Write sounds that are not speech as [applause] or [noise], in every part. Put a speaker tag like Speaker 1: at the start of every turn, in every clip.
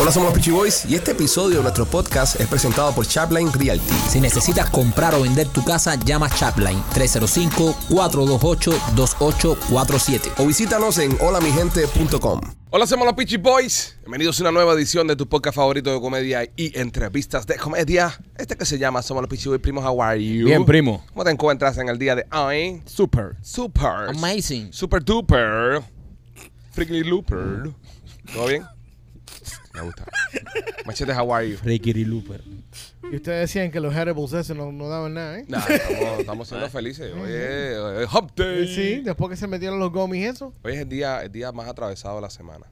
Speaker 1: Hola, somos los Peachy Boys y este episodio de nuestro podcast es presentado por Chapline Realty.
Speaker 2: Si necesitas comprar o vender tu casa, llama Chapline 305-428-2847.
Speaker 1: O visítanos en holamigente.com. Hola, somos los Peachy Boys. Bienvenidos a una nueva edición de tu podcast favorito de comedia y entrevistas de comedia. Este que se llama Somos los Peachy Boys, primo, how are you?
Speaker 3: Bien, primo.
Speaker 1: ¿Cómo te encuentras en el día de hoy?
Speaker 3: Super.
Speaker 1: Super.
Speaker 3: Oh
Speaker 2: Amazing.
Speaker 1: Super duper. Freaky looper. ¿Todo bien? Me gusta. Machete, how are you?
Speaker 3: Ricky Looper.
Speaker 4: Y ustedes decían que los edibles esos no, no daban nada, ¿eh?
Speaker 1: Nah, estamos, estamos siendo felices. Hoy es, hoy es Hump Day.
Speaker 4: Sí, después que se metieron los gummies eso.
Speaker 1: Hoy es el día, el día más atravesado de la semana.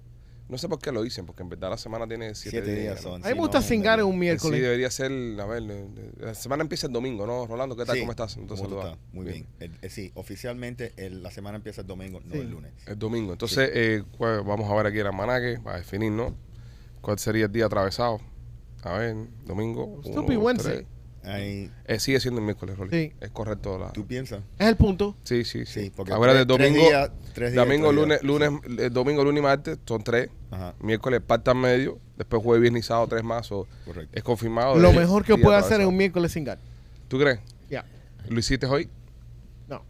Speaker 1: No sé por qué lo dicen, porque en verdad la semana tiene siete,
Speaker 5: Siete días
Speaker 1: ¿no?
Speaker 5: son.
Speaker 4: A mí
Speaker 5: sí,
Speaker 4: me gusta
Speaker 5: no,
Speaker 4: cingar en
Speaker 1: Eh,
Speaker 4: un
Speaker 1: Sí,
Speaker 4: miércoles.
Speaker 1: debería ser, a ver, eh, eh, la semana empieza el domingo, ¿no? Rolando, ¿qué tal?
Speaker 5: Sí.
Speaker 1: ¿Cómo estás? Entonces,
Speaker 5: ¿Cómo tú
Speaker 1: saluda.
Speaker 5: estás? Muy bien. El- eh, sí, oficialmente el- la semana empieza el domingo, no
Speaker 4: Sí.
Speaker 5: el lunes.
Speaker 1: El domingo. Entonces, eh, ¿cuál- vamos a ver aquí el almanaque para definir, ¿no? ¿Cuál sería el día atravesado? A ver, domingo. uno,
Speaker 4: Stupid
Speaker 1: dos, tres.
Speaker 4: Wednesday.
Speaker 5: Ahí,
Speaker 3: Ah.
Speaker 1: Eh, sigue siendo el miércoles, Rolly.
Speaker 4: Sí.
Speaker 1: Es correcto. La...
Speaker 5: ¿Tú piensas?
Speaker 4: Es el punto.
Speaker 1: Sí, sí, sí.
Speaker 5: Sí, porque
Speaker 1: Ahora de
Speaker 5: tres- tres
Speaker 1: domingo,
Speaker 5: días- tres días,
Speaker 1: domingo,
Speaker 5: tres
Speaker 1: lunes,
Speaker 5: días.
Speaker 1: lunes, eh, domingo, lunes y martes son tres.
Speaker 5: Ajá.
Speaker 1: Miércoles partan medio, después jueves, viernes y sábado tres más. o
Speaker 5: Correcto.
Speaker 1: Es confirmado.
Speaker 4: Lo
Speaker 1: de-
Speaker 4: mejor que
Speaker 1: día
Speaker 4: puedo hacer es
Speaker 1: atravesado.
Speaker 4: un miércoles cingar.
Speaker 1: ¿Tú crees?
Speaker 4: Ya.
Speaker 1: ¿Lo hiciste hoy?
Speaker 4: No.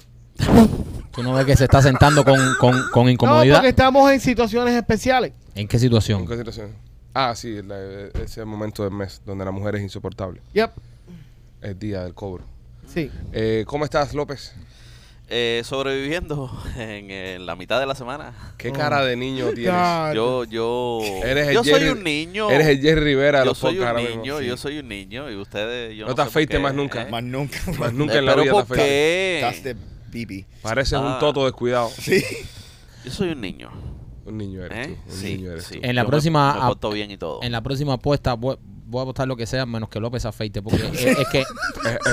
Speaker 3: Tú no ves que se está sentando con, con, con
Speaker 4: No,
Speaker 3: incomodidad.
Speaker 4: porque estamos en situaciones especiales.
Speaker 3: ¿En qué
Speaker 1: ¿En
Speaker 3: situación?
Speaker 1: qué situación? Ah, sí, la- ese momento del mes donde la mujer es insoportable.
Speaker 4: Yep.
Speaker 1: El día del cobro.
Speaker 4: Sí.
Speaker 1: Eh, ¿Cómo estás, López?
Speaker 6: Eh, sobreviviendo [laughs] en, eh, la mitad de la semana.
Speaker 1: ¿Qué cara de
Speaker 4: [laughs]
Speaker 1: niño tienes?
Speaker 4: Oh. Ya,
Speaker 6: Yo, yo,
Speaker 1: Eres el
Speaker 6: yo soy
Speaker 1: Jerry-
Speaker 6: un niño.
Speaker 1: Eres el Jerry Rivera de
Speaker 6: yo
Speaker 1: los
Speaker 6: soy
Speaker 1: podcasts
Speaker 6: un
Speaker 1: ahora mismo.
Speaker 6: niño,
Speaker 1: Sí.
Speaker 6: yo soy un niño y ustedes, yo
Speaker 1: No
Speaker 6: no,
Speaker 1: te
Speaker 6: sé por
Speaker 1: afeites
Speaker 6: qué,
Speaker 1: más nunca.
Speaker 6: ¿eh?
Speaker 5: Más nunca.
Speaker 1: Más nunca en la
Speaker 6: Pero
Speaker 1: vida
Speaker 6: ¿por
Speaker 1: te afeitas.
Speaker 3: Eh.
Speaker 6: qué?
Speaker 5: Estás de pipi.
Speaker 1: Pareces un
Speaker 6: Ah.
Speaker 1: toto descuidado.
Speaker 5: Sí.
Speaker 6: Yo soy un niño.
Speaker 1: Un niño eres
Speaker 6: ¿eh?
Speaker 1: tú. Un
Speaker 6: Sí,
Speaker 1: niño eres
Speaker 6: sí.
Speaker 1: tú.
Speaker 3: En la
Speaker 6: Yo me-
Speaker 3: próxima
Speaker 6: Me,
Speaker 3: ap-
Speaker 6: porto bien y todo.
Speaker 3: En la próxima apuesta voy, voy a apostar lo que sea menos que López afeite [laughs] porque es, es que,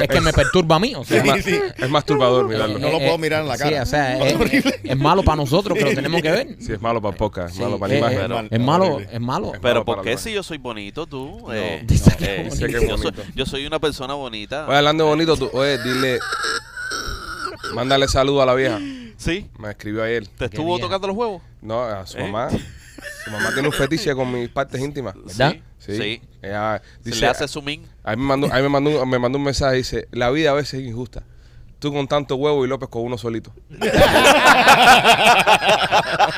Speaker 3: es que me perturba a mí. O sea, eh,
Speaker 1: Es, más,
Speaker 5: Sí, sí.
Speaker 1: es masturbador, mirarlo.
Speaker 5: No lo puedo mirar en la
Speaker 3: Sí,
Speaker 5: cara.
Speaker 3: o sea, es,
Speaker 5: Horrible.
Speaker 3: es malo para nosotros que lo tenemos que ver.
Speaker 1: Sí, es malo para poca, es
Speaker 3: Sí,
Speaker 1: malo para
Speaker 3: eh,
Speaker 1: la
Speaker 3: eh,
Speaker 1: imagen.
Speaker 6: Pero-
Speaker 3: es malo,
Speaker 5: Horrible.
Speaker 3: es malo.
Speaker 6: Pero
Speaker 1: No, para
Speaker 6: ¿por qué
Speaker 1: la-
Speaker 6: si yo soy bonito tú? Eh,
Speaker 3: Dice que
Speaker 6: eh,
Speaker 1: bonito.
Speaker 6: yo, soy, yo soy una persona bonita.
Speaker 1: Oye, hablando bonito, tú, oye, dile. Mándale saludo a la vieja.
Speaker 6: Sí.
Speaker 1: Me escribió ayer.
Speaker 6: ¿Te estuvo
Speaker 3: vieja.
Speaker 6: tocando los huevos?
Speaker 1: No, a su
Speaker 6: ¿Eh?
Speaker 1: mamá. Su mamá tiene un fetiche con mis partes íntimas.
Speaker 3: ¿Verdad?
Speaker 1: Sí.
Speaker 6: Sí.
Speaker 1: Ella
Speaker 6: Se
Speaker 1: dice,
Speaker 6: le hace zooming.
Speaker 1: ahí me mandó, ahí me mandó, un- me mandó un mensaje dice, la vida a veces es injusta. Tú con tanto huevo y López con uno solito.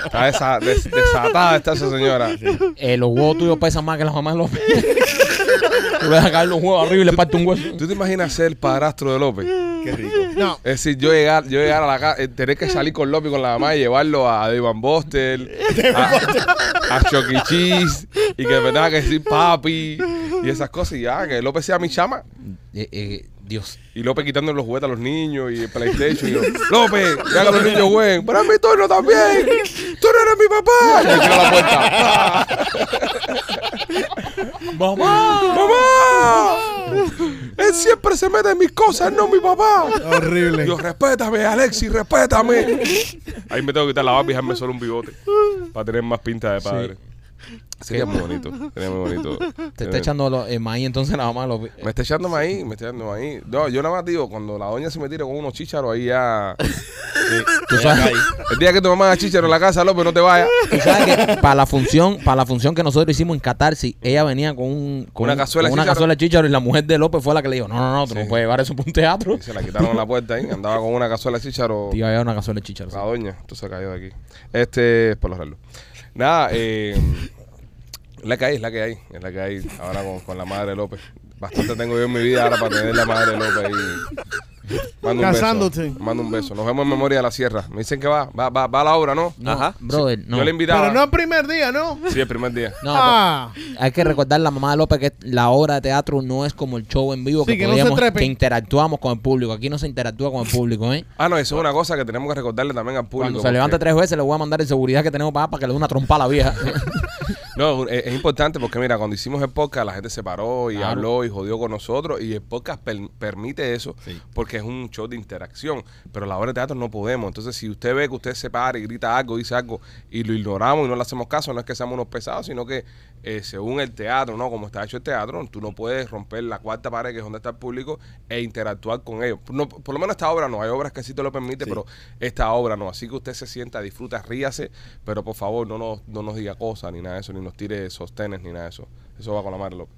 Speaker 1: Está desa- des- desatada está esa señora.
Speaker 3: Eh, los huevos tuyos pesan más que las mamás de López. [laughs] Tú le das a un huevo horrible, le parte un hueso.
Speaker 1: ¿Tú te imaginas ser el padrastro de López?
Speaker 5: Qué rico.
Speaker 4: No.
Speaker 1: Es decir, yo llegar, yo llegar a la casa, tener que salir con López y con la mamá y llevarlo a Devon Bostel, a, a Chuck E. Cheese, y que me tenga que decir papi y esas cosas. Y ya, que López sea mi chama.
Speaker 3: Eh, eh, Dios.
Speaker 1: Y López quitándole los juguetes a los niños y el PlayStation. Y yo, López, ya que los niños jueguen. Pero es mi turno también. Tú no eres mi papá. Y le tiro a la puerta.
Speaker 3: ¡Mamá!
Speaker 1: ¡Mamá! Él siempre se mete en mis cosas, él no es mi papá.
Speaker 4: Horrible.
Speaker 1: Dios, respétame, Alexis, respétame. [laughs] Ahí me tengo que quitar la barba y dejarme solo un [laughs] bigote para tener más pinta de padre. Sería muy bonito, sería muy bonito. Eh,
Speaker 3: Te está echando lo- el maíz entonces la mamá de López.
Speaker 1: Me está echando maíz, me está echando maíz. No, yo nada más digo, cuando la doña se me tira con unos chícharos ahí ya...
Speaker 3: Tú sabes,
Speaker 1: El día que tu mamá haga chícharo en la casa, López, no te [laughs] vayas.
Speaker 3: tú sabes que para la función, para la función que nosotros hicimos en Catarsis, ella venía con, un, con
Speaker 1: Una
Speaker 3: un-
Speaker 1: cazuela
Speaker 3: con
Speaker 1: de
Speaker 3: una
Speaker 1: chícharo.
Speaker 3: cazuela de chícharo y la mujer de López fue la que le dijo, no, no, no, tú
Speaker 1: Sí.
Speaker 3: no puedes llevar eso para un teatro.
Speaker 1: Y se la quitaron en la puerta ahí, andaba con una cazuela de chícharo.
Speaker 3: Te iba a llevar una cazuela de chícharo. sí.
Speaker 1: La doña, tú se cayó de aquí. Este, por lo raro. Nada, eh, [laughs] la que hay, es la que hay, es la que hay ahora con, con la madre López. Bastante tengo yo en mi vida ahora para tener la madre López ahí. Mando un
Speaker 4: Casándote.
Speaker 1: beso. Mando un beso. Nos vemos en memoria de la sierra. Me dicen que va, va, va, va a la obra, ¿no?
Speaker 3: No,
Speaker 6: Ajá.
Speaker 3: Brother, no.
Speaker 1: Yo le invitaba.
Speaker 4: Pero no el primer día, ¿no?
Speaker 1: Sí, el primer día.
Speaker 3: No,
Speaker 4: ah.
Speaker 3: pero hay que recordar la mamá de López que la obra de teatro no es como el show en vivo
Speaker 4: Sí,
Speaker 3: que,
Speaker 4: que no se
Speaker 3: podíamos-
Speaker 4: trepen.
Speaker 3: que interactuamos con el público. Aquí no se interactúa con el público, ¿eh?
Speaker 1: Ah, no, eso es una cosa que tenemos que recordarle también al público.
Speaker 3: Cuando se levante
Speaker 1: porque-
Speaker 3: tres veces le voy a mandar en seguridad que tenemos para, para que le dé una trompa a la vieja.
Speaker 1: No, es, es importante porque mira, cuando hicimos el podcast la gente se paró y
Speaker 3: Claro.
Speaker 1: habló y jodió con nosotros y el podcast per- permite eso
Speaker 5: Sí.
Speaker 1: porque es un show de interacción, pero la obra de teatro no podemos. Entonces, si usted ve que usted se para y grita algo, dice algo y lo ignoramos y no le hacemos caso, no es que seamos unos pesados, sino que eh, según el teatro, ¿no? Como está hecho el teatro, tú no puedes romper la cuarta pared, que es donde está el público, e interactuar con ellos. No, por lo menos esta obra no. Hay obras que sí te lo permite,
Speaker 5: Sí.
Speaker 1: pero esta obra no. Así que usted se sienta, disfruta, ríase, pero por favor no nos, no nos diga cosas, ni nada de eso, ni nos tire sostenes, ni nada de eso. Eso va con la madre, López.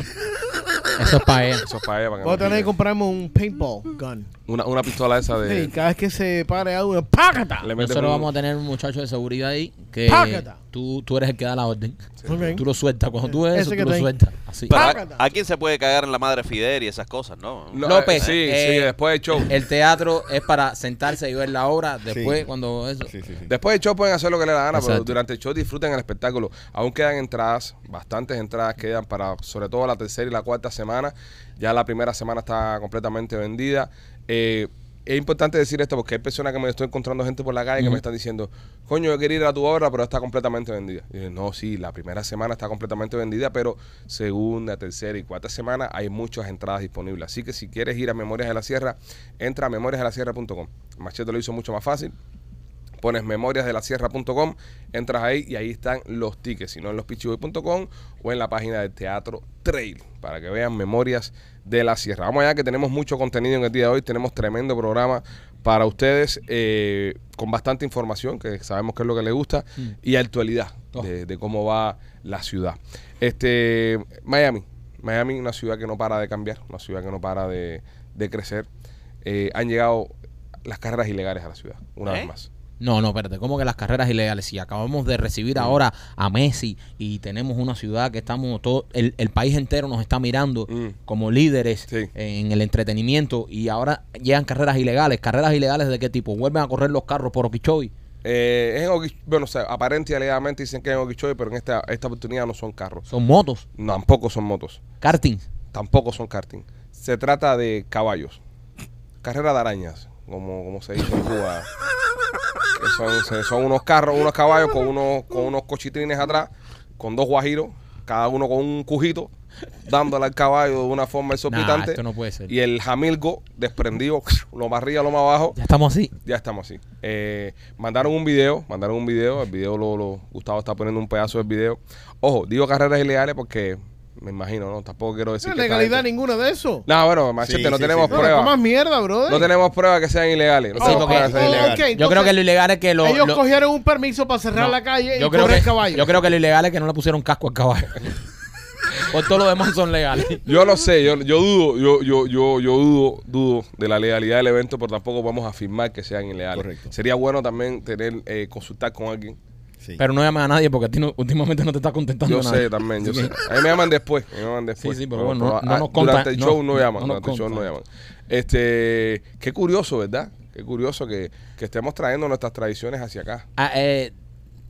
Speaker 3: Eso es para ella.
Speaker 1: Eso es para ella, para que
Speaker 4: Voy a
Speaker 1: no
Speaker 4: tener que
Speaker 1: diga.
Speaker 4: comprarme un paintball gun.
Speaker 1: una, una pistola esa de...
Speaker 4: Sí, cada vez que se pare algo, una ¡pácata!
Speaker 1: le metes
Speaker 3: Nosotros
Speaker 1: un-
Speaker 3: vamos a tener un muchacho de seguridad ahí que
Speaker 4: Pácata.
Speaker 3: tú, tú eres el que da la orden.
Speaker 4: Ok.
Speaker 3: Tú lo sueltas. Cuando tú ves
Speaker 4: Ese
Speaker 3: eso,
Speaker 4: que
Speaker 3: tú lo
Speaker 4: está ahí.
Speaker 3: sueltas. Así.
Speaker 6: Pero
Speaker 4: Págata.
Speaker 6: ¿a, a quién se puede cagar en la madre Fidel y esas cosas, no?
Speaker 1: No,
Speaker 3: López,
Speaker 1: eh, sí,
Speaker 3: eh,
Speaker 1: sí, después del show.
Speaker 3: El teatro es para sentarse y ver la obra. Después,
Speaker 5: Sí.
Speaker 3: cuando eso.
Speaker 5: Sí, sí, sí.
Speaker 1: Después del show pueden hacer lo que les da gana, pero
Speaker 3: Exacto.
Speaker 1: durante el show disfruten el espectáculo. Aún quedan entradas, bastantes entradas quedan para sobre todo la tercera y la cuarta semana. Ya la primera semana está completamente vendida. Eh, es importante decir esto porque hay personas que me estoy encontrando gente por la calle que me están diciendo, coño, yo quería ir a tu obra, pero está completamente vendida. Y yo, no, sí, la primera semana está completamente vendida, pero segunda, tercera y cuarta semana hay muchas entradas disponibles. Así que si quieres ir a Memorias de la Sierra, entra a memoriasdelasierra.com. Machete lo hizo mucho más fácil pones memoriasdelasierra.com, entras ahí y ahí están los tickets, si no en lospichiboy.com o en la página del Teatro Trail, para que vean Memorias de la Sierra. Vamos allá que tenemos mucho contenido en el día de hoy, tenemos tremendo programa para ustedes eh, con bastante información, que sabemos que es lo que les gusta, y actualidad
Speaker 3: Oh.
Speaker 1: de, de cómo va la ciudad. Este, Miami, Miami, una ciudad que no para de cambiar, una ciudad que no para de, de crecer. Eh, han llegado las carreras ilegales a la ciudad, una
Speaker 6: ¿Eh?
Speaker 1: vez más.
Speaker 3: No, no, espérate, ¿cómo que las carreras ilegales? Si acabamos de recibir ahora a Messi y tenemos una ciudad que estamos, todo el, el país entero nos está mirando
Speaker 1: Mm.
Speaker 3: como líderes
Speaker 1: Sí.
Speaker 3: en el entretenimiento y ahora llegan carreras ilegales. ¿Carreras ilegales de qué tipo? ¿Vuelven a correr los carros por Okichoy?
Speaker 1: Eh, es en Oquich- bueno, o sea, aparente y alegadamente dicen que es en Oquichoy, pero en esta, esta oportunidad no son carros.
Speaker 3: ¿Son motos?
Speaker 1: No, tampoco son motos.
Speaker 3: ¿Kartings?
Speaker 1: Tampoco son karting. Se trata de caballos. Carrera de arañas, como, como se dice en Cuba. Que son, se- son unos carros, unos caballos con unos, con unos cochitrines atrás, con dos guajiros, cada uno con un cujito, dándole al caballo de una forma exorbitante.
Speaker 3: esto no puede ser.
Speaker 1: Y el jamilgo desprendido, lo más arriba, lo más abajo.
Speaker 3: Ya estamos así.
Speaker 1: Ya estamos así. Eh, mandaron un video, mandaron un video. El video lo, lo- Gustavo está poniendo un pedazo del video. Ojo, digo carreras ilegales porque me imagino, ¿no? Tampoco quiero decir.
Speaker 4: No hay
Speaker 1: que esta
Speaker 4: legalidad
Speaker 1: gente-
Speaker 4: ninguna de eso.
Speaker 1: No, bueno, machete,
Speaker 5: Sí,
Speaker 1: no
Speaker 5: sí,
Speaker 1: tenemos
Speaker 5: sí.
Speaker 4: No, no
Speaker 1: pruebas.
Speaker 4: comas
Speaker 1: No,
Speaker 4: mierda, brother.
Speaker 1: tenemos pruebas que sean ilegales. No
Speaker 4: Oh,
Speaker 1: tenemos
Speaker 3: porque-
Speaker 1: pruebas que
Speaker 4: oh,
Speaker 1: sean
Speaker 5: ilegal.
Speaker 1: ilegales.
Speaker 4: ok,
Speaker 3: yo creo
Speaker 4: entonces,
Speaker 3: que lo ilegal es que lo...
Speaker 4: ellos
Speaker 3: lo-
Speaker 4: cogieron un permiso para cerrar
Speaker 3: No.
Speaker 4: la calle
Speaker 3: yo
Speaker 4: y
Speaker 3: creo
Speaker 4: correr
Speaker 3: que,
Speaker 4: caballo.
Speaker 3: Yo creo que lo ilegal es que no le pusieron casco al
Speaker 4: [laughs]
Speaker 3: caballo. Por todo lo demás son legales.
Speaker 1: Yo lo sé, yo, yo dudo, yo, yo, yo, yo dudo, dudo de la legalidad del evento, pero tampoco vamos a afirmar que sean ilegales.
Speaker 5: Correcto.
Speaker 1: Sería bueno también tener, eh, consultar con alguien.
Speaker 5: Sí.
Speaker 3: Pero no llames a nadie porque a ti no- últimamente no te está contentando
Speaker 1: Yo
Speaker 3: nadie.
Speaker 1: sé también, yo
Speaker 3: Así
Speaker 1: sé.
Speaker 3: que-
Speaker 1: A mí me llaman después. a mí me llaman después.
Speaker 3: Sí, sí, pero
Speaker 1: No,
Speaker 3: bueno, no- no
Speaker 1: ah,
Speaker 3: nos
Speaker 1: Durante el
Speaker 3: contan-
Speaker 1: show
Speaker 3: no-
Speaker 1: no, llaman.
Speaker 3: no nos
Speaker 1: durante el show no
Speaker 3: contan.
Speaker 1: llaman. Este, qué curioso, ¿verdad? Qué curioso que, que estemos trayendo nuestras tradiciones hacia acá.
Speaker 3: Ah, eh,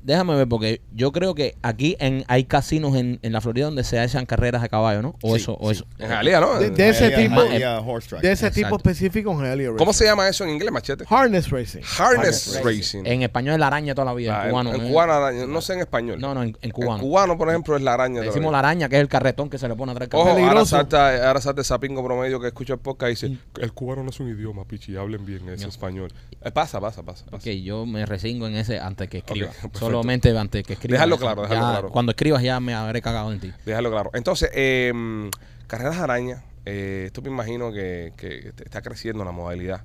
Speaker 3: déjame ver, porque yo creo que aquí en, hay casinos en, en la Florida donde se hacen carreras de caballo, ¿no? O
Speaker 5: Sí,
Speaker 3: eso, o
Speaker 5: sí.
Speaker 3: eso.
Speaker 1: En Jalía, ¿no?
Speaker 4: De- de ese
Speaker 5: Había-
Speaker 4: tipo-
Speaker 5: había horse track.
Speaker 4: De ese
Speaker 3: Exacto.
Speaker 4: tipo específico en Jalía
Speaker 1: ¿Cómo
Speaker 4: Racing.
Speaker 1: se Ah, llama eso en inglés, machete?
Speaker 4: Harness Racing.
Speaker 1: Harness
Speaker 5: Harness
Speaker 1: Racing.
Speaker 3: En español es la araña toda la
Speaker 1: Ah,
Speaker 3: vida, en
Speaker 1: en-
Speaker 3: cubano.
Speaker 1: en
Speaker 3: ¿no?
Speaker 1: cubano, araña. No sé en español.
Speaker 3: No, no, en, en
Speaker 1: cubano.
Speaker 3: cubano.
Speaker 1: cubano, por ejemplo, es la araña.
Speaker 3: Le
Speaker 1: de la
Speaker 3: decimos
Speaker 1: vida.
Speaker 3: la araña, que es el carretón que se le pone atrás al
Speaker 1: Ojo,
Speaker 3: caballo.
Speaker 1: ahora
Speaker 4: Peligroso.
Speaker 1: salta, ahora salta el sapingo promedio que escucha el podcast y dice,
Speaker 3: Mm.
Speaker 1: el cubano no es un idioma, pichi, hablen bien, es
Speaker 3: No.
Speaker 1: español. Eh, pasa, pasa, pasa. pasa.
Speaker 3: Ok, yo me resingo en ese antes que escriba.
Speaker 1: Pues. [laughs] perfecto.
Speaker 3: Solamente antes que escriba.
Speaker 1: Déjalo
Speaker 3: eso.
Speaker 1: claro, déjalo
Speaker 3: Ya,
Speaker 1: claro.
Speaker 3: Cuando escribas ya me habré cagado en ti.
Speaker 1: Déjalo claro. Entonces, eh, carreras de araña, eh, esto me imagino que, que est- está creciendo la modalidad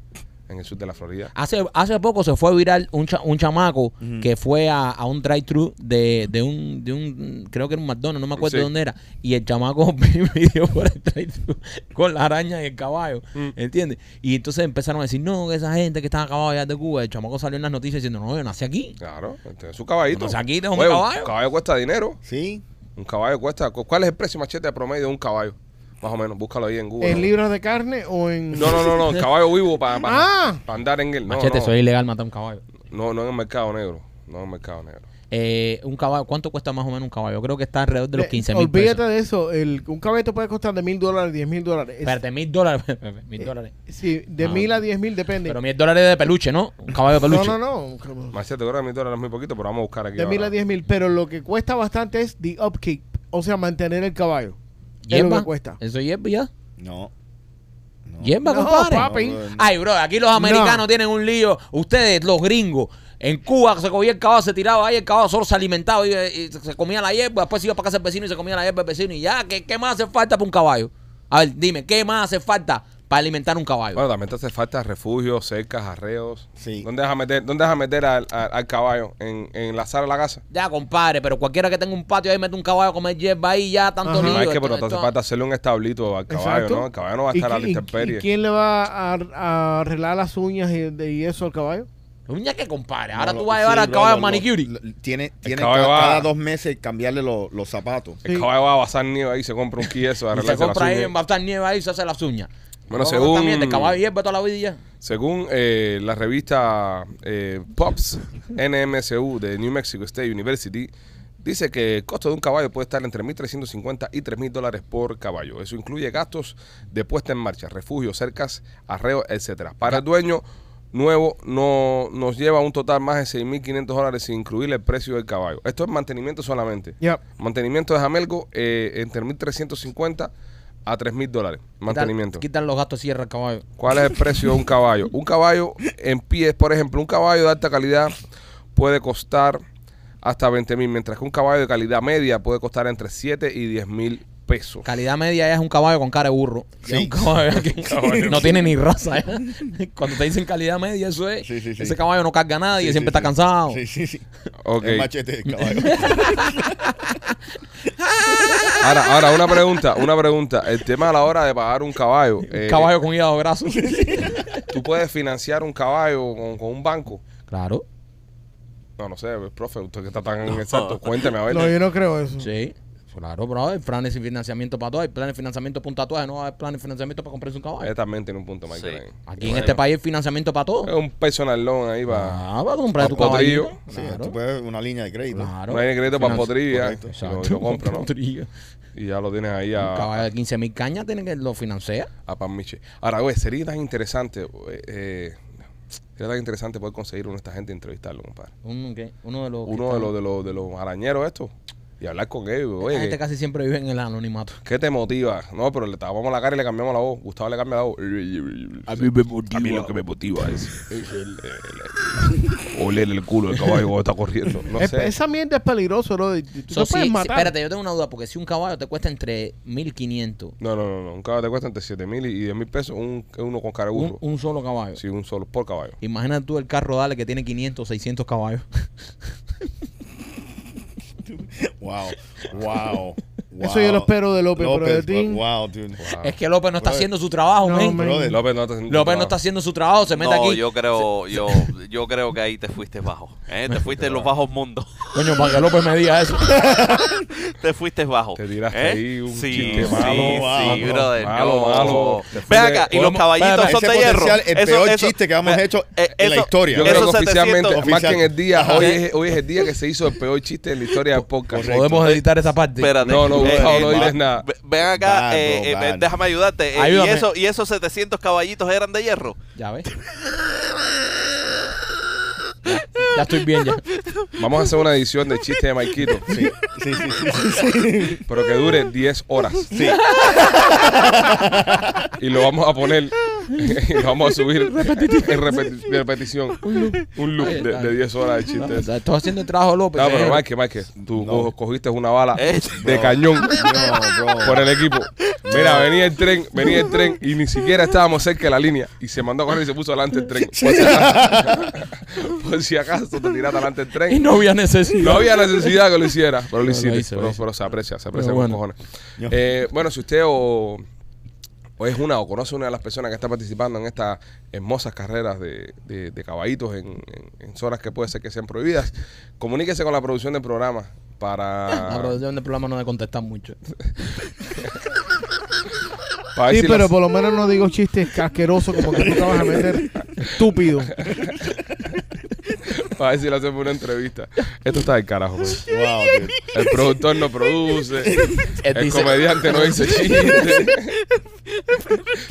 Speaker 1: en el sur de la Florida.
Speaker 3: Hace, hace poco se fue viral un, cha- un chamaco que fue a, a un drive-thru de, de, un, de un, creo que era un McDonald's, no me acuerdo
Speaker 1: Sí.
Speaker 3: dónde era, y el chamaco [laughs] pidió por el drive-thru con la araña y el caballo,
Speaker 1: Mm.
Speaker 3: ¿entiendes? Y entonces empezaron a decir, no, que esa gente que están a caballo allá de Cuba, el chamaco salió en las noticias diciendo, no, yo nací aquí.
Speaker 1: Claro, este es su caballito.
Speaker 3: Entonces, aquí tengo mi
Speaker 1: Oye,
Speaker 3: caballo.
Speaker 1: Un caballo cuesta dinero.
Speaker 5: Sí.
Speaker 1: Un caballo cuesta. cu- ¿Cuál es el precio machete de promedio de un caballo? Más o menos, búscalo ahí en Google.
Speaker 4: ¿En libras de carne o en.?
Speaker 1: No, no, no, no, el caballo vivo para
Speaker 4: Ah.
Speaker 1: andar en el. No,
Speaker 3: Machete,
Speaker 1: no,
Speaker 3: eso es ilegal matar un caballo.
Speaker 1: no, no en el mercado negro. No en el mercado negro.
Speaker 3: Eh, un caballo, ¿cuánto cuesta más o menos un caballo? Yo creo que está alrededor de los
Speaker 4: Eh,
Speaker 3: 15 mil
Speaker 4: Olvídate
Speaker 3: pesos.
Speaker 4: de eso. El, un caballo puede costar de mil dólares, diez mil dólares. Es-
Speaker 3: Espérate, mil dólares, [laughs] mil dólares.
Speaker 4: Sí, de
Speaker 3: Ah.
Speaker 4: Eh, mil a diez mil depende.
Speaker 3: Pero mil dólares de peluche, ¿no? Un caballo de
Speaker 4: no,
Speaker 3: peluche.
Speaker 4: no, no.
Speaker 1: Machete, creo que mi dólar es muy poquito, pero vamos a buscar aquí.
Speaker 4: De mil
Speaker 1: ahora.
Speaker 4: a diez mil. Pero lo que cuesta bastante es the upkeep. O sea, mantener el caballo. Es lo
Speaker 3: Hierba.
Speaker 4: que cuesta.
Speaker 3: Eso es hierba ya.
Speaker 5: No. No.
Speaker 3: Hierba,
Speaker 4: No,
Speaker 3: compadre.
Speaker 4: papi.
Speaker 3: Ay, bro, aquí los americanos
Speaker 4: No.
Speaker 3: tienen un lío. Ustedes, los gringos, en Cuba se cogía el caballo, se tiraba ahí, el caballo solo se alimentaba y, y se comía la hierba, después iba para casa del vecino y se comía la hierba del vecino y ya, ¿qué, qué más hace falta para un caballo? A ver, dime, ¿qué más hace falta para alimentar un caballo?
Speaker 1: Bueno, también te hace falta refugios, cercas, arreos.
Speaker 5: Sí.
Speaker 1: ¿Dónde vas a meter, dónde vas a meter al, al- al caballo? ¿En, en la sala de la casa?
Speaker 3: Ya, compadre, pero cualquiera que tenga un patio ahí mete un caballo a comer hierba ahí, ya tanto
Speaker 4: Ajá.
Speaker 3: lío.
Speaker 1: No, es que
Speaker 3: esto-
Speaker 1: pero te hace
Speaker 3: esto-
Speaker 1: falta hacerle un establito al caballo,
Speaker 4: Exacto.
Speaker 1: ¿no? El caballo no va a
Speaker 4: ¿Y
Speaker 1: estar a
Speaker 4: qui-
Speaker 1: la
Speaker 4: y-
Speaker 1: intemperie.
Speaker 4: ¿Y quién le va a, ar- a arreglar las uñas y, de- y eso al caballo?
Speaker 3: Uña, que compadre, ahora
Speaker 5: No,
Speaker 3: tú
Speaker 5: lo-
Speaker 3: vas a llevar
Speaker 5: sí,
Speaker 3: al
Speaker 5: bro,
Speaker 3: caballo
Speaker 5: lo-
Speaker 3: al
Speaker 5: lo-
Speaker 3: manicure.
Speaker 5: lo- Tiene, tiene
Speaker 1: caballo
Speaker 5: ca-
Speaker 1: va-
Speaker 5: cada, dos meses cambiarle lo- los zapatos.
Speaker 1: El
Speaker 4: Sí.
Speaker 1: caballo va a basar nieve ahí, se compra un queso,
Speaker 3: Y se
Speaker 1: arreglarse las
Speaker 3: compra ahí,
Speaker 1: uñas.
Speaker 3: va a estar nieve ahí, se hace las uñas.
Speaker 1: Bueno,
Speaker 3: Vamos a
Speaker 1: según-
Speaker 3: esta mierda, el caballo hierba toda la vida y ya.
Speaker 1: Según eh, la revista eh, Pops NMSU de New Mexico State University, dice que el costo de un caballo puede estar entre 1.350 y 3.000 dólares por caballo. Eso incluye gastos de puesta en marcha, refugio, cercas, arreo, etcétera. Para el dueño nuevo no nos lleva a un total más de 6.500 dólares sin incluir el precio del caballo. Esto es mantenimiento solamente.
Speaker 4: Ya.
Speaker 1: Mantenimiento de Jamelgo eh, entre 1.350 a 3.000 dólares.
Speaker 3: Quitar-
Speaker 1: Mantenimiento.
Speaker 3: Quitan los gastos cierra al caballo.
Speaker 1: ¿Cuál es el precio de un caballo? Un caballo en pies, por ejemplo, un caballo de alta calidad puede costar hasta 20 mil, mientras que un caballo de calidad media puede costar entre 7 y 10 mil pesos.
Speaker 3: Calidad media ya es un caballo con cara de burro.
Speaker 5: Sí.
Speaker 3: Es un
Speaker 5: [laughs]
Speaker 3: caballo que no tiene ni raza. ¿eh? [laughs] Cuando te dicen calidad media, eso es.
Speaker 5: Sí, sí, sí.
Speaker 3: Ese caballo no carga nada y
Speaker 5: Sí,
Speaker 3: siempre
Speaker 5: sí,
Speaker 3: está
Speaker 5: sí.
Speaker 3: cansado.
Speaker 5: Sí, sí, sí.
Speaker 1: Ok.
Speaker 5: El machete
Speaker 3: [laughs]
Speaker 5: del caballo.
Speaker 1: Ahora, ahora una pregunta, una pregunta. El tema a la hora de pagar un caballo. eh,
Speaker 3: Caballo con hígado graso.
Speaker 1: ¿Tú puedes financiar un caballo con, con un banco?
Speaker 3: Claro.
Speaker 1: No, no sé, profe, usted que está tan exacto, cuénteme a ver.
Speaker 4: No, yo no creo eso.
Speaker 3: Sí. Claro, bro. Hay planes de financiamiento para todo. Hay planes de financiamiento para un tatuaje. No hay planes de financiamiento para comprarse un
Speaker 1: Él
Speaker 3: caballo.
Speaker 1: también tiene un punto, Michael.
Speaker 6: Sí.
Speaker 1: ahí.
Speaker 3: Aquí en este país hay financiamiento para todo.
Speaker 1: Es un personal loan ahí Eh, para...
Speaker 3: Ah, para comprar tu
Speaker 1: pa' potrillo.
Speaker 3: caballo.
Speaker 5: Sí, tú puedes una línea de crédito.
Speaker 1: No hay crédito para potrillas.
Speaker 5: Correcto.
Speaker 1: Lo, lo
Speaker 3: [laughs]
Speaker 1: compra, ¿no? Y ya lo tienes ahí
Speaker 3: Un
Speaker 1: a,
Speaker 3: caballo de 15 mil cañas tiene que lo financia.
Speaker 1: a Pan Miche. Ahora, güey, sería tan interesante, eh, eh, sería tan interesante poder conseguir uno de esta gente y entrevistarlo, compadre.
Speaker 3: Un- ¿qué? Uno de los. que
Speaker 1: Uno de
Speaker 3: están-
Speaker 1: los, de los, de los arañeros estos y hablar con ellos,
Speaker 3: La
Speaker 1: oye,
Speaker 3: gente
Speaker 1: ¿qué,
Speaker 3: casi siempre vive en el anonimato.
Speaker 1: qué te motiva? No, pero le tapamos la cara y le cambiamos la voz. Gustavo le cambia la voz. A mí me motiva. lo que me motiva es, es el, el- el- oler el culo del caballo cuando está corriendo. No
Speaker 4: Es-
Speaker 1: sé.
Speaker 4: Esa mierda es peligroso, bro. Y Tú
Speaker 3: So,
Speaker 4: te puedes
Speaker 3: si- si-
Speaker 4: matar.
Speaker 3: espérate, yo tengo una duda, porque si un caballo te cuesta entre 1500,
Speaker 1: No, no, no, no. Un caballo te cuesta entre 7 mil y 10 mil pesos un, uno con
Speaker 3: un,
Speaker 1: caraburro.
Speaker 3: un solo caballo.
Speaker 1: Sí, un solo por caballo.
Speaker 3: Imagina tú el carro dale que tiene 500, 600 caballos.
Speaker 5: [laughs] Wow, wow, wow.
Speaker 4: [laughs] Eso yo lo espero de López, pero de ti-
Speaker 5: Wow, dude.
Speaker 4: [laughs]
Speaker 1: Wow.
Speaker 3: Es que López no está
Speaker 5: Brother.
Speaker 3: haciendo su trabajo,
Speaker 4: No,
Speaker 3: men.
Speaker 4: men.
Speaker 5: Brother.
Speaker 1: López no está haciendo
Speaker 3: López no
Speaker 1: trabajo.
Speaker 3: está haciendo su trabajo, se mete
Speaker 6: no,
Speaker 3: aquí.
Speaker 6: yo creo, yo, yo creo que ahí te fuiste bajo. ¿eh? Te fuiste en los bajos mundos. [laughs]
Speaker 3: Coño, para que López me
Speaker 1: [laughs]
Speaker 3: diga eso.
Speaker 6: Te fuiste bajo.
Speaker 1: Te tiraste
Speaker 6: ¿eh?
Speaker 1: ahí un
Speaker 6: sí,
Speaker 1: chiste
Speaker 6: sí,
Speaker 1: malo,
Speaker 6: sí,
Speaker 5: malo,
Speaker 6: brother,
Speaker 1: malo,
Speaker 6: no.
Speaker 1: malo. Te
Speaker 6: Ve
Speaker 1: fuiste-
Speaker 6: acá, y los
Speaker 1: podemos-
Speaker 6: caballitos
Speaker 5: Ese
Speaker 6: son de hierro.
Speaker 5: potencial, el
Speaker 6: Eso-
Speaker 5: peor
Speaker 6: eso-
Speaker 5: chiste que hemos
Speaker 6: ve-
Speaker 5: hecho
Speaker 6: eh,
Speaker 5: en la
Speaker 6: eso-
Speaker 5: historia.
Speaker 1: Yo creo
Speaker 6: esos
Speaker 1: que oficialmente,
Speaker 6: 700
Speaker 1: más
Speaker 5: Oficial.
Speaker 1: que en el día, hoy es, hoy es el día que se hizo el peor chiste en la historia del podcast.
Speaker 5: Correcto.
Speaker 3: Podemos editar esa parte.
Speaker 6: Espérate.
Speaker 1: No, no, Gustavo, no
Speaker 6: va-
Speaker 1: digas nada.
Speaker 6: ve- Ven acá,
Speaker 5: Van,
Speaker 6: eh,
Speaker 5: bro,
Speaker 6: eh,
Speaker 5: van.
Speaker 6: déjame ayudarte. eh, y,
Speaker 3: Ayúdame.
Speaker 6: eso, y esos 700 caballitos eran de hierro.
Speaker 3: Ya ves. Ya, ya estoy bien ya.
Speaker 1: Vamos a hacer una edición de chiste de Maikito,
Speaker 5: Sí, sí, sí, sí, sí, sí.
Speaker 1: pero que dure 10 horas. Y lo vamos a poner, y lo vamos a subir en repeti- repetición. Un loop de, de 10 horas de
Speaker 3: O
Speaker 1: chistes.
Speaker 3: sea, Estoy haciendo el trabajo de López.
Speaker 1: No, pero
Speaker 3: eh.
Speaker 1: Mike, Mike, tú
Speaker 5: No.
Speaker 1: co- cogiste una bala
Speaker 6: Eh,
Speaker 1: Ah, de cañón
Speaker 5: No, bro.
Speaker 1: por el equipo. Mira, venía el tren, venía el tren y ni siquiera estábamos cerca de la línea. Y se mandó a correr y se puso delante el tren. Por si acaso, [laughs] por si acaso te tiraste delante el tren.
Speaker 3: Y no había necesidad.
Speaker 1: No había necesidad que lo hiciera, pero lo
Speaker 3: lo
Speaker 1: hiciste.
Speaker 3: hizo, lo
Speaker 1: pero,
Speaker 3: hizo.
Speaker 1: pero se aprecia, se aprecia
Speaker 3: Pero
Speaker 1: con
Speaker 3: bueno.
Speaker 1: cojones. Eh, bueno, si usted o, o es una o conoce una de las personas que está participando en estas hermosas carreras de, de- de caballitos en, en- en zonas que puede ser que sean prohibidas, comuníquese con la producción del programa
Speaker 3: La
Speaker 1: para,
Speaker 3: producción del programa no me contesta mucho.
Speaker 1: para ver
Speaker 4: Sí,
Speaker 1: si
Speaker 4: pero
Speaker 1: las-
Speaker 4: por lo menos no digo chistes casquerosos como que tú te vas a
Speaker 1: [laughs]
Speaker 4: meter estúpido.
Speaker 1: para ver si le hacemos una entrevista. Esto está del carajo. man.
Speaker 5: Wow, dude.
Speaker 1: El productor no produce.
Speaker 3: Él
Speaker 1: El
Speaker 3: dice-
Speaker 1: comediante no dice chistes.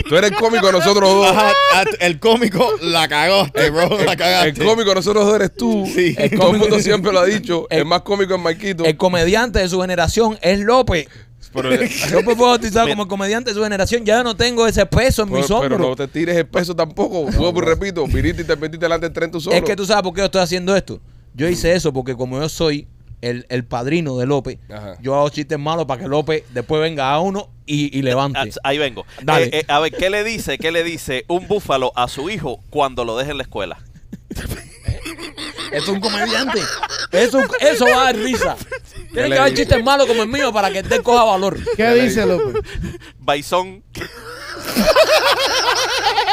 Speaker 1: Tú eres el cómico de nosotros dos.
Speaker 5: Ajá, ah, el cómico la cagaste, bro. La
Speaker 1: El
Speaker 5: cagaste.
Speaker 1: cómico de nosotros dos eres tú.
Speaker 5: Sí.
Speaker 1: El Todo el mundo siempre lo ha dicho. El, más cómico es Marquito.
Speaker 3: El comediante de su generación es López.
Speaker 1: Pero,
Speaker 5: [laughs]
Speaker 1: pero-
Speaker 3: Yo me puedo bautizar como comediante de su generación. Ya no tengo ese peso en mis
Speaker 1: pero no
Speaker 3: hombros.
Speaker 1: te tires el peso tampoco. Vuelvo y repito, viniste y te metiste delante del tren tú solo.
Speaker 3: es que tú sabes por qué yo estoy haciendo esto. Yo hice eso porque como yo soy el, el padrino de López,
Speaker 1: Ajá.
Speaker 3: yo hago chistes malos para que López después venga a uno y, y
Speaker 6: Ah,
Speaker 3: levante.
Speaker 6: Ahí vengo.
Speaker 3: Dale.
Speaker 6: Eh, eh, a ver, ¿qué le dice, qué le dice un búfalo a su hijo cuando lo deje en la escuela?
Speaker 3: Es un comediante. Es un- eso va a dar risa. Tienen
Speaker 1: le
Speaker 3: que haber
Speaker 1: dice?
Speaker 3: chistes malos como el mío para que te coja valor.
Speaker 4: ¿Qué dice
Speaker 1: [laughs]
Speaker 4: López?
Speaker 6: Bison,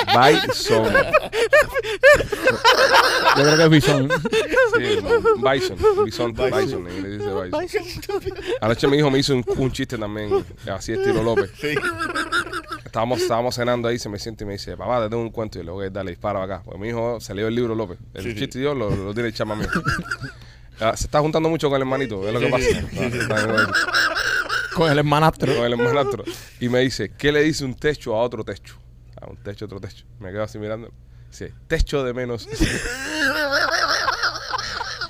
Speaker 1: Bison.
Speaker 3: Yo creo que es Bison.
Speaker 1: Sí, no, Bison. Bison. Bison. en inglés dice Bison. Anoche mi hijo me hizo un, un chiste también, así estilo López.
Speaker 5: Sí.
Speaker 1: Estábamos, estábamos cenando ahí, se me siente y me dice, papá, te tengo un cuento. Y le digo, "Ok, dale, dispara para acá. Porque mi hijo se leyó el libro López. El
Speaker 5: Sí, sí.
Speaker 1: chiste yo lo, lo tiene el chama mío. Ah, se está juntando mucho con el hermanito, es lo que
Speaker 5: Sí,
Speaker 1: pasa. Ah,
Speaker 5: sí, sí, sí.
Speaker 1: Está bien,
Speaker 3: Con el hermanastro.
Speaker 1: con el hermanastro. Y me dice, ¿qué le dice un techo a otro techo? A un techo, a otro techo. Me quedo así mirando. Dice, techo de
Speaker 5: [laughs]
Speaker 1: menos. Y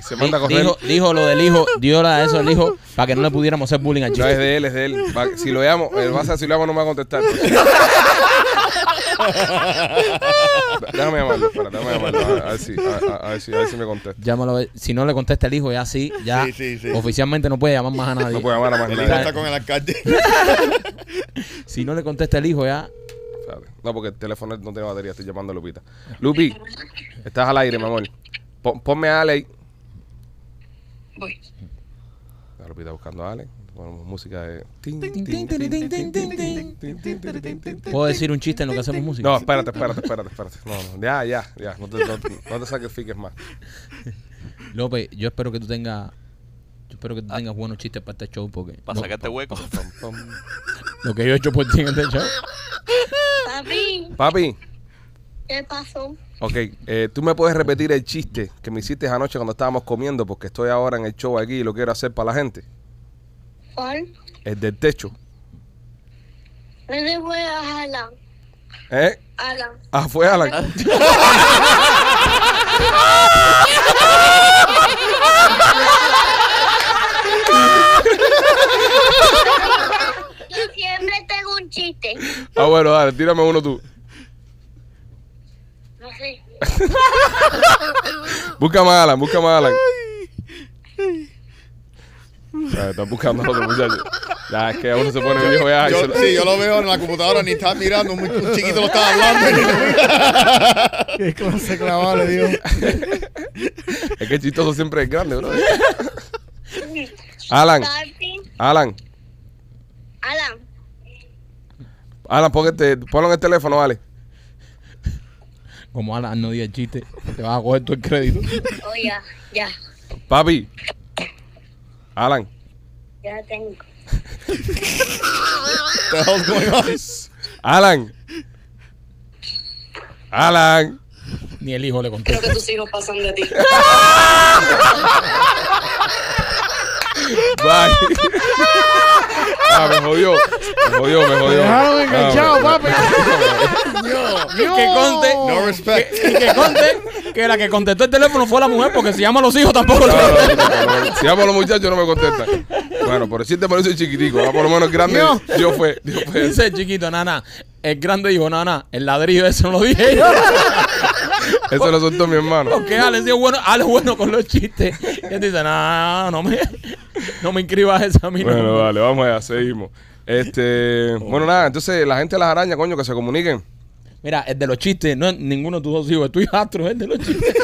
Speaker 1: se
Speaker 3: Di-
Speaker 1: manda a correr.
Speaker 3: dijo, dijo lo del hijo, dio la de eso al hijo para que no le pudiéramos hacer bullying al
Speaker 1: No
Speaker 3: chico.
Speaker 1: es de él, es de él. Va- si lo llamo, él va a ser- si lo llamo no me va a contestar. déjame llamarlo, espera, déjame llamarlo. A, a ver si, a, a- a ver si, a ver si me contesta.
Speaker 3: Llámalo, a ver. si no le contesta el hijo, ya sí, ya
Speaker 5: Sí, sí,
Speaker 1: Oh,
Speaker 5: sí.
Speaker 3: oficialmente no puede llamar más a nadie.
Speaker 1: No puedo llamar a más
Speaker 5: El
Speaker 1: nadie.
Speaker 5: hijo está con el alcalde.
Speaker 3: Si no le contesta el hijo, ya.
Speaker 1: Espérate. No, porque el teléfono no tiene batería, estoy llamando a Lupita. Lupi, estás al aire, mi amor. Pon- ponme a Ale.
Speaker 7: Voy.
Speaker 1: La Lupita buscando a Ale. Ponemos música de. tin, tin, tin, tin, tin, tin, tin, tin, tin, tin, tin, tin.
Speaker 3: Puedo decir un chiste en lo que hacemos música.
Speaker 1: No, espérate, espérate, espérate, espérate. No, no, ya, ya, ya. No te, no, te- no te sacrifiques más.
Speaker 3: López, yo espero que tú tengas yo espero que tú tengas buenos chistes para este show porque
Speaker 6: para
Speaker 3: no-
Speaker 6: sacarte hueco. [laughs]
Speaker 1: Pom, pom.
Speaker 3: lo que yo he hecho por ti en este show.
Speaker 7: Papi,
Speaker 1: Papi,
Speaker 7: ¿qué pasó?
Speaker 1: ok, eh, tú me puedes repetir el chiste que me hiciste anoche cuando estábamos comiendo, porque estoy ahora en el show aquí y lo quiero hacer para la gente.
Speaker 7: ¿Cuál?
Speaker 1: El del techo.
Speaker 7: No le voy a jalar.
Speaker 1: ¿Eh?
Speaker 7: Alan.
Speaker 1: Ah, fue
Speaker 5: [laughs]
Speaker 1: Alan.
Speaker 7: Yo siempre tengo un chiste.
Speaker 1: Ah, bueno, dale, tírame uno tú.
Speaker 7: No sé.
Speaker 1: Busca más Alan, busca más Alan. Ah, Están buscando a otro muchacho. Ya, es que uno se pone viejo ya. y se
Speaker 5: Yo,
Speaker 1: Ah, lo-
Speaker 5: sí, yo lo veo en la computadora, ni está mirando, un, un chiquito lo está hablando.
Speaker 4: [laughs] ¿Qué clase de clavado le dio?
Speaker 1: Es que el chistoso siempre es grande, bro. Alan,
Speaker 7: Papi,
Speaker 1: Alan,
Speaker 7: Alan.
Speaker 1: Alan, pon este- ponlo en el teléfono, vale.
Speaker 3: Como Alan no diga el chiste, te vas a coger todo el crédito.
Speaker 7: Oh, ya, ya.
Speaker 1: Papi. Alan.
Speaker 7: Ya tengo.
Speaker 5: The hell's
Speaker 1: [laughs]
Speaker 5: going on?
Speaker 1: Alan. Alan.
Speaker 3: Ni el hijo le
Speaker 8: Creo
Speaker 3: contesta.
Speaker 8: que tus hijos pasan de ti.
Speaker 4: [laughs]
Speaker 1: Bye. Ah, me jodió. Me jodió, me
Speaker 4: Te
Speaker 1: jodió.
Speaker 4: dejaron enganchado,
Speaker 1: Ah,
Speaker 4: papi.
Speaker 3: Y que conte,
Speaker 5: No respect.
Speaker 3: y que conte que la que contestó el teléfono fue la mujer porque si llama a los hijos tampoco. le
Speaker 1: no,
Speaker 3: contesta.
Speaker 1: no, no, no, no. Si llamo a los muchachos no me contestan. Bueno, por decirte por eso soy chiquitico. ah, Por lo menos grande.
Speaker 4: Dios.
Speaker 1: Yo fue. Yo fue.
Speaker 3: Dice el chiquito, nana, el grande dijo, nana, el ladrillo ese no lo dije yo.
Speaker 1: Eso lo soltó mi hermano.
Speaker 3: Porque Alex dijo, bueno, Alex bueno con los chistes. Y él dice, no, no me, no me inscribas esa mina.
Speaker 1: Bueno, vale, vamos allá, seguimos. Este, bueno, nada, entonces la gente de las arañas, coño, que se comuniquen.
Speaker 3: Mira, el de los chistes, no es ninguno de tus dos hijos, es tu hijastro, es el de los chistes.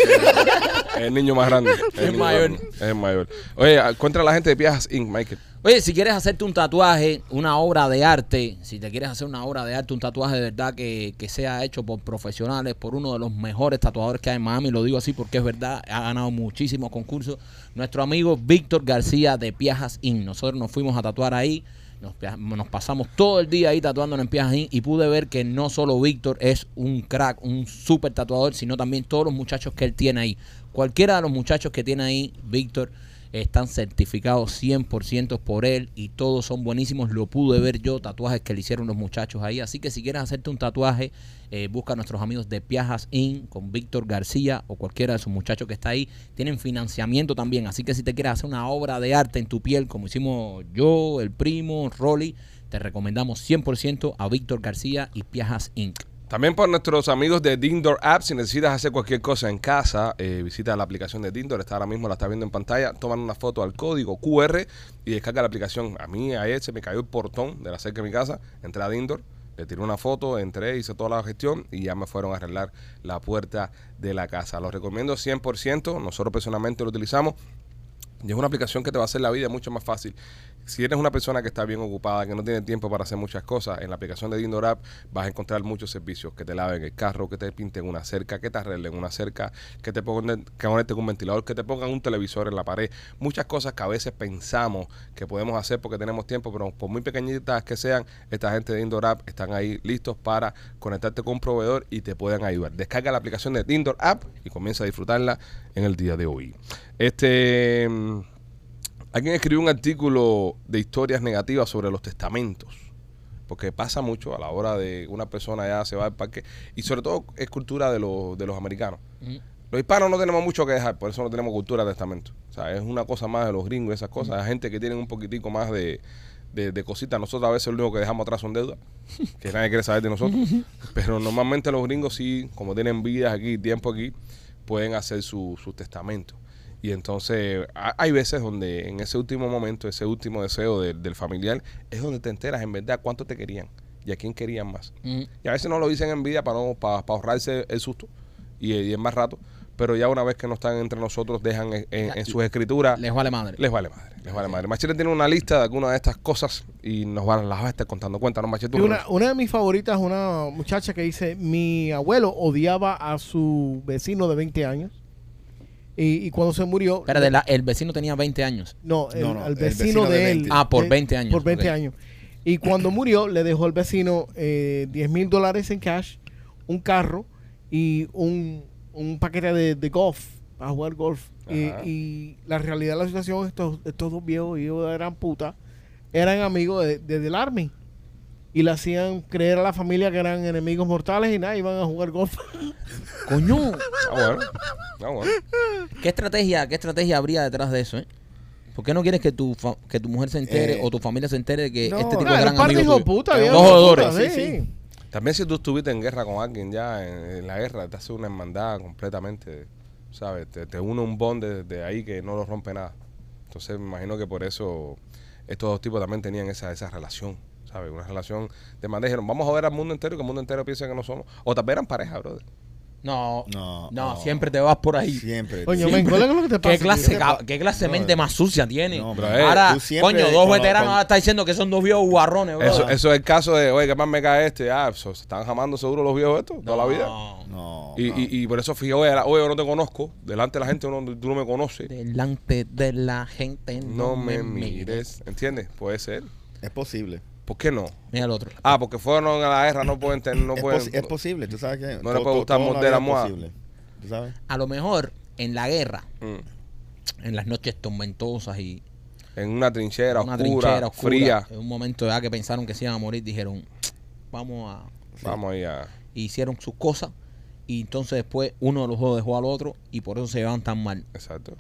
Speaker 1: Es el niño más grande. Es el niño
Speaker 3: mayor.
Speaker 1: grande, Es el mayor. Oye, encuentra a la gente de Piajas Inc., Michael.
Speaker 3: Oye, si quieres hacerte un tatuaje, una obra de arte, si te quieres hacer una obra de arte, un tatuaje de verdad que, que sea hecho por profesionales, por uno de los mejores tatuadores que hay en Miami, lo digo así porque es verdad, ha ganado muchísimos concursos. Nuestro amigo Víctor García de Piajas Inn. Nosotros nos fuimos a tatuar ahí. Nos, pia- nos pasamos todo el día ahí tatuándonos en Piajas Inn y pude ver que no solo Víctor es un crack, un súper tatuador, sino también todos los muchachos que él tiene ahí. Cualquiera de los muchachos que tiene ahí, Víctor, están certificados 100% por él y todos son buenísimos. Lo pude ver yo, tatuajes que le hicieron los muchachos ahí. Así que si quieres hacerte un tatuaje, eh, busca a nuestros amigos de Piajas In con Víctor García o cualquiera de sus muchachos que está ahí. Tienen financiamiento también. Así que si te quieres hacer una obra de arte en tu piel, como hicimos yo, el primo, Rolly, te recomendamos 100% a Víctor García y Piajas Inc.
Speaker 1: También por nuestros amigos de Dindor App, si necesitas hacer cualquier cosa en casa, eh, visita la aplicación de Dindor, está ahora mismo, la está viendo en pantalla, toman una foto al código QR y descarga la aplicación. A mí ayer se me cayó el portón de la cerca de mi casa, entré a Dindor, le tiré una foto, entré, hice toda la gestión y ya me fueron a arreglar la puerta de la casa. Los recomiendo 100%, nosotros personalmente lo utilizamos. Y es una aplicación que te va a hacer la vida mucho más fácil. Si eres una persona que está bien ocupada, que no tiene tiempo para hacer muchas cosas, en la aplicación de Dindor App vas a encontrar muchos servicios. Que te laven el carro, que te pinten una cerca, que te arreglen una cerca, que te pongan, que conecten un ventilador, que te pongan un televisor en la pared. Muchas cosas que a veces pensamos que podemos hacer porque tenemos tiempo, pero por muy pequeñitas que sean, esta gente de Dindor App están ahí listos para conectarte con un proveedor y te puedan ayudar. Descarga la aplicación de Dindor App y comienza a disfrutarla en el día de hoy. Este... mm, Alguien escribió un artículo de historias negativas sobre los testamentos. Porque pasa mucho a la hora de una persona ya se va al parque. Y sobre todo es cultura de, los- de los americanos. Los hispanos no tenemos mucho que dejar, por eso no tenemos cultura de testamento. O sea, es una cosa más de los gringos y esas cosas. Hay gente que tienen un poquitico más de, de, de cositas. Nosotros a veces lo único que dejamos atrás son deudas, que nadie quiere saber de nosotros. Pero normalmente los gringos sí, como tienen vidas aquí, tiempo aquí, pueden hacer su, su testamento. Y entonces ha- hay veces donde en ese último momento, ese último deseo del- del familiar, es donde te enteras en verdad cuánto te querían y a quién querían más.
Speaker 3: Mm,
Speaker 1: Y a veces no lo dicen en vida para, no, para, para ahorrarse el susto y, y en más rato. Pero ya una vez que no están entre nosotros, dejan en, en- en sus escrituras.
Speaker 3: Les vale madre.
Speaker 1: Les vale madre. Les vale madre. Machete tiene una lista de algunas de estas cosas y nos van, las va a estar contando. Cuéntanos, Machete.
Speaker 4: Y una, una de mis favoritas es una muchacha que dice, mi abuelo odiaba a su vecino de 20 años y, y cuando se murió...
Speaker 3: Espérate, la- el vecino tenía 20 años.
Speaker 4: No, el,
Speaker 5: No, no,
Speaker 4: al
Speaker 5: el
Speaker 4: vecino,
Speaker 5: vecino de
Speaker 4: de él.
Speaker 5: 20.
Speaker 3: Ah, por
Speaker 4: de-
Speaker 3: 20 años,
Speaker 4: Por 20
Speaker 3: ok.
Speaker 4: años. Y cuando murió, le dejó al vecino eh, 10 mil dólares en cash, un carro y un, un paquete de, de golf, para jugar golf. Y,
Speaker 1: Ajá.
Speaker 4: y la realidad de la situación, estos, estos dos viejos hijos de gran puta, eran amigos de, de- del Army. Y le hacían creer a la familia que eran enemigos mortales y nada, iban a jugar golf. [laughs]
Speaker 3: Coño,
Speaker 1: Ah, bueno. Ah, bueno.
Speaker 3: ¿qué estrategia, qué estrategia habría detrás de eso, eh? ¿Por qué no quieres que tu fa- que tu mujer se entere
Speaker 5: Eh,
Speaker 3: o tu familia se entere de que
Speaker 5: no,
Speaker 3: este tipo
Speaker 4: No,
Speaker 3: es
Speaker 4: era
Speaker 3: gran
Speaker 4: un par de
Speaker 3: amigo
Speaker 4: hijos
Speaker 3: tuyo?
Speaker 4: puta,
Speaker 5: Eran
Speaker 4: viejo.
Speaker 3: dos
Speaker 4: puta,
Speaker 5: jodedores.
Speaker 4: sí,
Speaker 5: Sí, sí.
Speaker 4: sí.
Speaker 1: También si tú estuviste en guerra con alguien ya en, en la guerra, te hace una hermandad completamente, ¿sabes? Te, te une un bond desde ahí que no lo rompe nada. Entonces me imagino que por eso estos dos tipos también tenían esa, esa relación, ¿sabes? Una relación de más dijeron, vamos a ver al mundo entero y que el mundo entero piensa que no somos. O tal vez eran pareja, brother.
Speaker 3: No, no,
Speaker 5: No, no.
Speaker 3: siempre te vas por ahí.
Speaker 5: Siempre.
Speaker 4: Coño,
Speaker 5: siempre.
Speaker 4: men, ¿cuál es lo que te pasa?
Speaker 3: ¿Qué clase,
Speaker 5: tío?
Speaker 3: cab- qué clase de
Speaker 5: No,
Speaker 3: mente más sucia tiene?
Speaker 5: no,
Speaker 1: bro, eh,
Speaker 3: Ahora,
Speaker 5: tú siempre
Speaker 3: coño, dos
Speaker 5: con-
Speaker 3: veteranos
Speaker 5: con-
Speaker 3: ahora está diciendo que son dos viejos guarrones, bro.
Speaker 1: Eso, eso es el caso de, oye, ¿qué más me cae este? Ah, so- se están jamando seguro los viejos estos toda la vida.
Speaker 3: No.
Speaker 5: No.
Speaker 1: Y,
Speaker 5: no.
Speaker 1: y, y por eso fui, oye, la- oye, yo no te conozco. Delante de la gente uno- tú no me conoces.
Speaker 3: Delante de la gente
Speaker 1: No me mires. ¿Entiendes? Puede ser.
Speaker 5: Es posible.
Speaker 1: ¿Por qué no?
Speaker 3: Mira el otro.
Speaker 1: Ah, porque fueron a la guerra, no pueden tener, no
Speaker 5: es,
Speaker 1: pueden.
Speaker 5: posi- es posible, tú sabes que.
Speaker 1: No le puede
Speaker 5: to- to-
Speaker 1: gustar
Speaker 5: todo en
Speaker 1: morder
Speaker 5: vida
Speaker 1: la almohada.
Speaker 5: es posible, ¿Tú sabes?
Speaker 3: A lo mejor en la guerra,
Speaker 1: Mm.
Speaker 3: en las noches tormentosas y
Speaker 1: En una trinchera,
Speaker 3: una
Speaker 1: oscura,
Speaker 3: trinchera oscura,
Speaker 1: fría.
Speaker 3: en un momento ya que pensaron que se iban a morir, dijeron, vamos a...
Speaker 1: Vamos ahí a.
Speaker 3: y hicieron sus cosas y entonces después uno de los dos dejó al otro y por eso se llevaban tan mal.
Speaker 1: Exacto.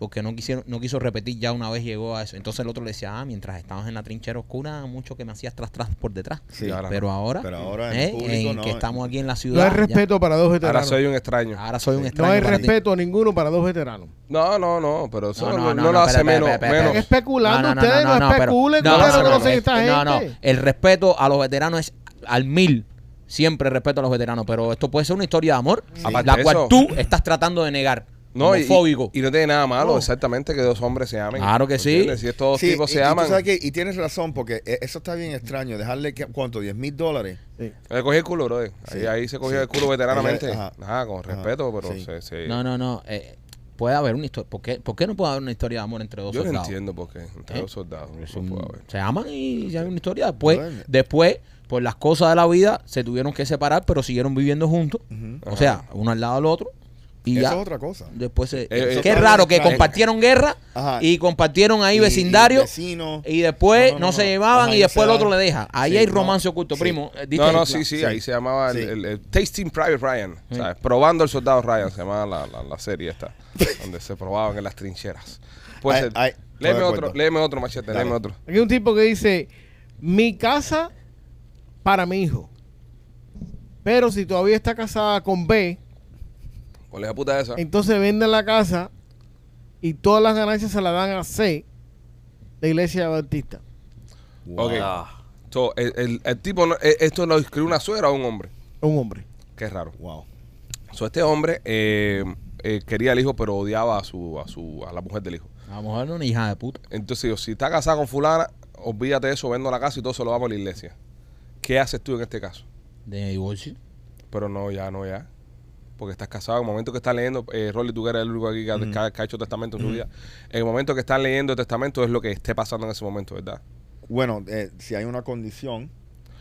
Speaker 3: porque no quisieron, no quiso repetir ya una vez llegó a eso. Entonces el otro le decía, ah, mientras estabas en la trinchera oscura, mucho que me hacías tras tras por detrás.
Speaker 5: Sí.
Speaker 1: Y ahora no.
Speaker 3: pero ahora,
Speaker 5: Pero ahora en
Speaker 3: ¿eh?
Speaker 5: público
Speaker 3: en
Speaker 5: no.
Speaker 3: que estamos aquí en la ciudad,
Speaker 4: No hay
Speaker 3: ya-
Speaker 4: respeto para dos veteranos.
Speaker 1: Ahora soy un extraño.
Speaker 3: ahora soy un
Speaker 5: No
Speaker 4: No
Speaker 3: extraño.
Speaker 4: hay
Speaker 3: para ti.
Speaker 4: respeto ninguno para dos veteranos.
Speaker 1: No, no, no, pero eso
Speaker 3: No,
Speaker 1: no,
Speaker 3: no, no,
Speaker 1: no lo
Speaker 3: no,
Speaker 1: hace
Speaker 3: espera,
Speaker 1: menos.
Speaker 3: espera, espera,
Speaker 1: menos.
Speaker 3: espera.
Speaker 4: Especulando ustedes, no,
Speaker 3: pero-
Speaker 4: especulen,
Speaker 3: no,
Speaker 4: ustedes
Speaker 3: no,
Speaker 4: no
Speaker 3: no,
Speaker 4: conocen
Speaker 3: no,
Speaker 4: esta gente.
Speaker 3: no, no. el respeto a los veteranos es al mil. Siempre respeto a los veteranos, pero esto puede ser una historia de amor,
Speaker 1: Aparte
Speaker 3: la
Speaker 1: de
Speaker 3: cual
Speaker 1: eso-
Speaker 3: tú estás tratando de negar.
Speaker 1: No, y,
Speaker 3: homofóbico.
Speaker 1: y no tiene nada malo,
Speaker 4: No.
Speaker 1: exactamente, que dos hombres se amen.
Speaker 3: Claro que sí.
Speaker 1: ¿Entiendes? Si estos dos
Speaker 5: Sí,
Speaker 1: tipos
Speaker 5: y-
Speaker 1: se
Speaker 5: y tú
Speaker 1: aman.
Speaker 5: sabes que- y tienes razón, porque eh, eso está bien extraño. Dejarle, que- ¿cuánto? ¿10 mil dólares?
Speaker 1: Le cogí Eh, el culo, bro. Ahí,
Speaker 5: Sí.
Speaker 1: ahí se cogió
Speaker 5: Sí.
Speaker 1: el culo veteranamente.
Speaker 5: Ajá.
Speaker 1: Nada, con
Speaker 5: Ajá.
Speaker 1: respeto, pero
Speaker 5: Sí.
Speaker 1: se. se-
Speaker 3: No, no, no. eh, puede haber una historia. ¿Por qué, por qué no puede haber una historia de amor entre dos
Speaker 1: Yo no
Speaker 3: soldados?
Speaker 1: entiendo por qué. Entre
Speaker 3: ¿Eh?
Speaker 1: dos soldados. no
Speaker 3: Son-
Speaker 1: puede haber.
Speaker 3: se aman y ya hay una historia. Después,
Speaker 5: Bueno.
Speaker 3: después, por las cosas de la vida, se tuvieron que separar, pero siguieron viviendo juntos. O sea, uno al lado del otro. Y
Speaker 5: Eso
Speaker 3: ya.
Speaker 5: es otra cosa.
Speaker 3: Después se-
Speaker 1: eh,
Speaker 3: Qué
Speaker 1: eso-
Speaker 3: raro que
Speaker 5: eh,
Speaker 3: compartieron guerra
Speaker 5: Ajá.
Speaker 3: y compartieron ahí
Speaker 5: Y- y
Speaker 3: vecindario.
Speaker 5: vecinos.
Speaker 3: Y después no,
Speaker 5: No, no, no,
Speaker 3: se
Speaker 5: no.
Speaker 3: llevaban
Speaker 5: Ajá,
Speaker 3: y
Speaker 5: y
Speaker 3: después
Speaker 5: se
Speaker 3: el otro le
Speaker 5: dan.
Speaker 3: deja. Ahí
Speaker 5: Sí,
Speaker 3: hay
Speaker 5: no.
Speaker 3: romance oculto,
Speaker 5: Sí.
Speaker 3: primo. Eh, diste
Speaker 1: No,
Speaker 3: el
Speaker 1: no,
Speaker 3: clavo.
Speaker 1: sí, sí,
Speaker 5: Sí.
Speaker 1: ahí se llamaba el,
Speaker 5: Sí.
Speaker 1: el- el Tasting Private Ryan, ¿sabes? Probando el soldado Ryan, se llamaba la, la- la serie esta, [laughs] donde se probaban en las trincheras. Pues,
Speaker 5: Ay,
Speaker 1: eh,
Speaker 5: ay, estoy
Speaker 1: léeme
Speaker 5: de
Speaker 1: otro,
Speaker 5: acuerdo.
Speaker 1: léeme otro machete,
Speaker 5: Dale.
Speaker 1: léeme otro.
Speaker 4: Aquí hay un tipo que dice, mi casa para mi hijo. Pero si todavía está casada con B,
Speaker 1: ¿Cuál es la puta esa?
Speaker 4: entonces venden la casa y todas las ganancias se la dan a C, la iglesia bautista.
Speaker 1: Ok.
Speaker 6: Ah,
Speaker 1: So, el, el- el tipo, no- eh, esto lo escribe una suegra o un hombre.
Speaker 4: Un hombre.
Speaker 1: Qué raro.
Speaker 5: Wow.
Speaker 1: So, este hombre eh, eh, quería al hijo, pero odiaba a su, a su, a la mujer del hijo.
Speaker 3: A lo mejor no una hija de puta.
Speaker 1: Entonces yo, si está casada con fulana, olvídate de eso, vendo la casa y todo se lo damos a la iglesia. ¿Qué haces tú en este caso?
Speaker 3: De divorcio.
Speaker 1: Pero no, ya, no, ya. Porque estás casado. En el momento que estás leyendo, eh, Rolly, tú que eres el único aquí que, ha- que ha, que ha hecho testamento en tu vida. En el momento que estás leyendo el testamento es lo que esté pasando en ese momento, ¿verdad?
Speaker 5: Bueno, eh, si hay una condición,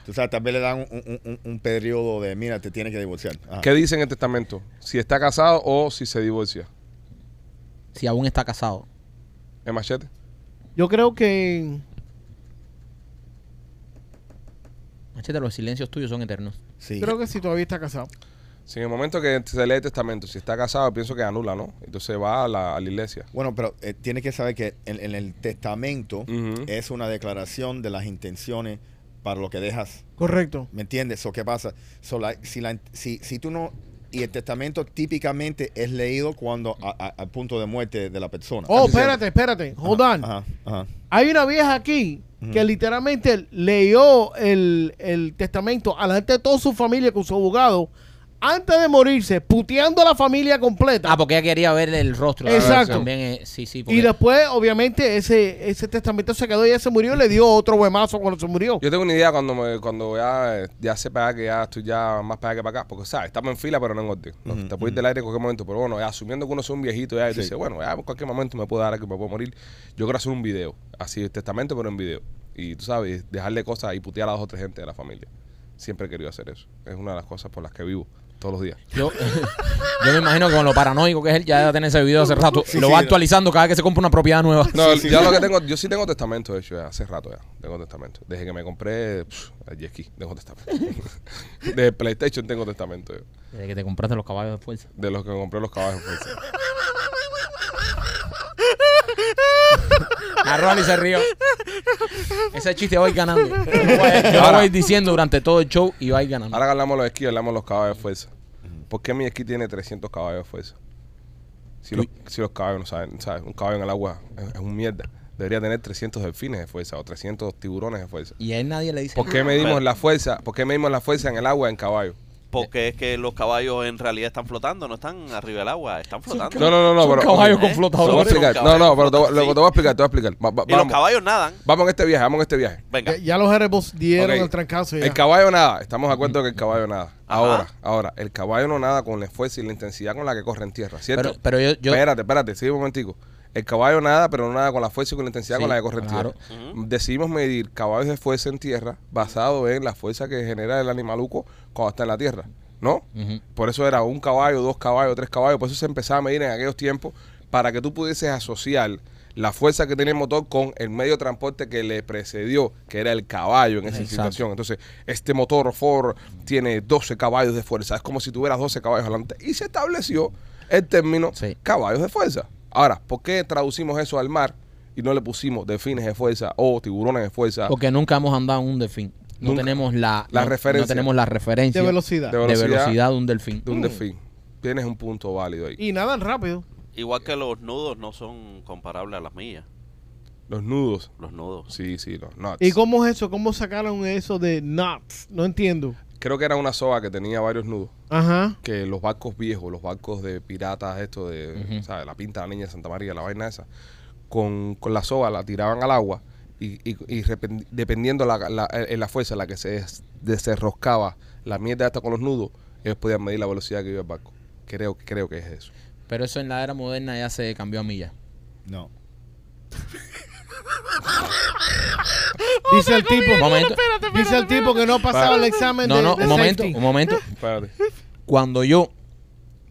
Speaker 5: tú sabes, tal vez le dan un, un- un- un periodo de, mira, te tienes que divorciar. Ah, Ajá.
Speaker 1: ¿Qué dice en el testamento? Si está casado o si se divorcia.
Speaker 3: Si aún está casado.
Speaker 1: ¿Es machete?
Speaker 4: Yo creo que
Speaker 3: Machete, los silencios tuyos son eternos.
Speaker 5: Sí.
Speaker 4: creo que si todavía está casado.
Speaker 1: Si en el momento que se lee el testamento, si está casado, pienso que anula, ¿no? Entonces va a la, a la iglesia.
Speaker 5: Bueno, pero eh, tienes que saber que en, en el testamento
Speaker 1: Ujú.
Speaker 5: es una declaración de las intenciones para lo que dejas.
Speaker 4: Correcto.
Speaker 5: ¿Me entiendes? ¿O qué pasa? So, la- si, la- si, si tú no... Y el testamento típicamente es leído cuando a- a- al punto de muerte de la persona.
Speaker 4: Oh, espérate, espérate. Hold on.
Speaker 5: Ajá, ajá.
Speaker 4: Hay una vieja aquí que literalmente leyó el, el testamento alante de toda su familia con su abogado antes de morirse, puteando a la familia completa.
Speaker 3: Ah, pues. porque ella quería ver el rostro.
Speaker 4: Exacto.
Speaker 3: También es- sí, sí. porque-
Speaker 4: y después, obviamente, ese, ese testamento se quedó, ella se murió y le dio otro huemazo cuando se murió.
Speaker 1: Yo tengo una idea cuando me, cuando ya, eh, ya sepa que ya estoy ya más para allá que para acá, porque sabes, estamos en fila pero no en orden. ¿no?
Speaker 5: Ujú,
Speaker 1: te puedes ir del aire en cualquier momento, pero bueno, ya, asumiendo que uno es un viejito ya y
Speaker 5: Sí.
Speaker 1: dice, bueno, ya en cualquier momento me puedo dar que me puedo morir. Yo quiero hacer un video, así el testamento pero en video. Y tú sabes, dejarle cosas y putear a dos o tres gente de la familia. Siempre he querido hacer eso. Es una de las cosas por las que vivo todos los días.
Speaker 3: Yo, [laughs] yo me imagino que con lo paranoico que es él, ya debe tener ese video hace rato.
Speaker 5: Sí,
Speaker 3: lo
Speaker 5: sí,
Speaker 3: va
Speaker 5: no.
Speaker 3: actualizando cada vez que se compra una propiedad nueva.
Speaker 1: No,
Speaker 5: Sí, sí,
Speaker 1: ya
Speaker 5: sí.
Speaker 1: lo que tengo, yo sí tengo testamento, de hecho, ya, hace rato ya. Tengo testamento. Desde que me compré pf, el jet ski, tengo testamento. [laughs] de PlayStation tengo testamento yo.
Speaker 3: Desde que te compraste los caballos de fuerza.
Speaker 1: De los que compré los caballos. pues.
Speaker 3: [laughs] A Rolly se rió. Ese chiste va a
Speaker 1: [laughs]
Speaker 3: ir ganando. Yo lo voy a- yo lo voy a ir diciendo durante todo el show y va a ir ganando.
Speaker 1: Ahora que hablamos de los esquí, hablamos de los caballos de fuerza. ¿Por qué mi esquí tiene 300 caballos de fuerza? Si los, si los caballos no saben, ¿sabes? Un caballo en el agua es, es un mierda. Debería tener 300 delfines de fuerza o 300 tiburones de fuerza.
Speaker 3: Y a él nadie le dice.
Speaker 1: ¿Por qué medimos la fuerza? ¿Por qué medimos la fuerza en el agua en caballo?
Speaker 6: Porque es que los caballos en realidad están flotando, no están arriba del agua, están flotando.
Speaker 1: No, no, no, no,
Speaker 3: Son
Speaker 1: pero.
Speaker 3: caballos con
Speaker 1: ¿Eh?
Speaker 3: flotadores.
Speaker 1: Te voy a explicar.
Speaker 6: Son
Speaker 1: No, no,
Speaker 6: caballos con
Speaker 1: pero te, voy-
Speaker 6: flotadores,
Speaker 1: lo- te voy a explicar, te voy a explicar. Va- va-
Speaker 6: Y los
Speaker 1: vamos,
Speaker 6: caballos nadan.
Speaker 1: vamos en este viaje, vamos en este viaje.
Speaker 4: Ya,
Speaker 6: Venga.
Speaker 4: ya los Erebos dieron
Speaker 1: Ok.
Speaker 4: el trancazo. ya.
Speaker 1: El caballo nada, estamos de acuerdo que el caballo nada. Ahora, ahora, el caballo no nada con el esfuerzo y la intensidad con la que corre en tierra, ¿cierto?
Speaker 3: Pero, pero yo, yo
Speaker 1: Espérate, espérate, sí, un momentico. El caballo nada, pero no nada con la fuerza y con la intensidad
Speaker 3: Sí,
Speaker 1: con la que corre en
Speaker 3: claro.
Speaker 1: tierra. Decidimos medir caballos de fuerza en tierra basado en la fuerza que genera el animaluco cuando está en la tierra, ¿no?
Speaker 3: Ujú.
Speaker 1: Por eso era un caballo, dos caballos, tres caballos. Por eso se empezaba a medir en aquellos tiempos para que tú pudieses asociar la fuerza que tenía el motor con el medio de transporte que le precedió, que era el caballo en esa
Speaker 3: Exacto.
Speaker 1: situación. Entonces, este motor Ford tiene 12 caballos de fuerza. Es como si tuvieras 12 caballos adelante. Y se estableció el término
Speaker 3: Sí.
Speaker 1: caballos de fuerza. Ahora, ¿por qué traducimos eso al mar y no le pusimos delfines de fuerza o tiburones de fuerza?
Speaker 3: Porque nunca hemos andado en un delfín. No
Speaker 1: Nunca.
Speaker 3: tenemos la,
Speaker 1: La
Speaker 3: no-
Speaker 1: referencia.
Speaker 3: No tenemos la referencia
Speaker 4: De velocidad.
Speaker 1: De
Speaker 3: de
Speaker 1: velocidad.
Speaker 3: velocidad de un delfín.
Speaker 1: De un delfín. Tienes un punto válido ahí.
Speaker 4: Mm. Y nadan rápido.
Speaker 6: Igual que los nudos no son comparables a las millas,
Speaker 1: Los nudos.
Speaker 6: los nudos.
Speaker 1: Sí, sí, los nuts.
Speaker 4: ¿Y cómo es eso? ¿Cómo sacaron eso de nuts? No entiendo.
Speaker 1: Creo que era una soga que tenía varios nudos. [laughs]
Speaker 4: Ajá.
Speaker 1: Que los barcos viejos, los barcos de piratas, esto de,
Speaker 3: Ujú.
Speaker 1: ¿sabes? La pinta de la niña de Santa María, la vaina esa. Con, con la soga la tiraban al agua y, y- y repen- dependiendo la, la- eh, la fuerza en la que se des- desenroscaba la mierda esta con los nudos, ellos podían medir la velocidad que iba el barco. Creo, creo que es eso.
Speaker 3: Pero eso en la era moderna ya se cambió a millas.
Speaker 5: No.
Speaker 4: Dice el tipo.
Speaker 3: Un momento.
Speaker 4: Dice el tipo que no ha pasado el examen
Speaker 3: No,
Speaker 4: de,
Speaker 3: no,
Speaker 4: de
Speaker 3: un momento,
Speaker 4: safety.
Speaker 3: un momento.
Speaker 1: Espérate.
Speaker 3: Cuando yo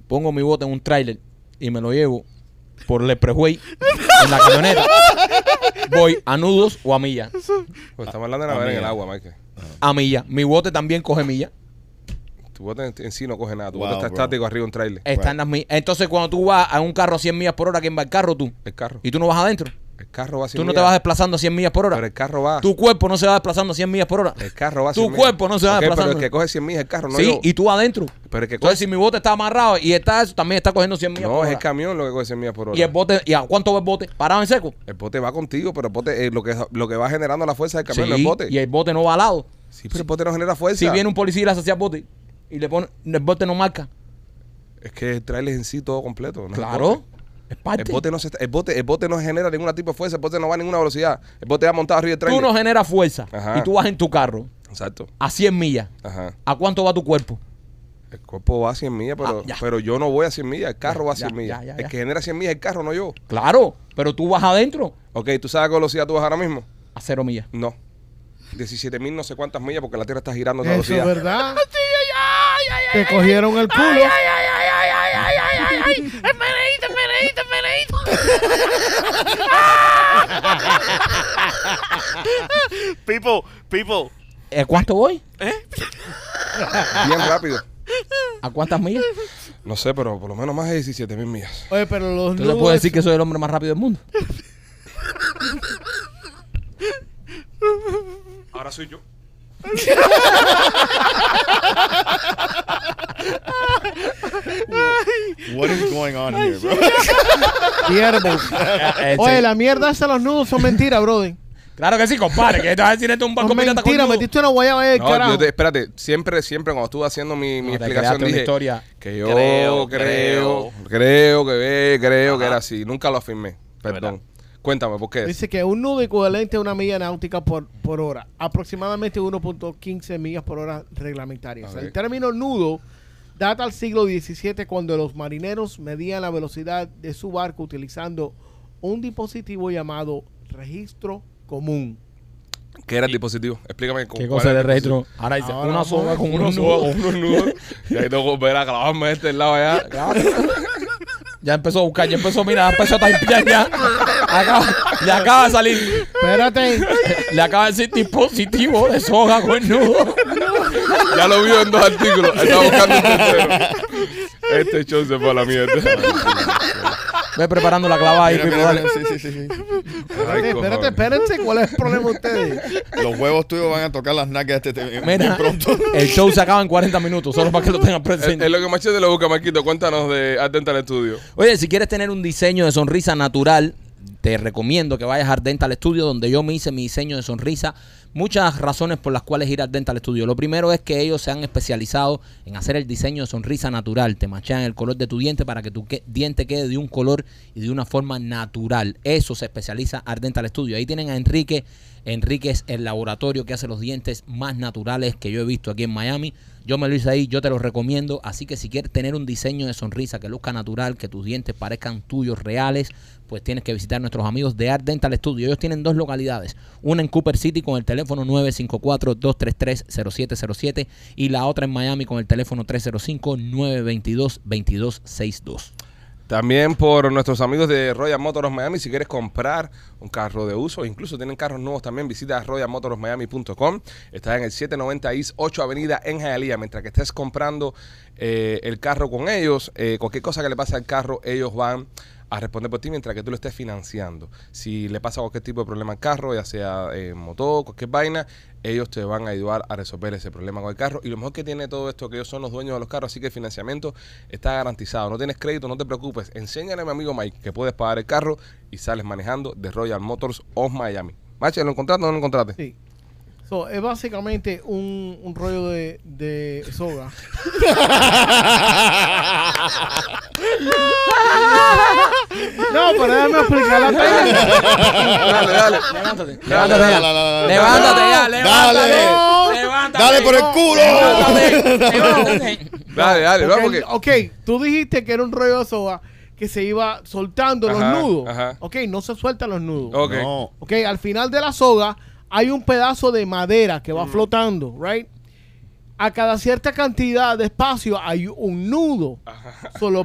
Speaker 3: pongo mi bote en un tráiler y me lo llevo por Leprejuey en la camioneta. Voy a nudos o a milla.
Speaker 1: Pues estamos hablando de
Speaker 3: [laughs] Ah,
Speaker 1: navegar en el
Speaker 5: Amiga.
Speaker 1: agua, Michael.
Speaker 3: A milla. Mi bote también coge milla.
Speaker 1: Tu bote en, en sí no coge nada. Tu
Speaker 5: Wow,
Speaker 1: bote está
Speaker 5: bro.
Speaker 1: estático arriba de un trailer.
Speaker 3: Está en las millas. Entonces, cuando tú vas a un carro a 100 millas por hora, ¿quién va el carro tú?
Speaker 1: El carro.
Speaker 3: Y tú no vas adentro.
Speaker 1: El carro va sin
Speaker 3: Tú no te
Speaker 1: mía.
Speaker 3: vas desplazando a 100 millas por hora.
Speaker 1: Pero el carro va.
Speaker 3: Tu cuerpo no se va desplazando a 100 millas por hora.
Speaker 1: El carro va
Speaker 3: Tu
Speaker 1: sin mía.
Speaker 3: cuerpo no se va
Speaker 1: Ok, Pero el
Speaker 3: desplazando.
Speaker 1: que coge 100 millas el carro, no
Speaker 3: sí,
Speaker 1: yo.
Speaker 3: y tú adentro.
Speaker 1: Pero el que coge
Speaker 3: Entonces, si mi bote está amarrado y está eso, también está cogiendo 100 millas
Speaker 1: No,
Speaker 3: por
Speaker 1: es
Speaker 3: hora.
Speaker 1: el camión lo que coge 100 millas por hora.
Speaker 3: ¿Y el bote? ¿Y a cuánto va el bote? ¿Parado en seco?
Speaker 1: El bote va contigo, pero el bote, eh, lo, que, lo que va generando la fuerza del camión no es
Speaker 3: Sí,
Speaker 1: el bote.
Speaker 3: Y el bote no va al lado.
Speaker 1: Sí, pero el bote no genera fuerza.
Speaker 3: Si viene un policía y le hace así al bote y le pone, el bote no marca.
Speaker 1: Es que el trailer en sí todo completo. no es el
Speaker 3: Claro.
Speaker 1: bote.
Speaker 3: Es
Speaker 1: El
Speaker 3: parte.
Speaker 1: bote, no se está- el, bote, el bote no genera ningún tipo de fuerza, el bote no va a ninguna velocidad. El bote va montado arriba del
Speaker 3: tú
Speaker 1: trailer.
Speaker 3: no generas fuerza
Speaker 1: Ajá.
Speaker 3: y tú vas en tu carro
Speaker 1: Exacto.
Speaker 3: a 100 millas.
Speaker 1: Ajá.
Speaker 3: ¿A cuánto va tu cuerpo?
Speaker 1: El cuerpo va a 100 millas, pero,
Speaker 3: Ah, ya.
Speaker 1: pero yo no voy a 100 millas, el carro va a
Speaker 3: ya,
Speaker 1: 100 millas.
Speaker 3: ya, ya,
Speaker 1: El
Speaker 3: ya.
Speaker 1: que genera 100 millas es el carro, no yo.
Speaker 3: Claro, pero tú vas adentro
Speaker 1: Ok, ¿tú sabes a qué velocidad tú vas ahora mismo?
Speaker 3: a 0 millas.
Speaker 1: No. 17 mil no sé cuántas millas porque la Tierra está girando a otra
Speaker 4: Eso es
Speaker 1: velocidad.
Speaker 4: verdad. Te cogieron el culo.
Speaker 6: People, Oh, people.
Speaker 3: ¿A cuánto voy?
Speaker 1: Bien rápido.
Speaker 3: ¿A cuántas millas?
Speaker 1: No sé, pero por lo menos más de 17 mil millas.
Speaker 4: Oye, pero los
Speaker 3: Entonces
Speaker 4: nudes-
Speaker 3: puedo decir que soy el hombre más rápido del
Speaker 4: [laughs] Eh,
Speaker 3: mundo.
Speaker 1: Ahora soy yo.
Speaker 5: What is going on here, bro?
Speaker 1: [laughs]
Speaker 4: Siervos. Oye, la mierda esa de los nudos son mentiras, brother.
Speaker 3: Eh, Claro que sí, compadre. Que estás diciendo este un barco
Speaker 4: Son
Speaker 3: pirata con
Speaker 4: mentiras.
Speaker 3: nudo.
Speaker 4: Metiste una guayaba ahí del
Speaker 1: No,
Speaker 4: Eh, carajo.
Speaker 1: yo te- espérate, siempre, siempre cuando estuve haciendo mi, mi
Speaker 3: No, te
Speaker 1: explicación
Speaker 3: creaste una
Speaker 1: dije
Speaker 3: historia.
Speaker 1: que yo creo, creo,
Speaker 6: Creo, creo.
Speaker 1: que ve, creo que
Speaker 6: Ajá.
Speaker 1: era así. Nunca lo afirmé, perdón. Cuéntame, ¿por qué?
Speaker 4: Dice que un nudo equivalente a una milla náutica por, por hora, aproximadamente 1.15 millas por hora reglamentarias.
Speaker 1: Ok.
Speaker 4: El término nudo data al siglo XVII cuando los marineros medían la velocidad de su barco utilizando un dispositivo llamado registro común.
Speaker 1: ¿Qué era el dispositivo? Explícame. con
Speaker 3: ¿Qué
Speaker 1: cuál
Speaker 3: cosa
Speaker 1: era el
Speaker 3: de retro? Ahora dice
Speaker 4: Ahora
Speaker 3: una
Speaker 4: vamos
Speaker 3: soga
Speaker 4: a-
Speaker 3: con
Speaker 1: unos nudos,
Speaker 3: unos nudos.
Speaker 1: con unos nudos. Y ahí tengo que volver a clavarme de este lado allá.
Speaker 3: Ya empezó a buscar, ya empezó, mira, ya empezó a typear ya. Acaba, le acaba de salir.
Speaker 4: Espérate,
Speaker 3: Le acaba de decir dispositivo de soga con nudo.
Speaker 1: Ya lo vio en dos artículos. Estaba buscando un tercero. Este show se fue a la mierda.
Speaker 3: Ve preparando la clava ahí,
Speaker 5: [laughs] Mira,
Speaker 3: Pipo,
Speaker 5: mira,
Speaker 3: dale.
Speaker 5: mira, sí, sí, sí, sí.
Speaker 4: espérate, espérate, espérate, ¿cuál es el problema de ustedes?
Speaker 5: Los huevos tuyos van a tocar las nalgas de este
Speaker 3: Mira,
Speaker 5: muy pronto.
Speaker 3: el show se acaba en 40 minutos, solo para que lo tengan
Speaker 1: Es es
Speaker 3: presente.
Speaker 1: Eh, lo que machete lo busca, Marquito. Cuéntanos de Atenta al estudio.
Speaker 3: Oye, si quieres tener un diseño de sonrisa natural, te recomiendo que vayas a Art Dental Studio, donde yo me hice mi diseño de sonrisa. Muchas razones por las cuales ir a Art Dental Studio. Lo primero es que ellos se han especializado en hacer el diseño de sonrisa natural. Te machean el color de tu diente para que tu que- diente quede de un color y de una forma natural. Eso se especializa Art Dental Studio. Ahí tienen a Enrique. Enrique es el laboratorio que hace los dientes más naturales que yo he visto aquí en Miami. Yo me lo hice ahí, yo te lo recomiendo. Así que si quieres tener un diseño de sonrisa que luzca natural, que tus dientes parezcan tuyos reales, pues tienes que visitar a nuestros amigos de Art Dental Studio. Ellos tienen dos localidades, una en Cooper City con el teléfono 954-233-0707 y la otra en Miami con el teléfono 305-922-2262.
Speaker 1: También por nuestros amigos de Royal Motors Miami, si quieres comprar un carro de uso, incluso tienen carros nuevos también, visita royalmotorsmiami.com. Estás en el 790 East 8 Avenida en Hialeah. Mientras que estés comprando eh, el carro con ellos, eh, cualquier cosa que le pase al carro, ellos van a responder por ti mientras que tú lo estés financiando. Si le pasa cualquier tipo de problema al carro, ya sea eh, motor, cualquier vaina, ellos te van a ayudar a resolver ese problema con el carro. Y lo mejor que tiene todo esto, que ellos son los dueños de los carros, así que el financiamiento está garantizado. No tienes crédito, no te preocupes. Enséñale a mi amigo Mike que puedes pagar el carro y sales manejando de Royal Motors of Miami. Mache, ¿lo encontraste o no lo encontraste?
Speaker 4: [laughs] Sí. [laughs] So, es básicamente un, un rollo de, de soga. No, pero déjame explicar la tela.
Speaker 1: dale, dale.
Speaker 3: Levántate ya.
Speaker 5: Dale, dale, dale, dale.
Speaker 3: Levántate ya,
Speaker 5: Dale.
Speaker 3: levántate. Levántate.
Speaker 5: ¡Dale por el culo! [laughs]
Speaker 3: Levántate, levántate.
Speaker 1: Dale, dale, vamos
Speaker 4: Porque
Speaker 1: que-
Speaker 4: el- ok, tú dijiste que era un rollo de soga que se iba soltando
Speaker 1: Ajá,
Speaker 4: los nudos.
Speaker 1: ajá.
Speaker 4: Ok, no se sueltan los nudos.
Speaker 1: Ok.
Speaker 5: No.
Speaker 4: Ok,
Speaker 1: Mm.
Speaker 4: al final de la soga hay un pedazo de madera que va flotando, right? a cada cierta cantidad de espacio hay un nudo. Solo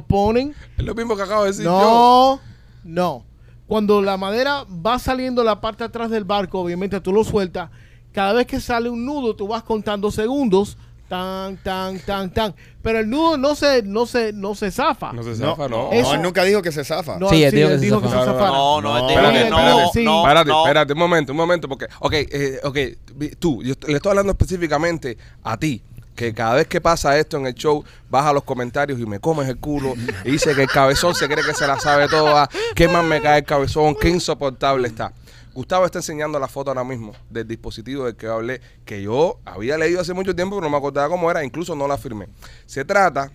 Speaker 1: [laughs]
Speaker 4: ponen.
Speaker 1: Es lo mismo que acabo de decir yo.
Speaker 4: no, no. Cuando la madera va saliendo la parte de atrás del barco, obviamente tú lo sueltas. Cada vez que sale un nudo, tú vas contando segundos. Tan, tan, tan, tan. Pero el nudo no se, no se, no se zafa.
Speaker 1: No se zafa, no.
Speaker 5: No,
Speaker 4: Eso-
Speaker 5: él nunca dijo que se zafa.
Speaker 4: No,
Speaker 3: Sí,
Speaker 4: sí,
Speaker 3: él dijo
Speaker 4: él
Speaker 3: que se
Speaker 4: dijo que se
Speaker 1: zafara.
Speaker 4: zafara.
Speaker 6: No, no, él dijo
Speaker 1: Espérate,
Speaker 6: que
Speaker 1: espérate,
Speaker 6: no,
Speaker 4: sí.
Speaker 6: no,
Speaker 1: espérate,
Speaker 6: no.
Speaker 1: espérate, un momento, un momento, porque, ok, eh, ok, vi- tú, yo est- le estoy hablando específicamente a ti, que cada vez que pasa esto en el show, vas a los comentarios y me comes el culo, y dice que el cabezón se cree que se la sabe toda, qué más me cae el cabezón, qué insoportable está. Gustavo está enseñando la foto ahora mismo del dispositivo del que yo hablé, que yo había leído hace mucho tiempo, pero no me acordaba cómo era, incluso no la firmé. Se trata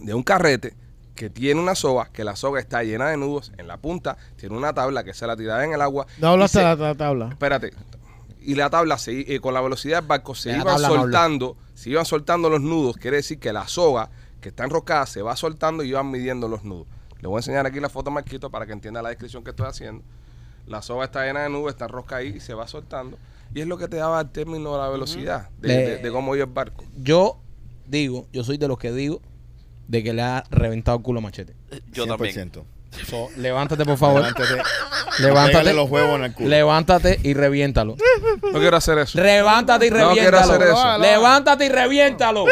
Speaker 1: de un carrete que tiene una soga, que la soga está llena de nudos en la punta, tiene una tabla que se la tiraba en el agua.
Speaker 4: No hablaste
Speaker 1: y se-
Speaker 4: de la tabla.
Speaker 1: Espérate. Y la tabla, se, i- eh, con la velocidad del barco, se
Speaker 3: De la
Speaker 1: iban
Speaker 3: tabla no habló.
Speaker 1: soltando, se iban soltando los nudos, quiere decir que la soga que está enroscada se va soltando y van midiendo los nudos. Le voy a enseñar aquí la foto a Marquito para que entienda la descripción que estoy haciendo. La soga está llena de nudos, está enroscada ahí y se va soltando. Y es lo que te daba el término de la velocidad, de,
Speaker 3: Le-
Speaker 1: de- de cómo iba el barco.
Speaker 3: Yo digo, yo soy de los que digo de que le ha reventado el culo a Machete.
Speaker 6: Yo también.
Speaker 5: 100%.
Speaker 3: So, levántate, por favor.
Speaker 5: Levántate. [laughs]
Speaker 3: levántate.
Speaker 5: Pégale los huevos en el culo.
Speaker 3: Levántate y reviéntalo.
Speaker 1: No quiero hacer eso.
Speaker 3: Levántate y
Speaker 1: No
Speaker 3: reviéntalo.
Speaker 1: quiero hacer eso.
Speaker 3: Levántate y reviéntalo.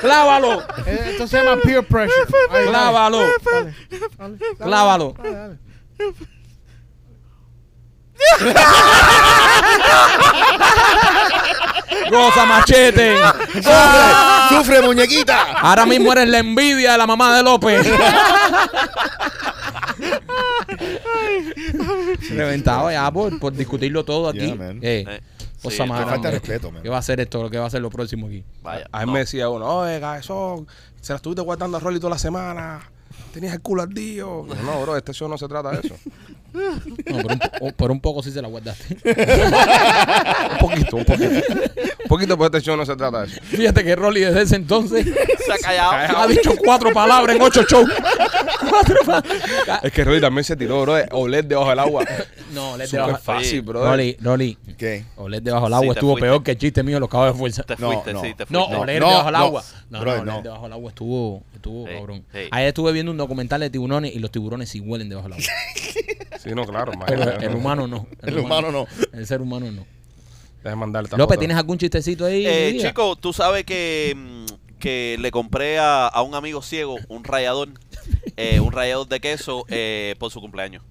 Speaker 3: Clávalo.
Speaker 4: Eh, Esto se llama peer pressure. Ahí, dale.
Speaker 3: Clávalo.
Speaker 4: Dale, dale, dale,
Speaker 3: Clávalo.
Speaker 4: dale, Ah, dale.
Speaker 3: Goza Machete.
Speaker 4: [laughs]
Speaker 5: ¡Sufre! ¡Sufre, muñequita!
Speaker 3: Ahora mismo eres la envidia de la mamá de López. Reventado ya por, por discutirlo todo aquí.
Speaker 5: Yeah, man.
Speaker 3: Eh,
Speaker 6: Eh,
Speaker 3: cosa
Speaker 6: sí,
Speaker 3: más
Speaker 5: Te
Speaker 6: no,
Speaker 5: falta
Speaker 3: grande.
Speaker 5: respeto, man.
Speaker 3: ¿Qué va a hacer esto? ¿Qué va a hacer lo próximo aquí?
Speaker 6: Vaya.
Speaker 1: A mí
Speaker 6: no.
Speaker 1: me decía uno, oye, cabezón, se la estuviste guardando a Rolly toda la semana. Tenías el culo ardido. Yo, no, bro, este show no se trata de eso.
Speaker 3: No, por un, po- por un poco sí se la guardaste. [laughs]
Speaker 1: un poquito, un poquito. Un poquito, pues este show no se trata de eso.
Speaker 3: Fíjate que Rolly desde ese entonces
Speaker 6: Se ha callado.
Speaker 3: ha dicho cuatro palabras en ocho shows. cuatro palabras.
Speaker 1: Es que Rolly también se tiró, bro, de oler debajo del agua.
Speaker 3: No, le
Speaker 1: Súper
Speaker 3: debajo.
Speaker 1: fácil, bro.
Speaker 3: Rolly, Rolly,
Speaker 5: ¿Qué?
Speaker 3: oler debajo del agua
Speaker 6: Sí, te
Speaker 3: estuvo
Speaker 6: fuiste.
Speaker 3: peor que el chiste mío de los cabos de fuerza.
Speaker 6: Te
Speaker 5: No,
Speaker 6: fuiste,
Speaker 5: no.
Speaker 6: sí, te fuiste.
Speaker 3: No,
Speaker 5: No,
Speaker 3: oler
Speaker 5: no,
Speaker 3: debajo del
Speaker 5: no,
Speaker 3: agua. No,
Speaker 5: brother,
Speaker 3: no, oler
Speaker 5: no.
Speaker 3: debajo del agua estuvo, estuvo
Speaker 6: Sí,
Speaker 3: cabrón.
Speaker 6: sí.
Speaker 3: Ayer estuve viendo un documental de tiburones y los tiburones sí huelen debajo del agua.
Speaker 1: Sí, no, claro,
Speaker 3: Pero
Speaker 1: imagínate.
Speaker 3: el humano no.
Speaker 5: El humano no.
Speaker 3: El ser humano no.
Speaker 1: Déjame mandarle esta
Speaker 3: López,
Speaker 1: foto.
Speaker 3: ¿tienes algún chistecito ahí?
Speaker 6: Eh,
Speaker 3: Diga.
Speaker 6: chico, tú sabes que, mm, que le compré a, a un amigo ciego
Speaker 3: [laughs]
Speaker 6: un rallador, eh, un rallador de queso eh, por su cumpleaños.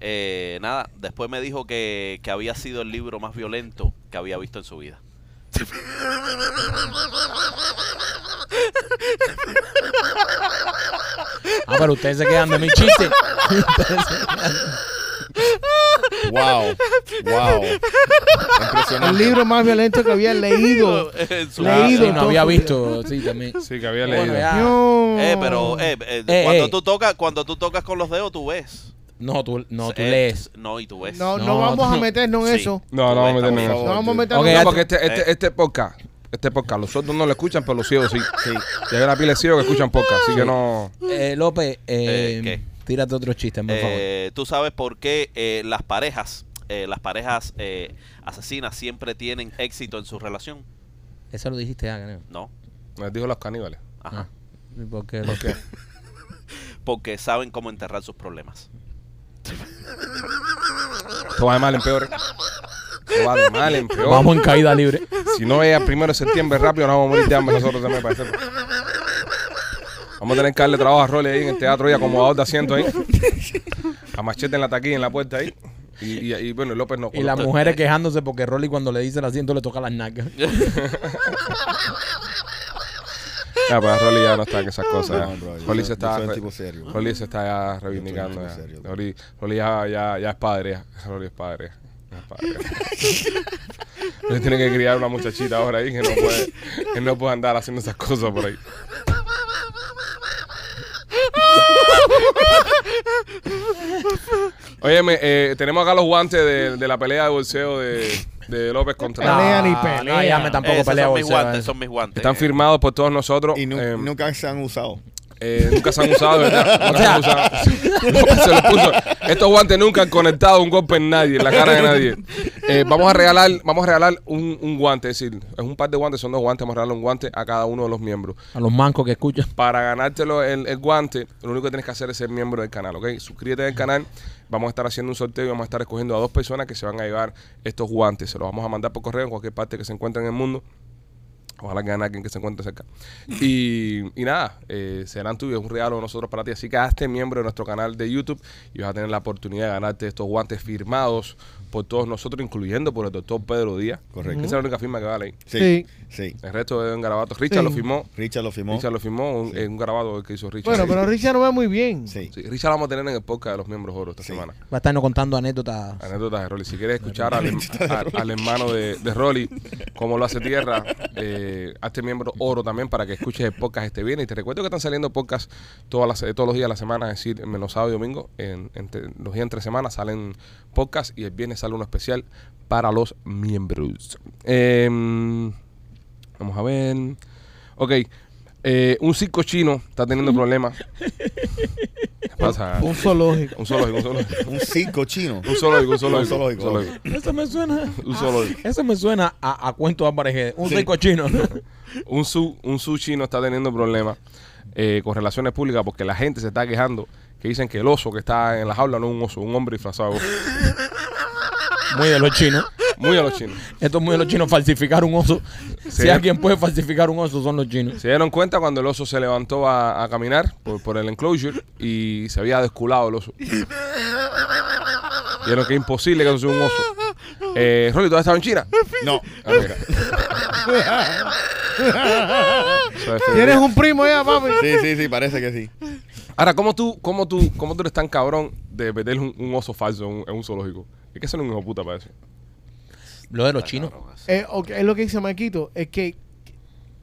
Speaker 6: Eh, nada, después me dijo que, que había sido el libro más violento que había visto en
Speaker 3: [laughs]
Speaker 6: su vida.
Speaker 3: Ah, pero ustedes se quedan de mi chiste. Ustedes se quedan-
Speaker 5: Wow. Wow. Impresionante.
Speaker 4: El libro más violento que había leído.
Speaker 6: [laughs] En su
Speaker 4: Leído.
Speaker 6: vida.
Speaker 3: Ah, Sí, no había visto, sí,
Speaker 6: [laughs]
Speaker 3: también.
Speaker 1: Sí, que había
Speaker 3: Bueno,
Speaker 1: leído.
Speaker 3: ya.
Speaker 4: No.
Speaker 6: Eh, pero eh, eh,
Speaker 3: Eh,
Speaker 6: cuando
Speaker 3: eh.
Speaker 6: tú tocas, cuando tú tocas con los dedos, tú ves.
Speaker 3: No, tú, no, tú
Speaker 6: Eh,
Speaker 3: lees.
Speaker 6: pues, No, y tú ves.
Speaker 4: No, no,
Speaker 3: No,
Speaker 4: vamos a
Speaker 3: no.
Speaker 4: meternos en
Speaker 6: Sí.
Speaker 4: eso.
Speaker 1: No, no vamos a meternos en
Speaker 5: Por
Speaker 1: eso.
Speaker 4: No
Speaker 5: favor,
Speaker 4: vamos a
Speaker 5: tío.
Speaker 4: meternos
Speaker 3: Ok,
Speaker 4: en
Speaker 1: No,
Speaker 4: eso.
Speaker 1: porque este, este, este podcast, este podcast, los otros no lo escuchan, pero los ciegos sí. Sí. Ya hay una pila de ciegos que escuchan podcast, así que no...
Speaker 3: Eh, López, eh,
Speaker 6: Eh, ¿qué?
Speaker 3: tírate otro chiste, por favor.
Speaker 6: Eh, tú sabes por qué eh, las parejas, eh, las parejas eh, asesinas siempre tienen éxito en su relación.
Speaker 3: Eso lo dijiste ah, ya, creo.
Speaker 6: No.
Speaker 1: Les dijo los caníbales.
Speaker 6: Ajá.
Speaker 3: Ah, ¿Por qué?
Speaker 6: Porque saben cómo enterrar sus problemas.
Speaker 1: Todo va de mal en peor. Todo va de mal en peor.
Speaker 3: Vamos en caída
Speaker 6: [laughs]
Speaker 3: libre.
Speaker 1: Si no llega el primero de septiembre rápido, nos vamos a morir de hambre nosotros también, parece. Vamos a tener que darle trabajo a Rolly ahí en el teatro y acomodador de asiento ahí. A machete en la taquilla, en la puerta ahí. Y, y- y, bueno, López no.
Speaker 3: Y las mujeres quejándose porque Rolly cuando le dice el asiento le toca las nalgas.
Speaker 1: Ya, pues Rolly ya no está en esas cosas. ya.
Speaker 5: No, bro, yo
Speaker 1: Rolly
Speaker 5: soy-
Speaker 1: se
Speaker 5: yo
Speaker 1: está.
Speaker 5: soy un
Speaker 1: re-
Speaker 5: tipo serio, bro.
Speaker 1: Rolly se está ya reivindicando.
Speaker 5: Yo soy
Speaker 1: ya.
Speaker 5: un tipo serio, bro.
Speaker 1: Rolly, Rolly ya, ya, ya es padre. ya. Rolly es padre. ya. Es padre. ya.
Speaker 5: [laughs]
Speaker 1: Rolly tiene que criar una muchachita ahora ahí que no puede, que no puede andar haciendo esas cosas por ahí. Óyeme, eh, tenemos acá los guantes de, de la pelea de bolseo de, de López contra.
Speaker 4: [laughs] Pelea ni
Speaker 3: Ah,
Speaker 4: pelea.
Speaker 3: No, ya me tampoco
Speaker 6: Esos
Speaker 3: pelea
Speaker 6: son mis
Speaker 3: bolseo,
Speaker 6: guantes,
Speaker 3: eh.
Speaker 6: son mis guantes.
Speaker 4: Eh,
Speaker 1: Están firmados por todos nosotros.
Speaker 5: Y nu-
Speaker 1: em,
Speaker 5: nunca se han usado.
Speaker 1: Eh, nunca se han usado, ¿verdad? Nunca
Speaker 3: O sea-
Speaker 1: se han usado. Nunca se los puso. Estos guantes nunca han conectado un golpe en nadie, en la cara de nadie. Eh, vamos a regalar, vamos a regalar un, un guante, es decir, es un par de guantes, son dos guantes, vamos a regalar un guante a cada uno de los miembros.
Speaker 3: A los mancos que escuchan.
Speaker 1: Para ganártelo el, el guante, lo único que tienes que hacer es ser miembro del canal, ¿ok? Suscríbete al canal, vamos a estar haciendo un sorteo y vamos a estar escogiendo a dos personas que se van a llevar estos guantes. Se los vamos a mandar por correo en cualquier parte que se encuentre en el mundo. Ojalá que gane alguien que se encuentre cerca. Y, y nada, eh, serán tuyos, un regalo de nosotros para ti. Así que hazte miembro de nuestro canal de YouTube y vas a tener la oportunidad de ganarte estos guantes firmados por todos nosotros, incluyendo por el doctor Pedro Díaz.
Speaker 5: Correcto.
Speaker 1: Esa es la única firma que vale ahí.
Speaker 5: Sí, sí.
Speaker 1: El resto es en garabato. Richard
Speaker 4: Sí.
Speaker 1: lo firmó.
Speaker 5: Richard lo firmó.
Speaker 1: Richard lo firmó un-
Speaker 5: Sí.
Speaker 1: en un grabado que hizo Richard.
Speaker 4: Bueno, pero Richard no va muy bien.
Speaker 5: Sí.
Speaker 1: Sí, Richard lo vamos a tener en el podcast de los miembros oro esta
Speaker 5: Sí.
Speaker 1: semana.
Speaker 3: Va a estarnos contando anécdotas.
Speaker 1: Anécdotas de Rolly. Si quieres escuchar al, em- al- al hermano de, de Rolly, como lo hace Tierra, eh, hazte miembro oro también para que escuches el podcast este viernes. Y te recuerdo que están saliendo podcasts todas las, todos los días de la semana, es decir, menos sábado y domingo. En, entre- los días entre semanas salen podcasts y el viernes sale uno especial para los miembros. Em, vamos a ver. Ok. eh, un circo chino está teniendo problemas. ¿Qué pasa?
Speaker 4: Un zoológico.
Speaker 1: Un solo, un solo.
Speaker 5: Un circo chino.
Speaker 1: Un zoológico, un zoológico.
Speaker 5: Un zoológico,
Speaker 1: un zoológico.
Speaker 3: Eso me suena.
Speaker 1: Un zoológico.
Speaker 3: Eso me suena a, a cuento de Álvarez Guedes. Un
Speaker 5: Sí.
Speaker 3: rico chino.
Speaker 6: [laughs]
Speaker 1: Ah. Un, su, un sushi no está teniendo problemas eh, con relaciones públicas porque la gente se está quejando que dicen que el oso que está en la jaula no es un oso, un hombre disfrazado. de oso.
Speaker 3: Muy de los chinos.
Speaker 1: Muy a los chinos.
Speaker 3: Esto es muy de los chinos. Falsificar un oso. Si
Speaker 1: Sí.
Speaker 3: alguien puede falsificar un oso, son los chinos.
Speaker 1: Se dieron cuenta cuando el oso se levantó a, a caminar por, por el enclosure y se había desculado el oso. Vieron que es imposible que eso sea un oso. Eh, Rolly, ¿tú has estado en China?
Speaker 5: No.
Speaker 1: Ah, mira. Eso es-
Speaker 4: Tienes un primo ya, papi.
Speaker 5: Sí, sí, sí, parece que sí.
Speaker 1: Ahora, ¿cómo tú, cómo tú, cómo tú eres tan cabrón de meter un, un oso falso en un, en un zoológico? Es que eso no es un hijo puta para eso.
Speaker 3: Lo de los chinos.
Speaker 4: Eh, ok, es lo que dice Marquito, es que,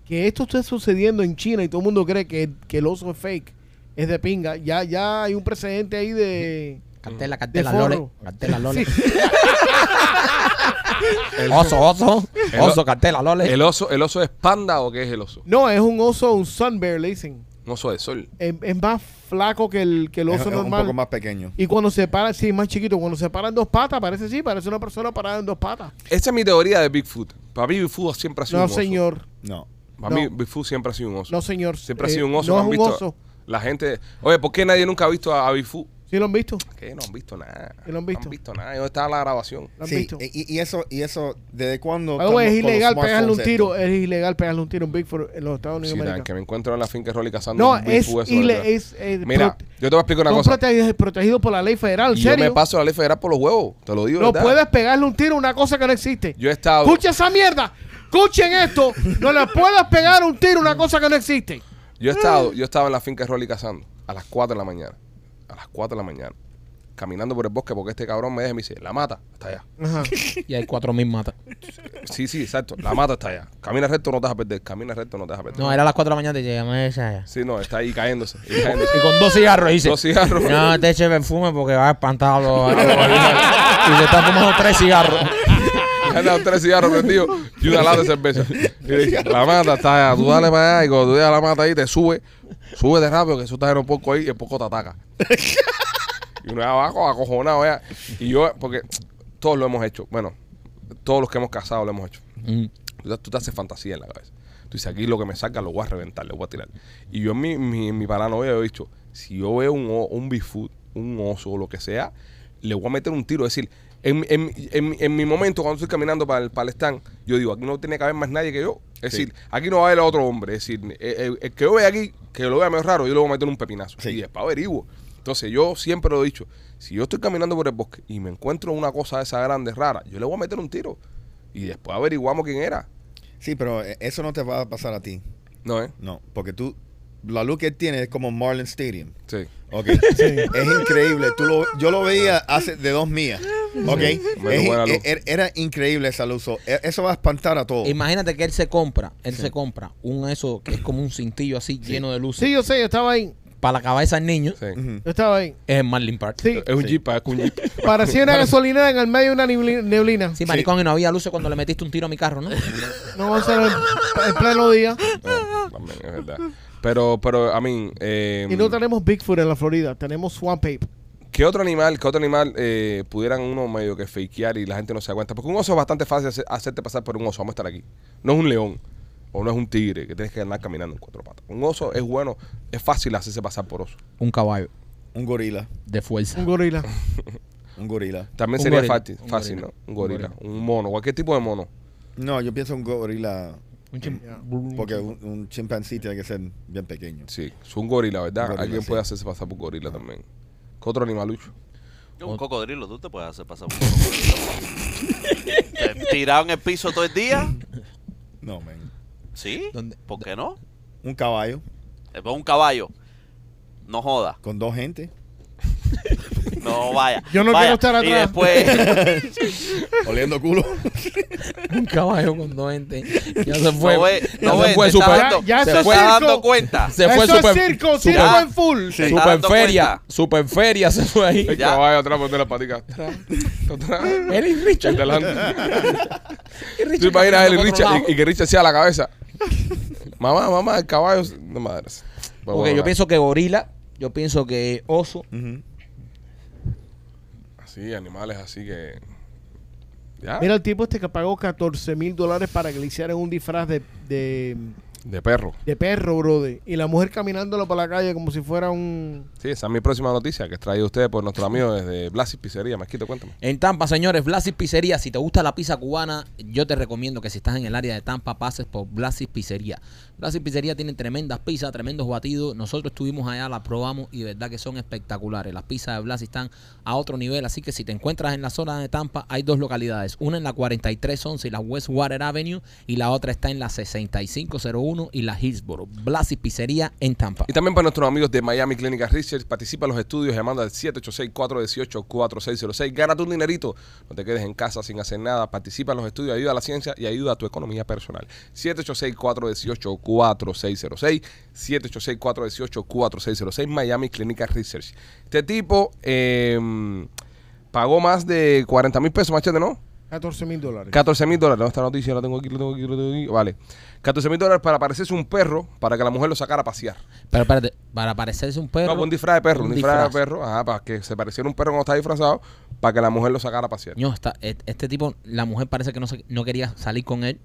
Speaker 4: que esto esté sucediendo en China y todo el mundo cree que, que el oso es fake, es de pinga. Ya, ya hay un precedente ahí de...
Speaker 3: Cartela,
Speaker 4: cartela,
Speaker 3: cartela,
Speaker 4: Lole.
Speaker 3: lole. Cartela, lole.
Speaker 4: Sí.
Speaker 3: Oso, oso.
Speaker 1: El-
Speaker 3: Oso, cartela, lole.
Speaker 1: ¿El oso, ¿El oso es panda o qué es el oso?
Speaker 4: No, es un oso, un sun bear, le dicen.
Speaker 1: Un oso de sol.
Speaker 4: Es, es más flaco que el, que el
Speaker 5: Es,
Speaker 4: oso
Speaker 5: es un
Speaker 4: normal.
Speaker 5: poco más pequeño.
Speaker 4: Y cuando se para, sí, es más chiquito. Cuando se para en dos patas, parece sí, parece una persona parada en dos patas.
Speaker 1: Esa es mi teoría de Bigfoot. Para mí Bigfoot siempre ha sido
Speaker 4: No,
Speaker 1: un oso.
Speaker 4: señor.
Speaker 5: No.
Speaker 1: Para mí
Speaker 4: No.
Speaker 1: Bigfoot siempre ha sido un oso.
Speaker 4: No, señor.
Speaker 1: Siempre ha
Speaker 4: Eh,
Speaker 1: sido un oso.
Speaker 4: No
Speaker 1: ¿no
Speaker 4: es
Speaker 1: han
Speaker 4: un
Speaker 1: visto?
Speaker 4: oso.
Speaker 1: La gente... Oye, ¿por qué nadie nunca ha visto a, a Bigfoot?
Speaker 4: ¿Sí lo han visto?
Speaker 1: Que no han visto nada.
Speaker 4: Que no han visto.
Speaker 1: No han visto nada. Yo estaba en la grabación.
Speaker 4: ¿Lo han
Speaker 5: Sí,
Speaker 4: visto?
Speaker 5: y, y eso, y eso, ¿desde cuándo?
Speaker 4: By the way, es
Speaker 5: estamos con los
Speaker 4: ilegal pegarle un
Speaker 5: smartphones
Speaker 4: tiro. eh.
Speaker 5: estos?
Speaker 4: Es ilegal pegarle un tiro a un Bigfoot en los Estados Unidos.
Speaker 1: Sí,
Speaker 4: de
Speaker 1: nada,
Speaker 4: América.
Speaker 1: que me encuentro en la finca de Rolly cazando
Speaker 4: No,
Speaker 1: un
Speaker 4: es,
Speaker 1: Bigfoot, eso,
Speaker 4: ile-
Speaker 1: ¿verdad?
Speaker 4: es, eh,
Speaker 1: Mira,
Speaker 4: pro-
Speaker 1: yo te voy a explicar una
Speaker 4: son
Speaker 1: cosa.
Speaker 4: protegidos, protegidos por la ley federal,
Speaker 1: Y
Speaker 4: ¿serio?
Speaker 1: yo me paso la ley federal por los huevos. Te lo digo,
Speaker 4: no
Speaker 1: ¿verdad?
Speaker 4: puedes pegarle un tiro a una cosa que no existe.
Speaker 1: Yo he estado...
Speaker 4: Escucha esa mierda. Escuchen esto. No le puedes pegar un tiro a una cosa que no existe.
Speaker 1: Yo he estado, yo estaba en la finca de Rolly cazando a las 4 de la mañana. A las 4 de la mañana. Caminando por el bosque porque este cabrón me deja y me dice, la mata está allá.
Speaker 4: Ajá.
Speaker 3: Y hay cuatro mil matas.
Speaker 1: Sí, sí, exacto. La mata está allá. Camina recto, no te vas a perder. Camina recto, no te vas a perder.
Speaker 3: No, era a las cuatro de la mañana y llegamos a esa. ya.
Speaker 1: Sí, no, está ahí cayéndose. y
Speaker 3: [laughs]
Speaker 1: cayéndose.
Speaker 3: Y con dos cigarros dice.
Speaker 1: Dos cigarros.
Speaker 3: No, te eche perfume porque va a espantar a los- a los animales". [laughs] Y se está fumando tres cigarros.
Speaker 1: [laughs] Me han dado tres cigarros prendidos y una lata de cerveza. Y le dice, la mata está allá. Tú dale para allá y cuando tú llegas a la mata ahí te sube. Sube de rápido que eso está en un poco ahí y el poco te ataca. Y uno abajo acojonado. vea. Y yo, porque todos lo hemos hecho. Bueno, todos los que hemos casado lo hemos hecho.
Speaker 3: Mm.
Speaker 1: Tú te- Tú te haces fantasía en la cabeza. Tú dices, aquí lo que me saca lo voy a reventar, lo voy a tirar. Y yo en mi, mi, en mi paranoia he dicho, si yo veo un, o- un Bigfoot, un oso o lo que sea, le voy a meter un tiro. Es decir, en, en- en- en mi momento cuando estoy caminando para el, para el stand, yo digo, aquí no tiene que haber más nadie que yo. Es
Speaker 5: Sí.
Speaker 1: decir, aquí no va a haber otro hombre. Es decir, eh, eh, el, que yo vea aquí, que lo vea medio raro, yo le voy a meter un pepinazo.
Speaker 5: Sí.
Speaker 1: Y después averiguo. Entonces yo siempre lo he dicho, si yo estoy caminando por el bosque y me encuentro una cosa de esa grande, rara, yo le voy a meter un tiro. Y después averiguamos quién era.
Speaker 5: Sí, pero eh, eso no te va a pasar a ti.
Speaker 1: No, ¿eh?
Speaker 5: No, porque tú, la luz que él tiene es como Marlin Stadium.
Speaker 1: Sí. Ah.
Speaker 5: Ok, es increíble. Tú lo- yo lo veía hace de dos mías. Ok,
Speaker 1: Bueno,
Speaker 5: Es-
Speaker 1: buena luz.
Speaker 5: er- era increíble esa luz. So, e- Eso va a espantar a todos.
Speaker 3: Imagínate que él se compra, él se compra un eso que es como un cintillo así lleno de luces
Speaker 4: Sí, yo sé, yo estaba ahí.
Speaker 3: para la cabeza del niño.
Speaker 1: sí.
Speaker 5: Ujú.
Speaker 4: Yo estaba ahí.
Speaker 3: Es el Marlin Park.
Speaker 4: Mm-hmm. Sí.
Speaker 1: Es un jeep, es un
Speaker 4: [laughs]
Speaker 1: jeep.
Speaker 4: Parecía una gasolinera en el medio de una nibli- neblina.
Speaker 3: Sí, maricón, y no había luces cuando le metiste un tiro a mi carro, ¿no?
Speaker 4: No vamos a hacer en pleno día.
Speaker 1: Ah, también, es verdad. Pero, pero, a mí, Em.
Speaker 4: Y no tenemos Bigfoot en la Florida, tenemos Swamp Ape.
Speaker 1: ¿qué otro animal, qué otro animal eh, pudieran uno medio que fakear y la gente no se da cuenta? Porque un oso es bastante fácil hacer- hacerte pasar por un oso, vamos a estar aquí. No es un león o no es un tigre que tienes que andar caminando en cuatro patas. Un oso es bueno, es fácil hacerse pasar por oso.
Speaker 3: Un caballo
Speaker 5: Un gorila.
Speaker 3: de fuerza.
Speaker 4: Un gorila.
Speaker 5: Un gorila.
Speaker 1: También
Speaker 3: Un
Speaker 1: sería
Speaker 3: gorila,
Speaker 1: fácil,
Speaker 3: un
Speaker 1: fácil,
Speaker 3: gorila,
Speaker 1: ¿no? Un gorila, un mono, cualquier tipo de mono.
Speaker 5: No, yo pienso un gorila.
Speaker 3: Un chim-
Speaker 5: Porque un, un chimpancé tiene que ser bien pequeño.
Speaker 1: Sí, es un gorila, ¿verdad?
Speaker 5: Un gorila,
Speaker 1: Alguien
Speaker 5: sí.
Speaker 1: puede hacerse pasar por gorila también. ¿Qué otro animalucho?
Speaker 6: Un cocodrilo, tú te puedes hacer pasar por un cocodrilo. Te- Tirado en el piso todo el día.
Speaker 5: No, man.
Speaker 6: ¿Sí?
Speaker 3: ¿Dónde-
Speaker 6: ¿Por qué no?
Speaker 5: Un caballo
Speaker 6: Eh, pues Un caballo. No joda.
Speaker 5: con dos gente.
Speaker 6: No vaya.
Speaker 4: Yo no
Speaker 6: Vaya.
Speaker 4: quiero estar
Speaker 6: Y
Speaker 4: atrás.
Speaker 6: después
Speaker 1: [laughs]
Speaker 5: Oliendo culo.
Speaker 3: Un caballo con dos gente. Ya se [laughs] fue.
Speaker 6: no ve,
Speaker 3: ya
Speaker 6: no
Speaker 3: se
Speaker 6: ve,
Speaker 3: fue
Speaker 6: te está
Speaker 3: super.
Speaker 6: dando-
Speaker 4: Ya- ya
Speaker 6: te
Speaker 4: eso es
Speaker 6: está
Speaker 4: circo.
Speaker 6: dando cuenta.
Speaker 3: Se fue
Speaker 4: Eso
Speaker 3: super.
Speaker 4: es circo,
Speaker 3: super-
Speaker 4: circo en full.
Speaker 6: Sí. Está dando
Speaker 3: Superferia,
Speaker 6: cuenta.
Speaker 3: superferia se fue ahí.
Speaker 1: [laughs] El
Speaker 6: Ya.
Speaker 1: caballo atrás, ponte las paticas. atrás, atrás,
Speaker 3: Él y Richard.
Speaker 1: el delante.
Speaker 3: Y Richard
Speaker 1: ¿Tú imaginas a él y
Speaker 3: caminando por otro
Speaker 1: Richard
Speaker 3: lado.
Speaker 1: y, y que Richard sea la cabeza? mamá, mamá, el caballo. No madres. Pero
Speaker 3: Ok,
Speaker 1: bueno,
Speaker 3: yo
Speaker 1: nada.
Speaker 3: pienso que gorila, yo pienso que oso.
Speaker 5: Ujú.
Speaker 1: Así, animales así que. Ya.
Speaker 4: Mira el tipo este que pagó 14 mil dólares para que le hicieran un disfraz de, de,
Speaker 1: De perro.
Speaker 4: de perro, brother. Y la mujer caminándolo por la calle como si fuera un...
Speaker 1: Sí, esa es mi próxima noticia que es traída a ustedes por nuestro amigo desde Blasis Pizzería. Masquito, cuéntame.
Speaker 3: En Tampa, señores, Blasis Pizzería. Si te gusta la pizza cubana, yo te recomiendo que si estás en el área de Tampa, pases por Blasis Pizzería. Blasis Pizzería tiene tremendas pizzas, tremendos batidos. Nosotros estuvimos allá, las probamos y de verdad que son espectaculares. Las pizzas de Blasis están a otro nivel. Así que si te encuentras en la zona de Tampa, hay dos localidades. Una en la 4311 y la Westwater Avenue. Y la otra está en la 6501 y la Hillsboro. Blasis Pizzería en Tampa.
Speaker 1: Y también para nuestros amigos de Miami Clinical Research, participa en los estudios llamando al 786-418-4606. Gánate un dinerito. No te quedes en casa sin hacer nada. Participa en los estudios, ayuda a la ciencia y ayuda a tu economía personal. 786-418-4606. 786-418-4606. Miami Clinical Research. Este tipo eh, pagó más de 40 mil pesos, machete, ¿no?
Speaker 4: 14 mil dólares.
Speaker 1: 14 mil dólares. No, esta noticia la tengo aquí, la tengo aquí, la tengo aquí. Vale. 14 mil dólares para parecerse un perro para que la mujer lo sacara a pasear.
Speaker 3: Pero espérate, para parecerse un perro.
Speaker 1: No, un disfraz de perro, un,
Speaker 3: un
Speaker 1: disfraz,
Speaker 3: disfraz.
Speaker 1: de perro, ajá, para que se pareciera un perro cuando está disfrazado, para que la mujer lo sacara a pasear.
Speaker 3: No, está, et- este tipo, la mujer parece que no, se- no quería salir con él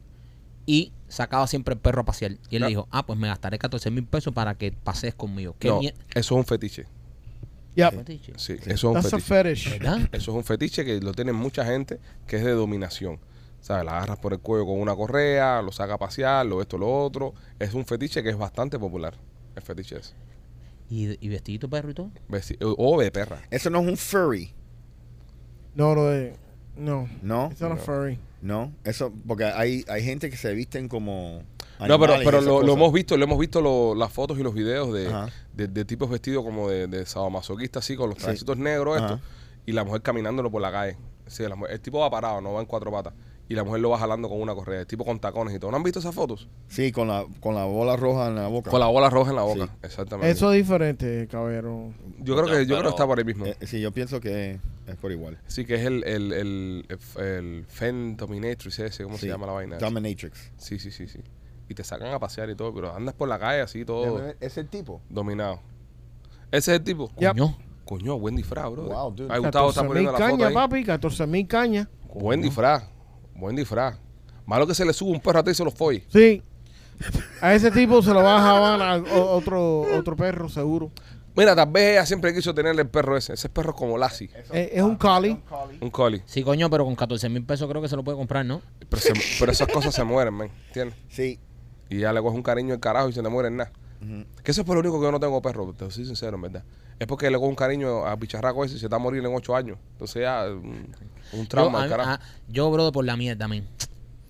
Speaker 3: y sacaba siempre el perro a pasear. Y él
Speaker 1: Claro.
Speaker 3: le dijo, ah, pues me gastaré 14 mil pesos para que pasees conmigo. ¿Qué
Speaker 1: No,
Speaker 3: mier-
Speaker 1: eso es un fetiche.
Speaker 4: Ya,
Speaker 1: Sí, eso es un
Speaker 4: That's a
Speaker 1: fetiche.
Speaker 4: fetish.
Speaker 3: ¿Verdad?
Speaker 1: Eso es un fetiche que lo tiene mucha gente que es de dominación. ¿Sabes? La agarras por el cuello con una correa, lo saca a pasear, lo esto, lo otro. Es un fetiche que es bastante popular. El fetiche es.
Speaker 3: Y, y vestidito perro y todo.
Speaker 1: O de perra.
Speaker 5: Eso no es un furry.
Speaker 4: No, no, eh, no.
Speaker 5: No.
Speaker 4: It's not a furry.
Speaker 5: No. Eso, porque hay, hay gente que se visten como.
Speaker 1: No, pero,
Speaker 5: animales y
Speaker 1: pero
Speaker 5: esas
Speaker 1: lo, lo
Speaker 5: cosas.
Speaker 1: hemos visto, lo hemos visto lo- las fotos y los videos de,
Speaker 5: Ajá.
Speaker 1: de, de tipos vestidos como de, de sadomasoquista, así, con los
Speaker 5: Sí.
Speaker 1: trajecitos negros,
Speaker 5: Ajá.
Speaker 1: esto, y la mujer caminándolo por la calle. Sí, la mujer- el tipo va parado, no va en cuatro patas. Y la mujer lo va jalando con una correa, el tipo con tacones y todo. ¿No han visto esas fotos?
Speaker 5: Sí, con la, con la bola roja en la boca.
Speaker 1: Con la bola roja en la boca.
Speaker 5: Sí.
Speaker 1: Exactamente.
Speaker 4: Eso es diferente, caballero.
Speaker 1: yo creo que yo creo que
Speaker 6: Pero-
Speaker 1: está por ahí mismo.
Speaker 5: Eh, sí, yo pienso que es por igual.
Speaker 1: Sí, que es el, el, el, el, Fen Dominatrix ese, ¿cómo
Speaker 5: Sí.
Speaker 1: se llama la vaina?
Speaker 5: Dominatrix.
Speaker 1: Sí, sí, sí, sí. Y te sacan a pasear y todo, pero andas por la calle así, todo
Speaker 5: Déjame ver, Es el tipo.
Speaker 1: dominado. Ese es el tipo.
Speaker 4: Ya.
Speaker 3: Coño.
Speaker 1: Coño, buen disfraz, bro.
Speaker 5: Wow, dude.
Speaker 1: Ay, Gustavo está
Speaker 4: 14 mil
Speaker 1: poniendo la foto
Speaker 4: cañas,
Speaker 1: ahí.
Speaker 4: papi, 14 mil cañas.
Speaker 1: Buen disfraz. Buen disfraz. Malo que se le suba un perro a ti y se lo folle.
Speaker 4: Sí. A ese tipo se lo va a jabar a o- otro, otro perro, seguro.
Speaker 1: Mira, tal vez ella siempre quiso tenerle el perro ese. Ese perro es como Lassie,
Speaker 4: Eh, es un collie.
Speaker 1: un collie.
Speaker 3: Sí, coño, pero con 14 mil pesos creo que se lo puede comprar, ¿no?
Speaker 1: Pero, se- pero esas cosas se mueren, man. ¿Entiendes?
Speaker 5: Sí.
Speaker 1: Y ya le coges un cariño al carajo y se le mueren nada.
Speaker 5: Ujú.
Speaker 1: Que eso es por lo único que yo no tengo perro, te soy sincero, en verdad. Es porque le cojo un cariño a bicharraco ese y se está a morir en ocho años. Entonces ya, mm, un, un trauma,
Speaker 3: yo,
Speaker 1: al
Speaker 3: a-
Speaker 1: carajo.
Speaker 3: a- yo, brother, por la mierda, también.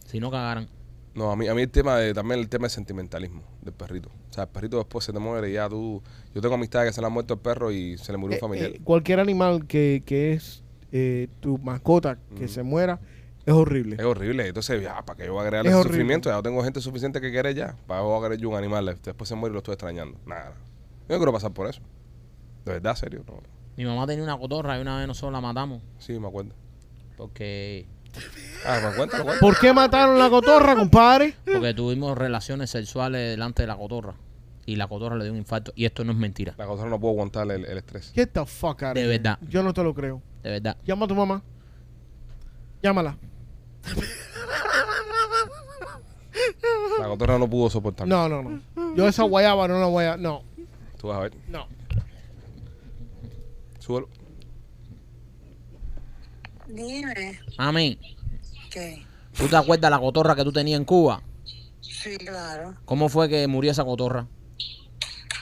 Speaker 3: Si no cagaran.
Speaker 1: No, a mí, a mí el tema de, también el tema de sentimentalismo del perrito. O sea, el perrito después se te muere y ya tú... Yo tengo amistades que se le ha muerto el perro y se le murió
Speaker 4: Eh,
Speaker 1: un familiar.
Speaker 4: eh, cualquier animal que, que es eh, tu mascota que se muera es horrible.
Speaker 1: es horrible. Entonces, ya, ¿para qué yo voy a agregarle
Speaker 4: Es
Speaker 1: ese
Speaker 4: horrible.
Speaker 1: sufrimiento? Ya no tengo gente suficiente que quiere ya. ¿Para qué voy a agregar yo un animal? Después se muere y lo estoy extrañando. Nada. Yo no quiero pasar por eso. De verdad, serio. no.
Speaker 3: Mi mamá tenía una cotorra y una vez nosotros la matamos
Speaker 1: Sí, me acuerdo.
Speaker 3: porque
Speaker 1: Ah, pues cuéntalo, cuéntalo.
Speaker 4: ¿Por qué mataron la cotorra, compadre?
Speaker 3: Porque tuvimos relaciones sexuales delante de la cotorra. Y la cotorra le dio un infarto. Y esto no es mentira.
Speaker 1: La cosa no puedo aguantar el, el estrés.
Speaker 4: Get the fuck out of
Speaker 3: De
Speaker 4: here.
Speaker 3: verdad.
Speaker 4: Yo no te lo creo.
Speaker 3: De verdad.
Speaker 4: Llama a tu mamá. Llámala.
Speaker 1: La cotorra no pudo soportar.
Speaker 4: No, no, no. Yo esa guayaba no la voy a... No,
Speaker 1: Tú vas a ver.
Speaker 4: no.
Speaker 1: Súbelo.
Speaker 7: Dime
Speaker 3: Mami,
Speaker 7: que
Speaker 3: ¿tú te acuerdas la cotorra que tú tenías en Cuba?
Speaker 7: sí, claro.
Speaker 3: ¿Cómo fue que murió esa cotorra?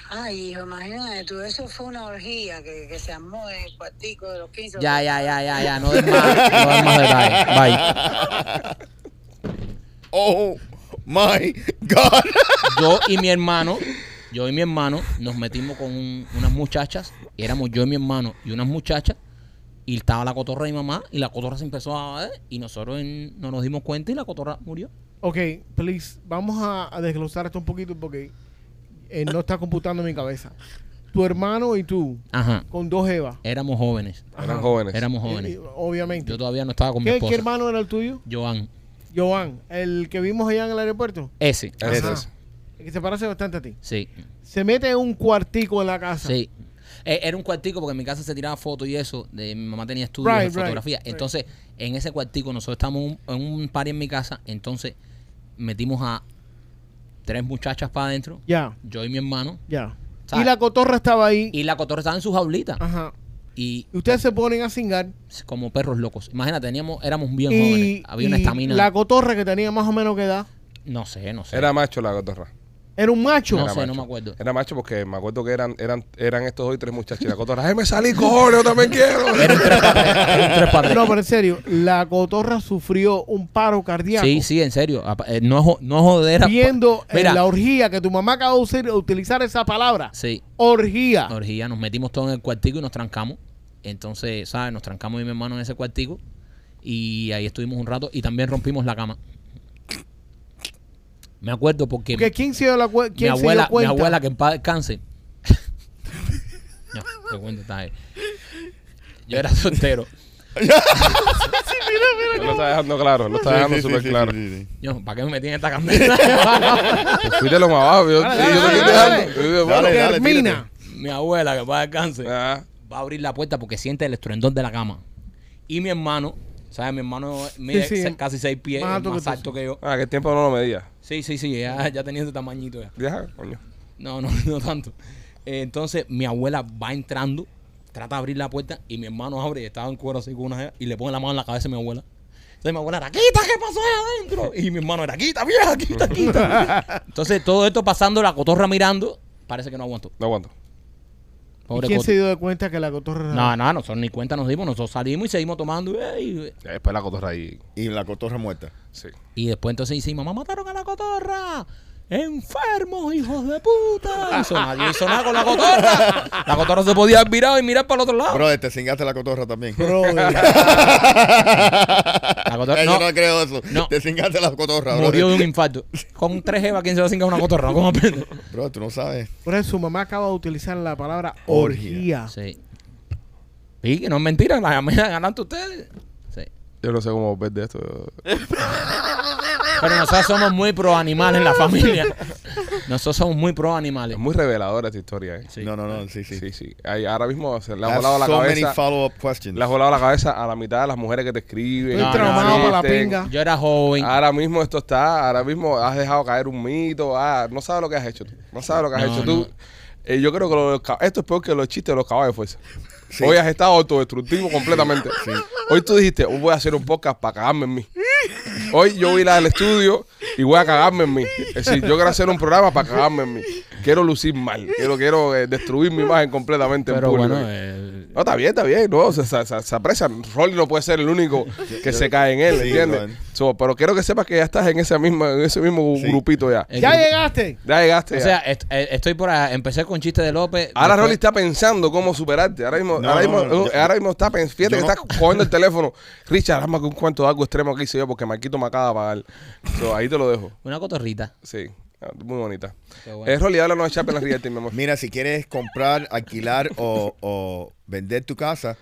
Speaker 7: Ay, hijo, imagínate tú, eso fue una orgía que, que se armó en el cuartico de los 15.
Speaker 3: Ya, ya, ya, ya, ya. No des más, no des más detalles. Bye.
Speaker 5: Oh my God.
Speaker 3: Yo y mi hermano, yo y mi hermano nos metimos con un- unas muchachas. Y éramos yo y mi hermano y unas muchachas. Y estaba la cotorra de mi mamá. Y la cotorra se empezó a... eh, y nosotros en- no nos dimos cuenta y la cotorra murió.
Speaker 4: Ok, please, vamos a, a desglosar esto un poquito porque eh, no está computando en mi cabeza. Tu hermano y tú,
Speaker 3: Ajá.
Speaker 4: con dos Evas.
Speaker 3: Éramos jóvenes.
Speaker 1: Eran jóvenes.
Speaker 3: Éramos
Speaker 4: Eh, eh,
Speaker 3: jóvenes.
Speaker 4: Obviamente.
Speaker 3: Yo todavía no estaba con mi
Speaker 4: ¿Qué, qué
Speaker 3: esposa.
Speaker 4: hermano era el tuyo?
Speaker 3: Joan.
Speaker 4: Joan, el que vimos allá en el aeropuerto.
Speaker 3: Ese.
Speaker 1: Ese
Speaker 4: Ajá.
Speaker 1: es.
Speaker 4: El que se parece bastante a ti.
Speaker 3: Sí.
Speaker 4: Se mete en un cuartico en la casa.
Speaker 3: Sí. Eh, Era un cuartico porque en mi casa se tiraba fotos y eso. De, mi mamá tenía estudios de
Speaker 4: Right, right,
Speaker 3: fotografía.
Speaker 4: right.
Speaker 3: Entonces, en ese cuartico, nosotros estábamos un- en un party en mi casa. Entonces, metimos a tres muchachas para adentro.
Speaker 4: Ya,
Speaker 3: Yo y mi hermano.
Speaker 4: ya.
Speaker 3: ¿Sabes?
Speaker 4: Y la cotorra estaba ahí.
Speaker 3: Y la cotorra estaba en sus jaulitas.
Speaker 4: Ajá.
Speaker 3: Y
Speaker 4: Y ustedes se ponen a cingar.
Speaker 3: como perros locos. Imagínate, teníamos, éramos bien
Speaker 4: y,
Speaker 3: jóvenes. Había una
Speaker 4: y
Speaker 3: estamina.
Speaker 4: La cotorra que tenía más o menos que edad.
Speaker 3: No sé, no sé.
Speaker 1: Era macho la cotorra.
Speaker 4: Era un macho.
Speaker 3: no
Speaker 1: era
Speaker 3: sé, no
Speaker 1: macho.
Speaker 3: me acuerdo.
Speaker 1: Era macho porque me acuerdo que eran eran eran estos hoy tres muchachos y la cotorra. ¡Ay, me salí, cojones! ¡Yo también quiero!
Speaker 3: Tres para tres.
Speaker 4: No, pero en serio, la cotorra sufrió un paro cardíaco.
Speaker 3: Sí, sí, en serio. Apa- eh, No, es jo- no es joder. apa-
Speaker 4: Viendo en
Speaker 3: Mira,
Speaker 4: la orgía que tu mamá acaba de usar- utilizar esa palabra.
Speaker 3: Sí,
Speaker 4: Orgía.
Speaker 3: orgía. Nos metimos todos en el cuartico y nos trancamos. Entonces, ¿sabes? Nos trancamos y mi hermano en ese cuartico. Y ahí estuvimos un rato y también rompimos la cama. Me acuerdo porque
Speaker 4: Porque ¿quién se dio, la cue-
Speaker 3: mi,
Speaker 4: quién se dio
Speaker 3: abuela, mi
Speaker 4: cuenta?
Speaker 3: abuela, que en paz descanse. [laughs] no, te cuento, está ahí. Yo era soltero.
Speaker 1: lo está dejando claro, lo está dejando súper claro.
Speaker 3: Yo, ¿para qué me metí en esta candela? [laughs]
Speaker 1: Fuiste Pues lo más abajo. Yo,
Speaker 4: Dale,
Speaker 1: yo
Speaker 4: dale,
Speaker 1: te estoy
Speaker 4: dale,
Speaker 1: dejando. Yo digo,
Speaker 5: Dale, dale,
Speaker 4: Termina.
Speaker 3: mi abuela, que en paz descanse.
Speaker 1: bueno, ah,
Speaker 3: va a abrir la puerta porque siente el estruendor de la cama. Y mi hermano, ¿sabes? Mi hermano mide
Speaker 4: Sí, sí.
Speaker 3: se- casi seis pies,
Speaker 4: Más
Speaker 3: es
Speaker 4: alto que
Speaker 3: más
Speaker 4: tú.
Speaker 3: alto que yo.
Speaker 1: ah, que el tiempo no lo medía.
Speaker 3: Sí, sí, sí, ya, ya tenía ese tamañito ya.
Speaker 1: Ya, coño.
Speaker 3: No, [laughs] no, no tanto. Eh, entonces mi abuela va entrando, trata de abrir la puerta y mi hermano abre y estaba en cuero así con una jeva, y le pone la mano en la cabeza a mi abuela. Entonces mi abuela, ¡Raquita, qué pasó ahí adentro! Y mi hermano era, ¡Quita, vieja, quita,
Speaker 4: [laughs]
Speaker 3: quita! Entonces todo esto pasando, la cotorra mirando, parece que no aguantó.
Speaker 1: No aguanto.
Speaker 4: ¿Y
Speaker 3: Pobre
Speaker 4: ¿Quién
Speaker 3: coto.
Speaker 4: se dio de cuenta que la cotorra
Speaker 3: No, no, nosotros ni cuenta nos dimos, nosotros salimos y seguimos tomando. eh, y-
Speaker 1: Ya, Después la cotorra ahí.
Speaker 5: Y la cotorra muerta.
Speaker 1: Sí.
Speaker 3: Y después entonces dice, mamá, mataron a la cotorra. Enfermos, hijos de puta. Y sonaba, yo hizo nada con la cotorra. La cotorra se podía haber virado y mirar para el
Speaker 1: Ah.
Speaker 3: otro lado.
Speaker 5: Bro, te cingaste la cotorra también.
Speaker 4: Brother.
Speaker 3: la cotorra
Speaker 5: Eh,
Speaker 3: no,
Speaker 5: Yo no creo eso.
Speaker 3: No.
Speaker 5: Te cingaste la cotorra, bro.
Speaker 3: murió de un infarto. Con tres jevas, ¿quién se va a cingar una cotorra? ¿Cómo aprende?
Speaker 5: Bro, tú no sabes.
Speaker 4: Por eso su mamá acaba de utilizar la palabra
Speaker 5: Orgía.
Speaker 4: orgía.
Speaker 3: Sí. Y que no es mentira, la ganan ganando ustedes. Sí.
Speaker 1: Yo no sé cómo volver de esto. Yo-
Speaker 3: Pero nosotros somos muy pro animales en la familia. Nosotros somos muy pro animales.
Speaker 1: Es muy reveladora esta historia, ¿eh?
Speaker 3: Sí.
Speaker 5: No, no, no, sí, sí.
Speaker 1: Sí, sí. Ay, ahora mismo se le
Speaker 5: I
Speaker 1: ha
Speaker 5: have
Speaker 1: volado la
Speaker 5: so many
Speaker 1: cabeza.
Speaker 5: follow-up questions.
Speaker 1: Le has volado la cabeza a la mitad de las mujeres que te escriben.
Speaker 4: Estoy
Speaker 1: que
Speaker 4: traumado
Speaker 1: te
Speaker 4: para la
Speaker 1: dicen.
Speaker 4: pinga.
Speaker 3: Yo era joven.
Speaker 5: Ah,
Speaker 1: Ahora mismo esto está, ahora mismo has dejado caer un mito, ah, no sabes lo que has hecho tú, no sabes lo que has
Speaker 3: No,
Speaker 1: hecho
Speaker 3: no.
Speaker 1: tú. Eh, yo creo que lo de los ca- esto es peor que los chistes de los caballos de fuerza.
Speaker 5: Sí.
Speaker 1: Hoy has estado autodestructivo completamente. Hoy tú dijiste, hoy voy a hacer un podcast para cagarme en mí. Hoy yo voy a ir al estudio y voy a cagarme en mí. Es decir, yo quiero hacer un programa para cagarme en mí. Quiero lucir mal, quiero, quiero eh, destruir mi imagen completamente en
Speaker 3: pero
Speaker 1: público.
Speaker 3: bueno, eh,
Speaker 1: No, está bien, está bien. No, se, se, se- se aprecia. Rolly no puede ser el único
Speaker 5: [laughs]
Speaker 1: que se cae en él,
Speaker 5: Sí,
Speaker 1: ¿entiendes?
Speaker 5: bueno.
Speaker 1: So, pero quiero que sepas que ya estás en, esa misma, en ese mismo
Speaker 5: Sí.
Speaker 1: grupito ya.
Speaker 3: el
Speaker 4: Ya
Speaker 3: grupo-
Speaker 4: llegaste.
Speaker 1: Ya llegaste.
Speaker 3: Eh, O
Speaker 1: ya.
Speaker 3: sea,
Speaker 5: ah.
Speaker 3: est- eh, estoy por ahí. Empecé con chistes de López.
Speaker 1: ahora
Speaker 3: después-
Speaker 1: Rolly está pensando cómo superarte. Ahora mismo,
Speaker 5: No,
Speaker 1: ahora,
Speaker 5: no,
Speaker 1: mismo uh,
Speaker 5: no, no, yo-
Speaker 1: ahora mismo está pensando. Fíjate
Speaker 5: yo
Speaker 1: que
Speaker 5: no-
Speaker 1: está cogiendo el teléfono. Richard, hazme un cuento de algo extremo que hice yo porque Marquito me acaba de pagar. So, ahí te lo dejo.
Speaker 3: Una cotorrita. [laughs]
Speaker 1: Sí. Ah, Muy bonita.
Speaker 3: Qué bueno.
Speaker 1: Es Rolly, háblanos de Chapel Realty, mi amor.
Speaker 5: Mira, si quieres comprar, alquilar o, o vender tu casa,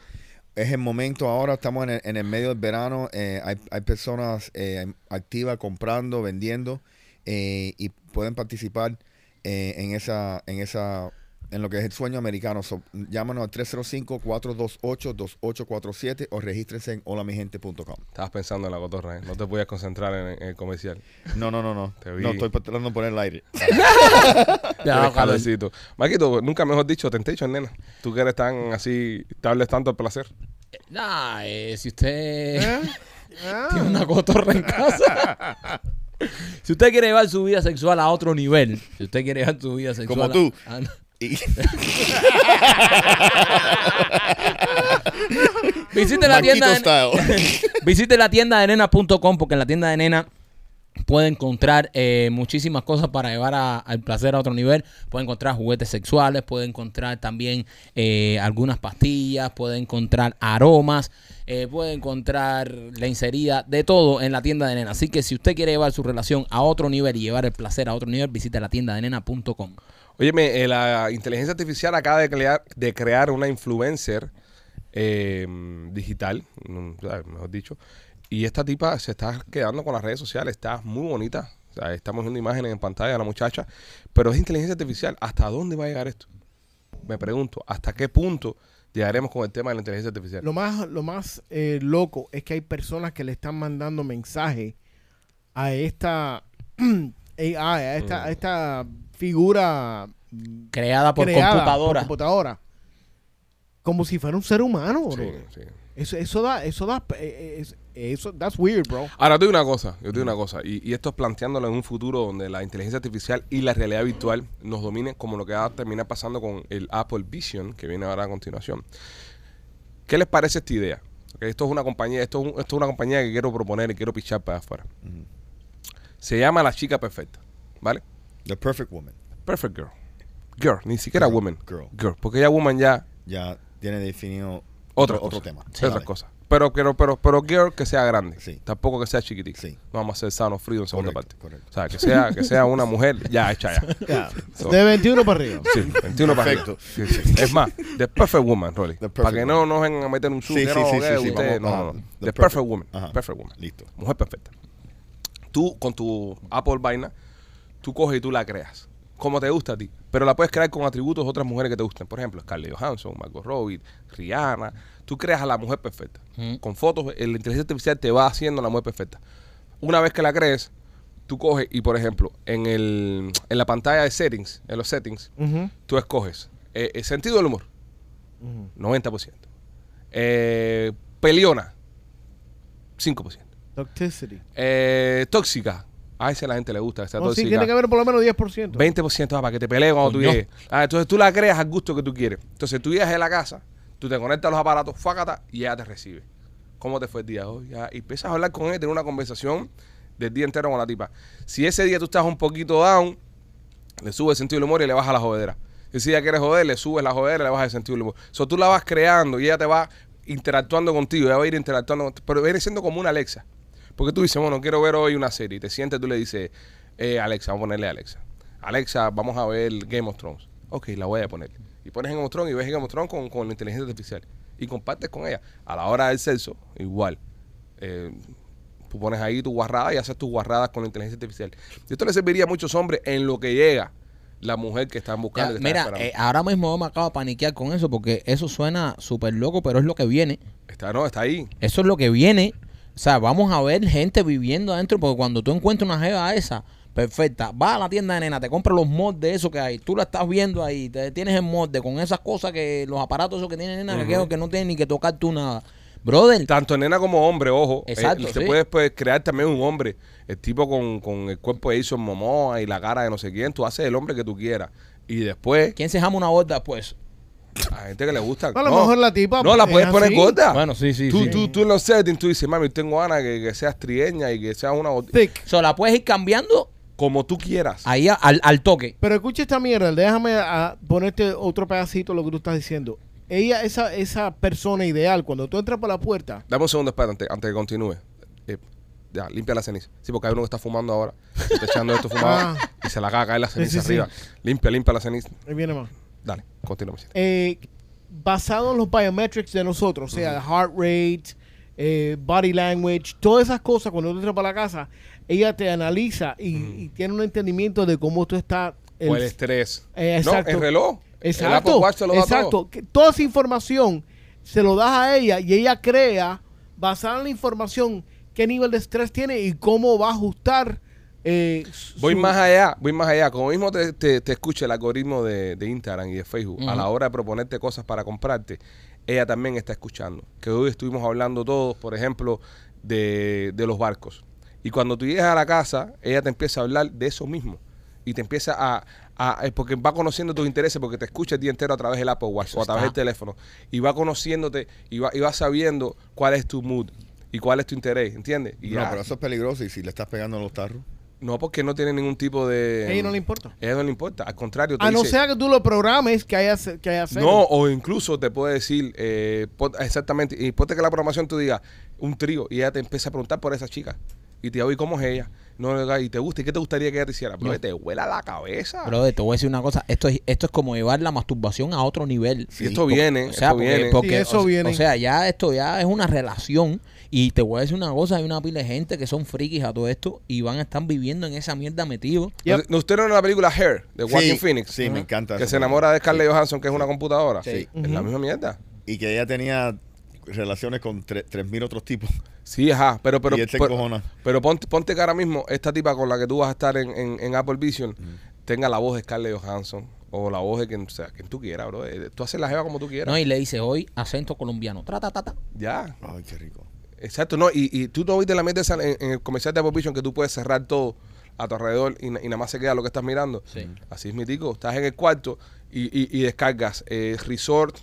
Speaker 5: es el momento ahora, estamos en el, en el medio del verano, eh, hay, hay personas eh, activas comprando, vendiendo eh, y pueden participar eh, en esa en esa en lo que es el sueño americano. So, llámanos al 305-428-2847 o regístrense en holamigente.com.
Speaker 1: Estabas pensando en la cotorra, ¿eh? No te podías concentrar en, en el comercial.
Speaker 5: No, no, no, no.
Speaker 1: Te vi.
Speaker 5: No, estoy tratando de poner el aire. [laughs]
Speaker 1: Tienes calorcito. Marquito, nunca mejor dicho, Temptation, nena. Tú que eres tan así, te hables tanto al placer.
Speaker 3: Nah, eh, si usted [laughs] tiene una cotorra en casa. [laughs] si usted quiere llevar su vida sexual a otro nivel, si usted quiere llevar su vida sexual.
Speaker 5: Como tú.
Speaker 3: a- a-
Speaker 5: Y-
Speaker 3: visite la tienda.
Speaker 5: Marquito
Speaker 3: [laughs] de- [laughs]
Speaker 5: style.
Speaker 3: Visite la tienda de nena.com porque en la tienda de nena puede encontrar eh, muchísimas cosas para llevar a- al placer a otro nivel. Puede encontrar juguetes sexuales, puede encontrar también eh, algunas pastillas, puede encontrar aromas, eh, puede encontrar la inserida, de todo en la tienda de nena. Así que si usted quiere llevar su relación a otro nivel y llevar el placer a otro nivel, visite la tienda de nena.com.
Speaker 1: Óyeme, eh, la inteligencia artificial acaba de crear, de crear una influencer eh, digital, mm, o sea, mejor dicho, y esta tipa se está quedando con las redes sociales, está muy bonita. O sea, estamos viendo imágenes en pantalla de la muchacha, pero es inteligencia artificial. ¿Hasta dónde va a llegar esto? Me pregunto, ¿hasta qué punto llegaremos con el tema de la inteligencia artificial?
Speaker 4: Lo más, lo más eh, loco es que hay personas que le están mandando mensajes a esta [clears throat] AI, a esta, a esta figura mm,
Speaker 3: Creada Ah, por
Speaker 4: creada
Speaker 3: computadora.
Speaker 4: por computadora. Como si fuera un ser humano, bro.
Speaker 1: Sí, sí.
Speaker 4: Eso, eso da, eso da, eh, eh, es- eso, that's weird, bro.
Speaker 1: Ahora, te digo una cosa, yo te digo
Speaker 5: Mm.
Speaker 1: una cosa, y, y esto es planteándolo en un futuro donde la inteligencia artificial y la realidad virtual nos dominen, como lo que va a terminar pasando con el Apple Vision, que viene ahora a continuación. ¿Qué les parece esta idea? Ok, esto es una compañía, esto es, un- esto es una compañía que quiero proponer y quiero pichar para afuera.
Speaker 5: Mm.
Speaker 1: Se llama La Chica Perfecta, ¿vale?
Speaker 5: The Perfect Woman.
Speaker 1: Perfect Girl. Girl, ni siquiera
Speaker 5: Girl,
Speaker 1: woman.
Speaker 5: girl.
Speaker 1: porque ya woman ya
Speaker 5: Ya tiene definido
Speaker 1: otra
Speaker 5: otro,
Speaker 1: cosa,
Speaker 5: otro tema.
Speaker 1: Otra
Speaker 5: Dale.
Speaker 1: cosa. Pero, pero, pero, pero girl que sea grande.
Speaker 5: Sí.
Speaker 1: Tampoco que sea chiquitita.
Speaker 5: Sí.
Speaker 1: No vamos a hacer sano frío en segunda
Speaker 5: Correcto,
Speaker 1: parte.
Speaker 5: correcto.
Speaker 1: O sea, que sea, que sea una mujer ya hecha ya.
Speaker 5: [laughs]
Speaker 1: [laughs] So,
Speaker 4: De 21
Speaker 1: [laughs]
Speaker 4: para arriba.
Speaker 1: Sí, 21 para arriba.
Speaker 5: Perfecto.
Speaker 1: Sí, sí. Es más, The Perfect Woman, Rolly.
Speaker 5: The Perfect
Speaker 1: Para que no nos vengan a meter un
Speaker 5: Sí,
Speaker 1: sur. que
Speaker 5: sí,
Speaker 1: no, que
Speaker 5: sí, sí, sí,
Speaker 1: ustedes-
Speaker 5: vamos,
Speaker 1: no, no, no.
Speaker 5: ajá. The
Speaker 1: The,
Speaker 5: Perfect-
Speaker 1: perfect, Woman.
Speaker 5: ajá.
Speaker 1: Perfect Woman.
Speaker 5: Listo.
Speaker 1: Mujer perfecta. Tú, con tu Apple vaina, tú coges y tú la creas. Como te gusta a ti. Pero la puedes crear con atributos de otras mujeres que te gusten. Por ejemplo, Scarlett Johansson, Margot Robbie, Rihanna. Tú creas a la mujer perfecta. Con fotos, el inteligencia artificial te va haciendo la mujer perfecta. Una vez que la crees, tú coges y, por ejemplo, en, el, en la pantalla de settings, en los settings,
Speaker 4: Ujú.
Speaker 1: tú escoges eh, el sentido del humor, 90%. Eh, peliona, 5%.
Speaker 4: Toxicity.
Speaker 1: Eh, tóxica, a ese la gente le gusta, que sea
Speaker 4: No, Oh, sí,
Speaker 1: tóxica.
Speaker 4: tiene que haber por lo menos 10%.
Speaker 1: 20% ah, para que te pelee cuando tú
Speaker 3: Coño.
Speaker 1: llegues. Ah, entonces tú la creas al gusto que tú quieres. Entonces tú llegas a la casa, tú te conectas a los aparatos, fácata, y ella te recibe. ¿Cómo te fue el día de hoy? Ah, y empiezas a hablar con ella, tener una conversación del día entero con la tipa. Si ese día tú estás un poquito down, le sube el sentido del humor y le baja la jodera. Y si ella quiere joder, le subes la jodera y le bajas el sentido del humor. O sea, tú la vas creando y ella te va interactuando contigo, ella va a ir interactuando contigo, pero viene siendo como una Alexa. Porque tú dices, bueno, quiero ver hoy una serie y te sientes, tú le dices, eh, Alexa, vamos a ponerle Alexa. Alexa, vamos a ver Game of Thrones. Ok, la voy a poner. Y pones Game of Thrones y ves Game of Thrones con, con la inteligencia artificial. Y compartes con ella. A la hora del sexo, igual. Eh, Tú pones ahí tu guarrada y haces tus guarradas con la inteligencia artificial. Y esto le serviría a muchos hombres en lo que llega la mujer que están
Speaker 3: Ya,
Speaker 1: buscando. y que
Speaker 3: mira,
Speaker 1: están
Speaker 3: eh,
Speaker 1: esperando.
Speaker 3: ahora mismo yo me acabo de paniquear con eso porque eso suena súper loco, pero es lo que viene.
Speaker 1: está, no, está ahí.
Speaker 3: Eso es lo que viene. O sea, vamos a ver gente viviendo adentro porque cuando tú encuentras una jeva esa, perfecta, va a la tienda de nena, te compra los mods de eso que hay, tú la estás viendo ahí, te tienes el molde con esas cosas que los aparatos esos que tiene nena que, creo que no tienen ni que tocar tú nada. Brother,
Speaker 1: Tanto nena como hombre, ojo.
Speaker 3: Exacto,
Speaker 1: Eh, se
Speaker 3: sí.
Speaker 1: puede pues, crear también un hombre. El tipo con, con el cuerpo de Jason Momoa y la cara de no sé quién. Tú haces el hombre que tú quieras. Y después,
Speaker 3: ¿quién se jama una gorda después?
Speaker 1: a gente que le gusta.
Speaker 4: A lo mejor la tipa
Speaker 1: No, la
Speaker 4: es
Speaker 1: puedes poner
Speaker 4: así.
Speaker 1: gorda.
Speaker 3: Bueno, sí, sí,
Speaker 1: Tú,
Speaker 3: sí.
Speaker 1: tú, tú en los settings, tú dices, mami, tengo ganas que, que seas trieña y que seas una. gord-
Speaker 4: Thick.
Speaker 3: O sea, la puedes ir cambiando
Speaker 1: Como tú quieras.
Speaker 3: ahí a- al, al toque.
Speaker 4: Pero escucha esta mierda, déjame ah, ponerte otro pedacito de lo que tú estás diciendo. Ella, esa, esa persona ideal, cuando tú entras por la puerta,
Speaker 1: Dame un segundo, espera, antes, antes que continúe. Eh, ya, limpia la ceniza. Sí, porque hay uno que está fumando ahora. Se Está echando esto fumado
Speaker 4: Ah.
Speaker 1: y se la caga caer la
Speaker 4: Sí,
Speaker 1: ceniza
Speaker 4: sí, sí.
Speaker 1: arriba. Limpia, limpia la ceniza.
Speaker 4: ahí viene más.
Speaker 1: Dale, continúa, Machete.
Speaker 4: Eh, basado en los biometrics de nosotros, o sea, heart rate, eh, body language, todas esas cosas, cuando tú entras para la casa, ella te analiza y, y tiene un entendimiento de cómo tú estás. el-
Speaker 1: o el estrés.
Speaker 4: Eh, exacto.
Speaker 1: No, el reloj. El Apple
Speaker 4: Exacto.
Speaker 1: Watch se lo da
Speaker 4: exacto.
Speaker 1: todo.
Speaker 4: Que toda esa información se lo das a ella y ella crea, basada en la información, qué nivel de estrés tiene y cómo va a ajustar. eh, su-
Speaker 1: Voy más allá, voy más allá. Como mismo te, te, te escucha el algoritmo de, de Instagram y de Facebook, a la hora de proponerte cosas para comprarte, ella también está escuchando. Que hoy estuvimos hablando todos, por ejemplo, de, de los barcos. Y cuando tú llegas a la casa, ella te empieza a hablar de eso mismo. Y te empieza a, a- eh, Porque va conociendo tus intereses, porque te escucha el día entero a través del Apple Watch o a través del teléfono. Y va conociéndote y va, y va sabiendo cuál es tu mood y cuál es tu interés, ¿entiendes? Y
Speaker 5: No,
Speaker 1: ya-
Speaker 5: pero eso es peligroso y si le estás pegando a los tarros.
Speaker 1: no, porque no tiene ningún tipo de.
Speaker 4: A ella no le importa.
Speaker 1: A ella no le importa. Al contrario, te
Speaker 4: A no
Speaker 1: dice-
Speaker 4: ser que tú lo programes que haya, que haya cero.
Speaker 1: No, o incluso te puede decir eh, pon- exactamente. Y ponte que la programación tú digas un trío y ella te empieza a preguntar por esa chica. Y te digo, ¿y cómo es ella? No, y te gusta. ¿Y qué te gustaría que ella te hiciera? Pero te huela la cabeza.
Speaker 3: Bro, te voy a decir una cosa. Esto es, esto es como llevar la masturbación a otro nivel.
Speaker 1: Sí, esto viene,
Speaker 3: O sea,
Speaker 1: esto
Speaker 3: porque,
Speaker 1: viene.
Speaker 3: porque-
Speaker 4: Sí, eso
Speaker 3: o,
Speaker 4: viene.
Speaker 3: o sea, ya esto ya es una relación. Y te voy a decir una cosa, hay una pila de gente que son frikis a todo esto y van a estar viviendo en esa mierda metidos.
Speaker 1: ¿No-
Speaker 4: Yep.
Speaker 1: no- ¿Usted no vio la película Hair de
Speaker 5: Sí,
Speaker 1: Joaquin Phoenix?
Speaker 5: sí, me encanta
Speaker 1: Que
Speaker 5: esa
Speaker 1: se enamora de Scarlett
Speaker 5: película.
Speaker 1: Johansson, que es una computadora.
Speaker 5: Sí.
Speaker 1: Es la misma mierda.
Speaker 5: Y que ella tenía relaciones con tre- 3.000 otros tipos.
Speaker 1: Sí, ajá, pero pero
Speaker 5: Y él se
Speaker 1: pero,
Speaker 5: encojona.
Speaker 1: pero ponte, ponte que ahora mismo esta tipa con la que tú vas a estar en, en, en Apple Vision tenga la voz de Scarlett Johansson o la voz de quien, o sea, quien tú quieras, bro. Eh, Tú haces la jeva como tú quieras.
Speaker 3: No, y le dice hoy acento colombiano. Tra, ta, ta, ta.
Speaker 1: Ya,
Speaker 5: Ay, qué rico.
Speaker 1: exacto, no. Y, y tú no viste la mierda esa en, en el comercial de Apple Vision que tú puedes cerrar todo a tu alrededor y, na- y nada más se queda lo que estás mirando.
Speaker 3: Sí.
Speaker 1: Así es, mi tico. Estás en el cuarto y, y- y descargas eh, Resort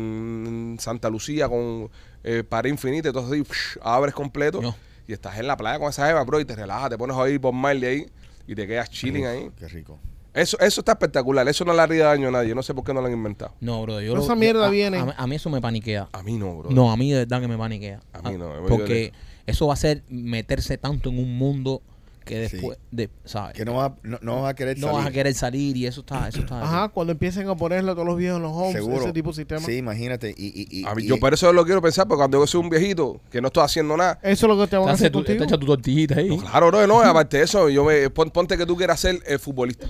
Speaker 1: en Santa Lucía con eh, pared infinita. Entonces ahí, psh, abres completo
Speaker 3: No.
Speaker 1: y estás en la playa con esa jeva, bro, y te relajas, te pones a oír Bob Marley ahí y te quedas chilling ahí.
Speaker 5: Qué rico.
Speaker 1: Eso, eso está espectacular. Eso no le haría daño a nadie. No sé por qué no lo han inventado.
Speaker 3: No, bro, yo
Speaker 4: Pero
Speaker 3: lo-
Speaker 4: esa mierda
Speaker 3: yo- a-
Speaker 4: viene.
Speaker 3: A, mí- a mí eso me paniquea.
Speaker 1: A mí no, bro.
Speaker 3: No, a mí de verdad que me paniquea.
Speaker 1: A mí no,
Speaker 3: Ah,
Speaker 1: yo- yo
Speaker 3: Porque eso va a ser meterse tanto en un mundo que
Speaker 5: Sí.
Speaker 3: después de, ¿sabes?
Speaker 5: Que no vas, a- no, no vas a querer
Speaker 3: No
Speaker 5: salir.
Speaker 3: vas a querer salir y eso está, eso está.
Speaker 4: Ajá, cuando empiecen a ponerle a todos los viejos en los homes,
Speaker 5: Seguro.
Speaker 4: ese tipo de sistema.
Speaker 5: Sí, imagínate. Y, y, y,
Speaker 1: A mí-
Speaker 5: y-
Speaker 1: yo por eso lo quiero pensar, porque cuando yo soy un viejito que no estoy haciendo nada.
Speaker 4: Eso es lo que te van a
Speaker 3: Te
Speaker 4: hacer
Speaker 3: tu,
Speaker 4: contigo.
Speaker 3: te echa tu tortillita ahí.
Speaker 1: Claro, no,
Speaker 5: [laughs]
Speaker 1: no. Aparte de eso, yo me, pon- ponte que tú quieras ser eh, futbolista.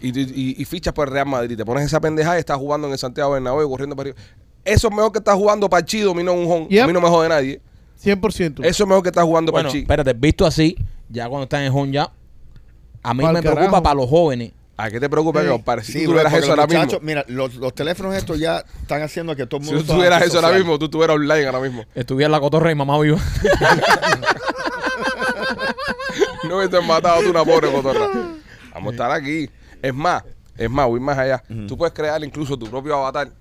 Speaker 1: Y, tú- y- y fichas por el Real Madrid. Te pones esa pendeja y estás jugando en el Santiago Bernabéu y corriendo para arriba. Eso es mejor que estás jugando parchido, a mí no un home.
Speaker 4: Yep.
Speaker 1: A mí no me jode nadie.
Speaker 4: 100%.
Speaker 1: Eso es mejor que estás jugando
Speaker 3: Bueno,
Speaker 1: parchido.
Speaker 3: espérate, visto así, ya cuando están en home ya, a mí
Speaker 4: Pa'l
Speaker 3: me
Speaker 4: carajo.
Speaker 3: preocupa para los jóvenes.
Speaker 1: ¿A Ah, qué te preocupa,
Speaker 4: Sí.
Speaker 1: que compadre? Si
Speaker 5: Sí,
Speaker 1: tú
Speaker 5: bro,
Speaker 1: tuvieras
Speaker 5: porque
Speaker 1: eso
Speaker 5: los
Speaker 1: ahora
Speaker 5: muchachos-
Speaker 1: mismo.
Speaker 5: Mira, los, los teléfonos estos ya están haciendo que todo el
Speaker 1: Si
Speaker 5: mundo.
Speaker 1: tú
Speaker 5: sea
Speaker 1: tuvieras eso ahora
Speaker 5: antisocial.
Speaker 1: mismo, tú estuvieras online ahora
Speaker 5: [laughs]
Speaker 1: mismo.
Speaker 3: Estuviera la cotorra y mamá
Speaker 4: [laughs]
Speaker 3: viva.
Speaker 1: No me has matado tú una pobre
Speaker 5: [laughs]
Speaker 1: cotorra. Vamos a estar aquí. Es más, es más, voy más allá. Tú puedes crear incluso tu propio avatar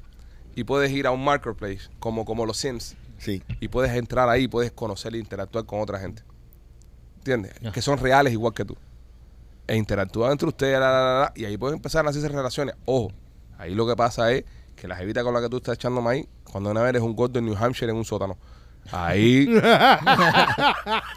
Speaker 1: y puedes ir a un marketplace como, como los Sims
Speaker 5: Sí.
Speaker 1: y puedes entrar ahí, puedes conocer e interactuar con otra gente. ¿Entiendes? Que son reales igual que tú. E interactúan entre ustedes la, la, la, la, y ahí pueden empezar a hacerse relaciones. Ojo, ahí lo que pasa es que la jevita con la que tú estás echando maíz, cuando una vez eres un gordo en New Hampshire en un sótano.
Speaker 3: [laughs]
Speaker 1: Ahí,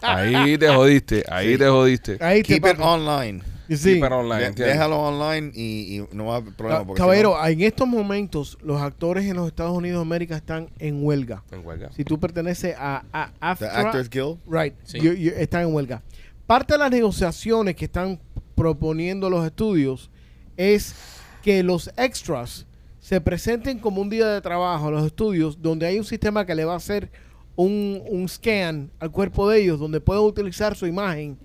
Speaker 1: ahí te jodiste, ahí te jodiste.
Speaker 4: Ahí te
Speaker 5: Keep it
Speaker 4: papi.
Speaker 5: online.
Speaker 4: Sí.
Speaker 1: Keep it online,
Speaker 5: De-
Speaker 1: ¿entiendes?
Speaker 5: déjalo online y, y no va a haber problema.
Speaker 4: Ca-
Speaker 5: porque si
Speaker 4: Caballero,
Speaker 5: no-
Speaker 4: en estos momentos los actores en los Estados Unidos de América están en huelga.
Speaker 1: En huelga.
Speaker 4: Si tú perteneces a, a
Speaker 5: The
Speaker 4: AFTRA,
Speaker 5: Actors Guild.
Speaker 4: right,
Speaker 3: Sí.
Speaker 4: you- you- están en huelga. Parte de las negociaciones que están proponiendo los estudios es que los extras se presenten como un día de trabajo a los estudios donde hay un sistema que le va a hacer un, un scan al cuerpo de ellos donde pueden utilizar su imagen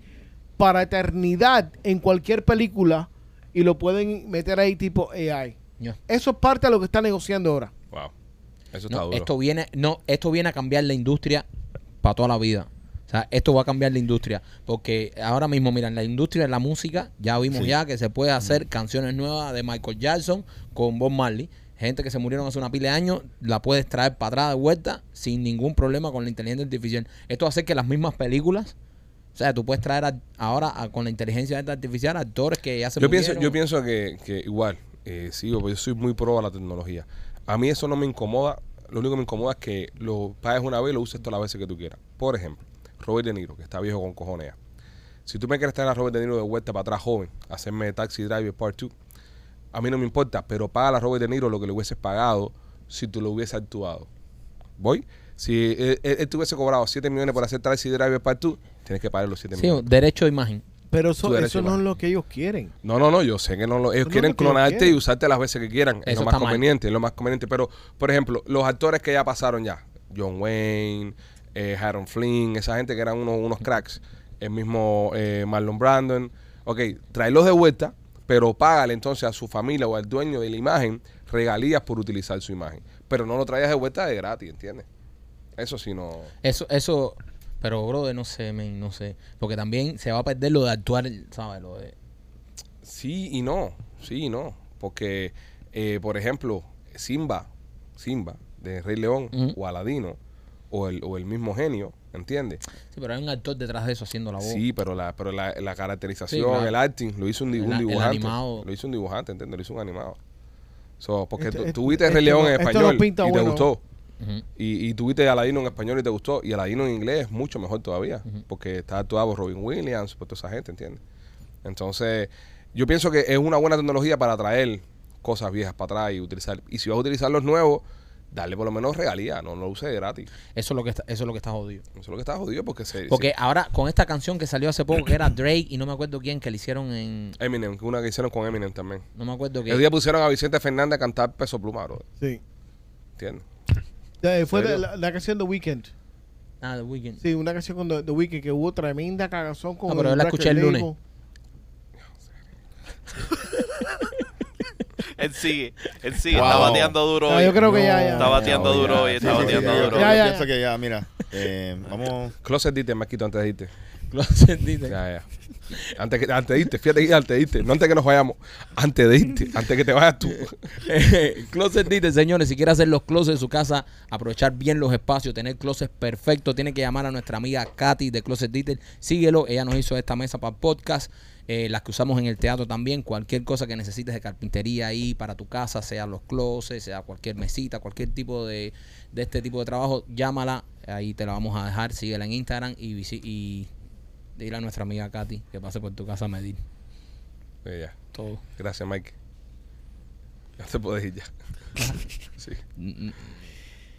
Speaker 4: para eternidad en cualquier película y lo pueden meter ahí tipo AI.
Speaker 3: Ya.
Speaker 4: Eso es parte de lo que está negociando ahora.
Speaker 1: Wow. Eso está
Speaker 3: No,
Speaker 1: duro.
Speaker 3: esto viene, no, esto viene a cambiar la industria para toda la vida. O sea, esto va a cambiar la industria. Porque ahora mismo, mira, en la industria de la música, ya vimos
Speaker 5: Sí.
Speaker 3: ya que se puede
Speaker 1: Mm.
Speaker 3: hacer canciones nuevas de Michael Jackson con Bob Marley. Gente que se murieron hace una pila de años, la puedes traer para atrás de vuelta sin ningún problema con la inteligencia artificial. Esto va a hacer que las mismas películas, o sea, tú puedes traer a- ahora a- con la inteligencia artificial actores que ya se
Speaker 1: yo pienso,
Speaker 3: murieron.
Speaker 1: yo pienso que, que igual, eh, sí, porque yo soy muy pro a la tecnología. A mí eso no me incomoda. Lo único que me incomoda es que lo pagues una vez y lo uses todas las veces que tú quieras. Por ejemplo, Robert De Niro, que está viejo con cojonea. Si tú me quieres traer a Robert De Niro de vuelta para atrás joven, hacerme Taxi Driver Part 2, a mí no me importa, pero paga a Robert De Niro lo que le hubieses pagado si tú lo hubiese actuado. ¿Voy? Si él, él- él te hubiese cobrado 7 millones por hacer Taxi Driver Part 2, tienes que pagar los 7
Speaker 3: Sí,
Speaker 1: millones.
Speaker 3: derecho de imagen.
Speaker 4: Pero
Speaker 1: Tú
Speaker 4: eso,
Speaker 1: eres
Speaker 4: eso no
Speaker 1: igual.
Speaker 4: es lo que ellos quieren.
Speaker 1: No, no, no, yo sé que no lo, ellos
Speaker 4: No,
Speaker 1: quieren
Speaker 4: no, que lo
Speaker 1: clonarte
Speaker 4: quieren.
Speaker 1: y usarte las veces que quieran. es
Speaker 3: Eso
Speaker 1: lo más
Speaker 3: está mal.
Speaker 1: conveniente, es lo más conveniente. Pero, por ejemplo, los actores que ya pasaron ya, John Wayne, eh, Harold Flynn, esa gente que eran unos, unos cracks, el mismo eh, Marlon Brandon, ok, tráelos de vuelta, pero págale entonces a su familia o al dueño de la imagen regalías por utilizar su imagen. Pero no lo traigas de vuelta de gratis, ¿entiendes? Eso sí no...
Speaker 3: Eso, eso, pero brother, no sé, men, no sé. Porque también se va a perder lo de actuar, ¿sabes? Lo de...
Speaker 1: Sí y no, sí y no. Porque, eh, por ejemplo, Simba, Simba, de Rey León,
Speaker 3: Ujú.
Speaker 1: o Aladino, o el, o el mismo genio, ¿entiendes?
Speaker 3: Sí, pero hay un actor detrás de eso haciendo la voz.
Speaker 1: Sí, pero la, pero la, la caracterización,
Speaker 3: Sí, claro.
Speaker 1: el acting, lo hizo un, di- un
Speaker 3: El a- el
Speaker 1: dibujante.
Speaker 3: animado.
Speaker 1: Lo hizo un dibujante, ¿entiendes? Lo hizo un animado. So, porque
Speaker 4: Este-
Speaker 1: tú,
Speaker 4: este-
Speaker 1: tú viste
Speaker 4: esto
Speaker 1: Rey León
Speaker 4: no-
Speaker 1: en
Speaker 4: esto no
Speaker 1: español y
Speaker 4: pinta
Speaker 1: te
Speaker 4: bueno.
Speaker 1: gustó.
Speaker 3: Ujú.
Speaker 1: Y, y tú viste Aladino en español y te gustó. Y Aladino en inglés es mucho mejor todavía. Porque está actuado por Robin Williams, por toda esa gente, ¿entiendes? Entonces, yo pienso que es una buena tecnología para traer cosas viejas para atrás y utilizar. Y si vas a utilizar los nuevos, dale por lo menos regalía, no lo uses gratis.
Speaker 3: Eso es lo que está, eso es lo que está jodido.
Speaker 1: Eso es lo que está jodido porque se.
Speaker 3: Porque ahora, con esta canción que salió hace poco, que era Drake y no me acuerdo quién, que le hicieron en.
Speaker 1: se- Eminem, una que hicieron con Eminem también.
Speaker 3: No me acuerdo qué.
Speaker 1: El día pusieron a Vicente Fernández a cantar peso pluma, bro.
Speaker 4: Sí.
Speaker 1: ¿Entiendes?
Speaker 4: Eh, fue de
Speaker 1: ¿Serio?
Speaker 4: la, la canción The Weeknd.
Speaker 3: Ah, The Weeknd.
Speaker 4: Sí, una canción con The, The Weeknd que hubo tremenda cagazón con
Speaker 3: Ah, pero
Speaker 4: el
Speaker 3: yo la
Speaker 4: record
Speaker 3: escuché el lunes.
Speaker 4: label.
Speaker 6: Él sigue, él sigue. Está
Speaker 5: Wow.
Speaker 6: bateando duro
Speaker 4: No,
Speaker 6: hoy.
Speaker 4: yo creo que ya, ya.
Speaker 6: Está bateando
Speaker 5: Ya,
Speaker 6: duro
Speaker 5: ya,
Speaker 6: hoy,
Speaker 5: sí,
Speaker 6: está
Speaker 5: sí, sí,
Speaker 6: bateando
Speaker 5: ya, yo
Speaker 6: duro.
Speaker 5: creo-
Speaker 4: Ya,
Speaker 5: yo
Speaker 4: ya,
Speaker 5: pienso
Speaker 4: ya.
Speaker 5: que ya, mira. eh, vamos.
Speaker 1: Closet dite, Marquito, antes de irte.
Speaker 3: [laughs] Closet dice.
Speaker 1: Ya, ya. Antes, que, antes de irte, fíjate que antes de irte, no antes que nos vayamos, antes de irte, antes que te vayas [laughs] tú.
Speaker 3: [laughs] closet dice, señores, si quiere hacer los closets de su casa, aprovechar bien los espacios, tener closets perfectos, tiene que llamar a nuestra amiga Katy de Closet Detail. Síguelo, ella nos hizo esta mesa para el podcast, eh, las que usamos en el teatro también, cualquier cosa que necesites de carpintería ahí para tu casa, sea los closets, sea cualquier mesita, cualquier tipo de, de este tipo de trabajo, llámala, ahí te la vamos a dejar, síguela en Instagram y, visi- y dile a nuestra amiga Katy que pase por tu casa a medir
Speaker 1: Eh, ya.
Speaker 3: todo.
Speaker 1: Gracias, Mike. Ya te puedes ir [laughs] ya. Sí.
Speaker 3: Mm, mm,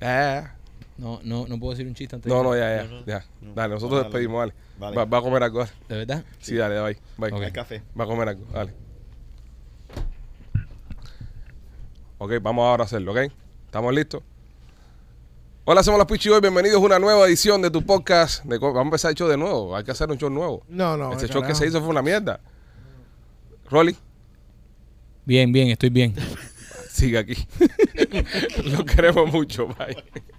Speaker 1: Ah.
Speaker 3: No, no, no puedo decir un chiste antes. de-
Speaker 1: No, no, ya, ya. ya. Dale, nosotros
Speaker 5: Dale.
Speaker 1: despedimos, dale.
Speaker 5: Vale.
Speaker 1: Va, va a comer algo, dale.
Speaker 3: ¿De verdad?
Speaker 1: Sí, dale, bye. bye.
Speaker 3: Ok.
Speaker 5: Al café.
Speaker 1: Va a comer algo, dale. Ok, vamos ahora a hacerlo, ¿ok? ¿Estamos listos? Hola, somos los Pichi Boys. Bienvenidos a una nueva edición de tu podcast. De co- vamos a empezar el show de nuevo. Hay que hacer un show nuevo.
Speaker 4: No, no.
Speaker 1: este
Speaker 4: carajo.
Speaker 1: show que se hizo fue una mierda. Rolly,
Speaker 3: Bien, bien, estoy bien.
Speaker 1: [laughs] sigue aquí. Lo queremos mucho, bye.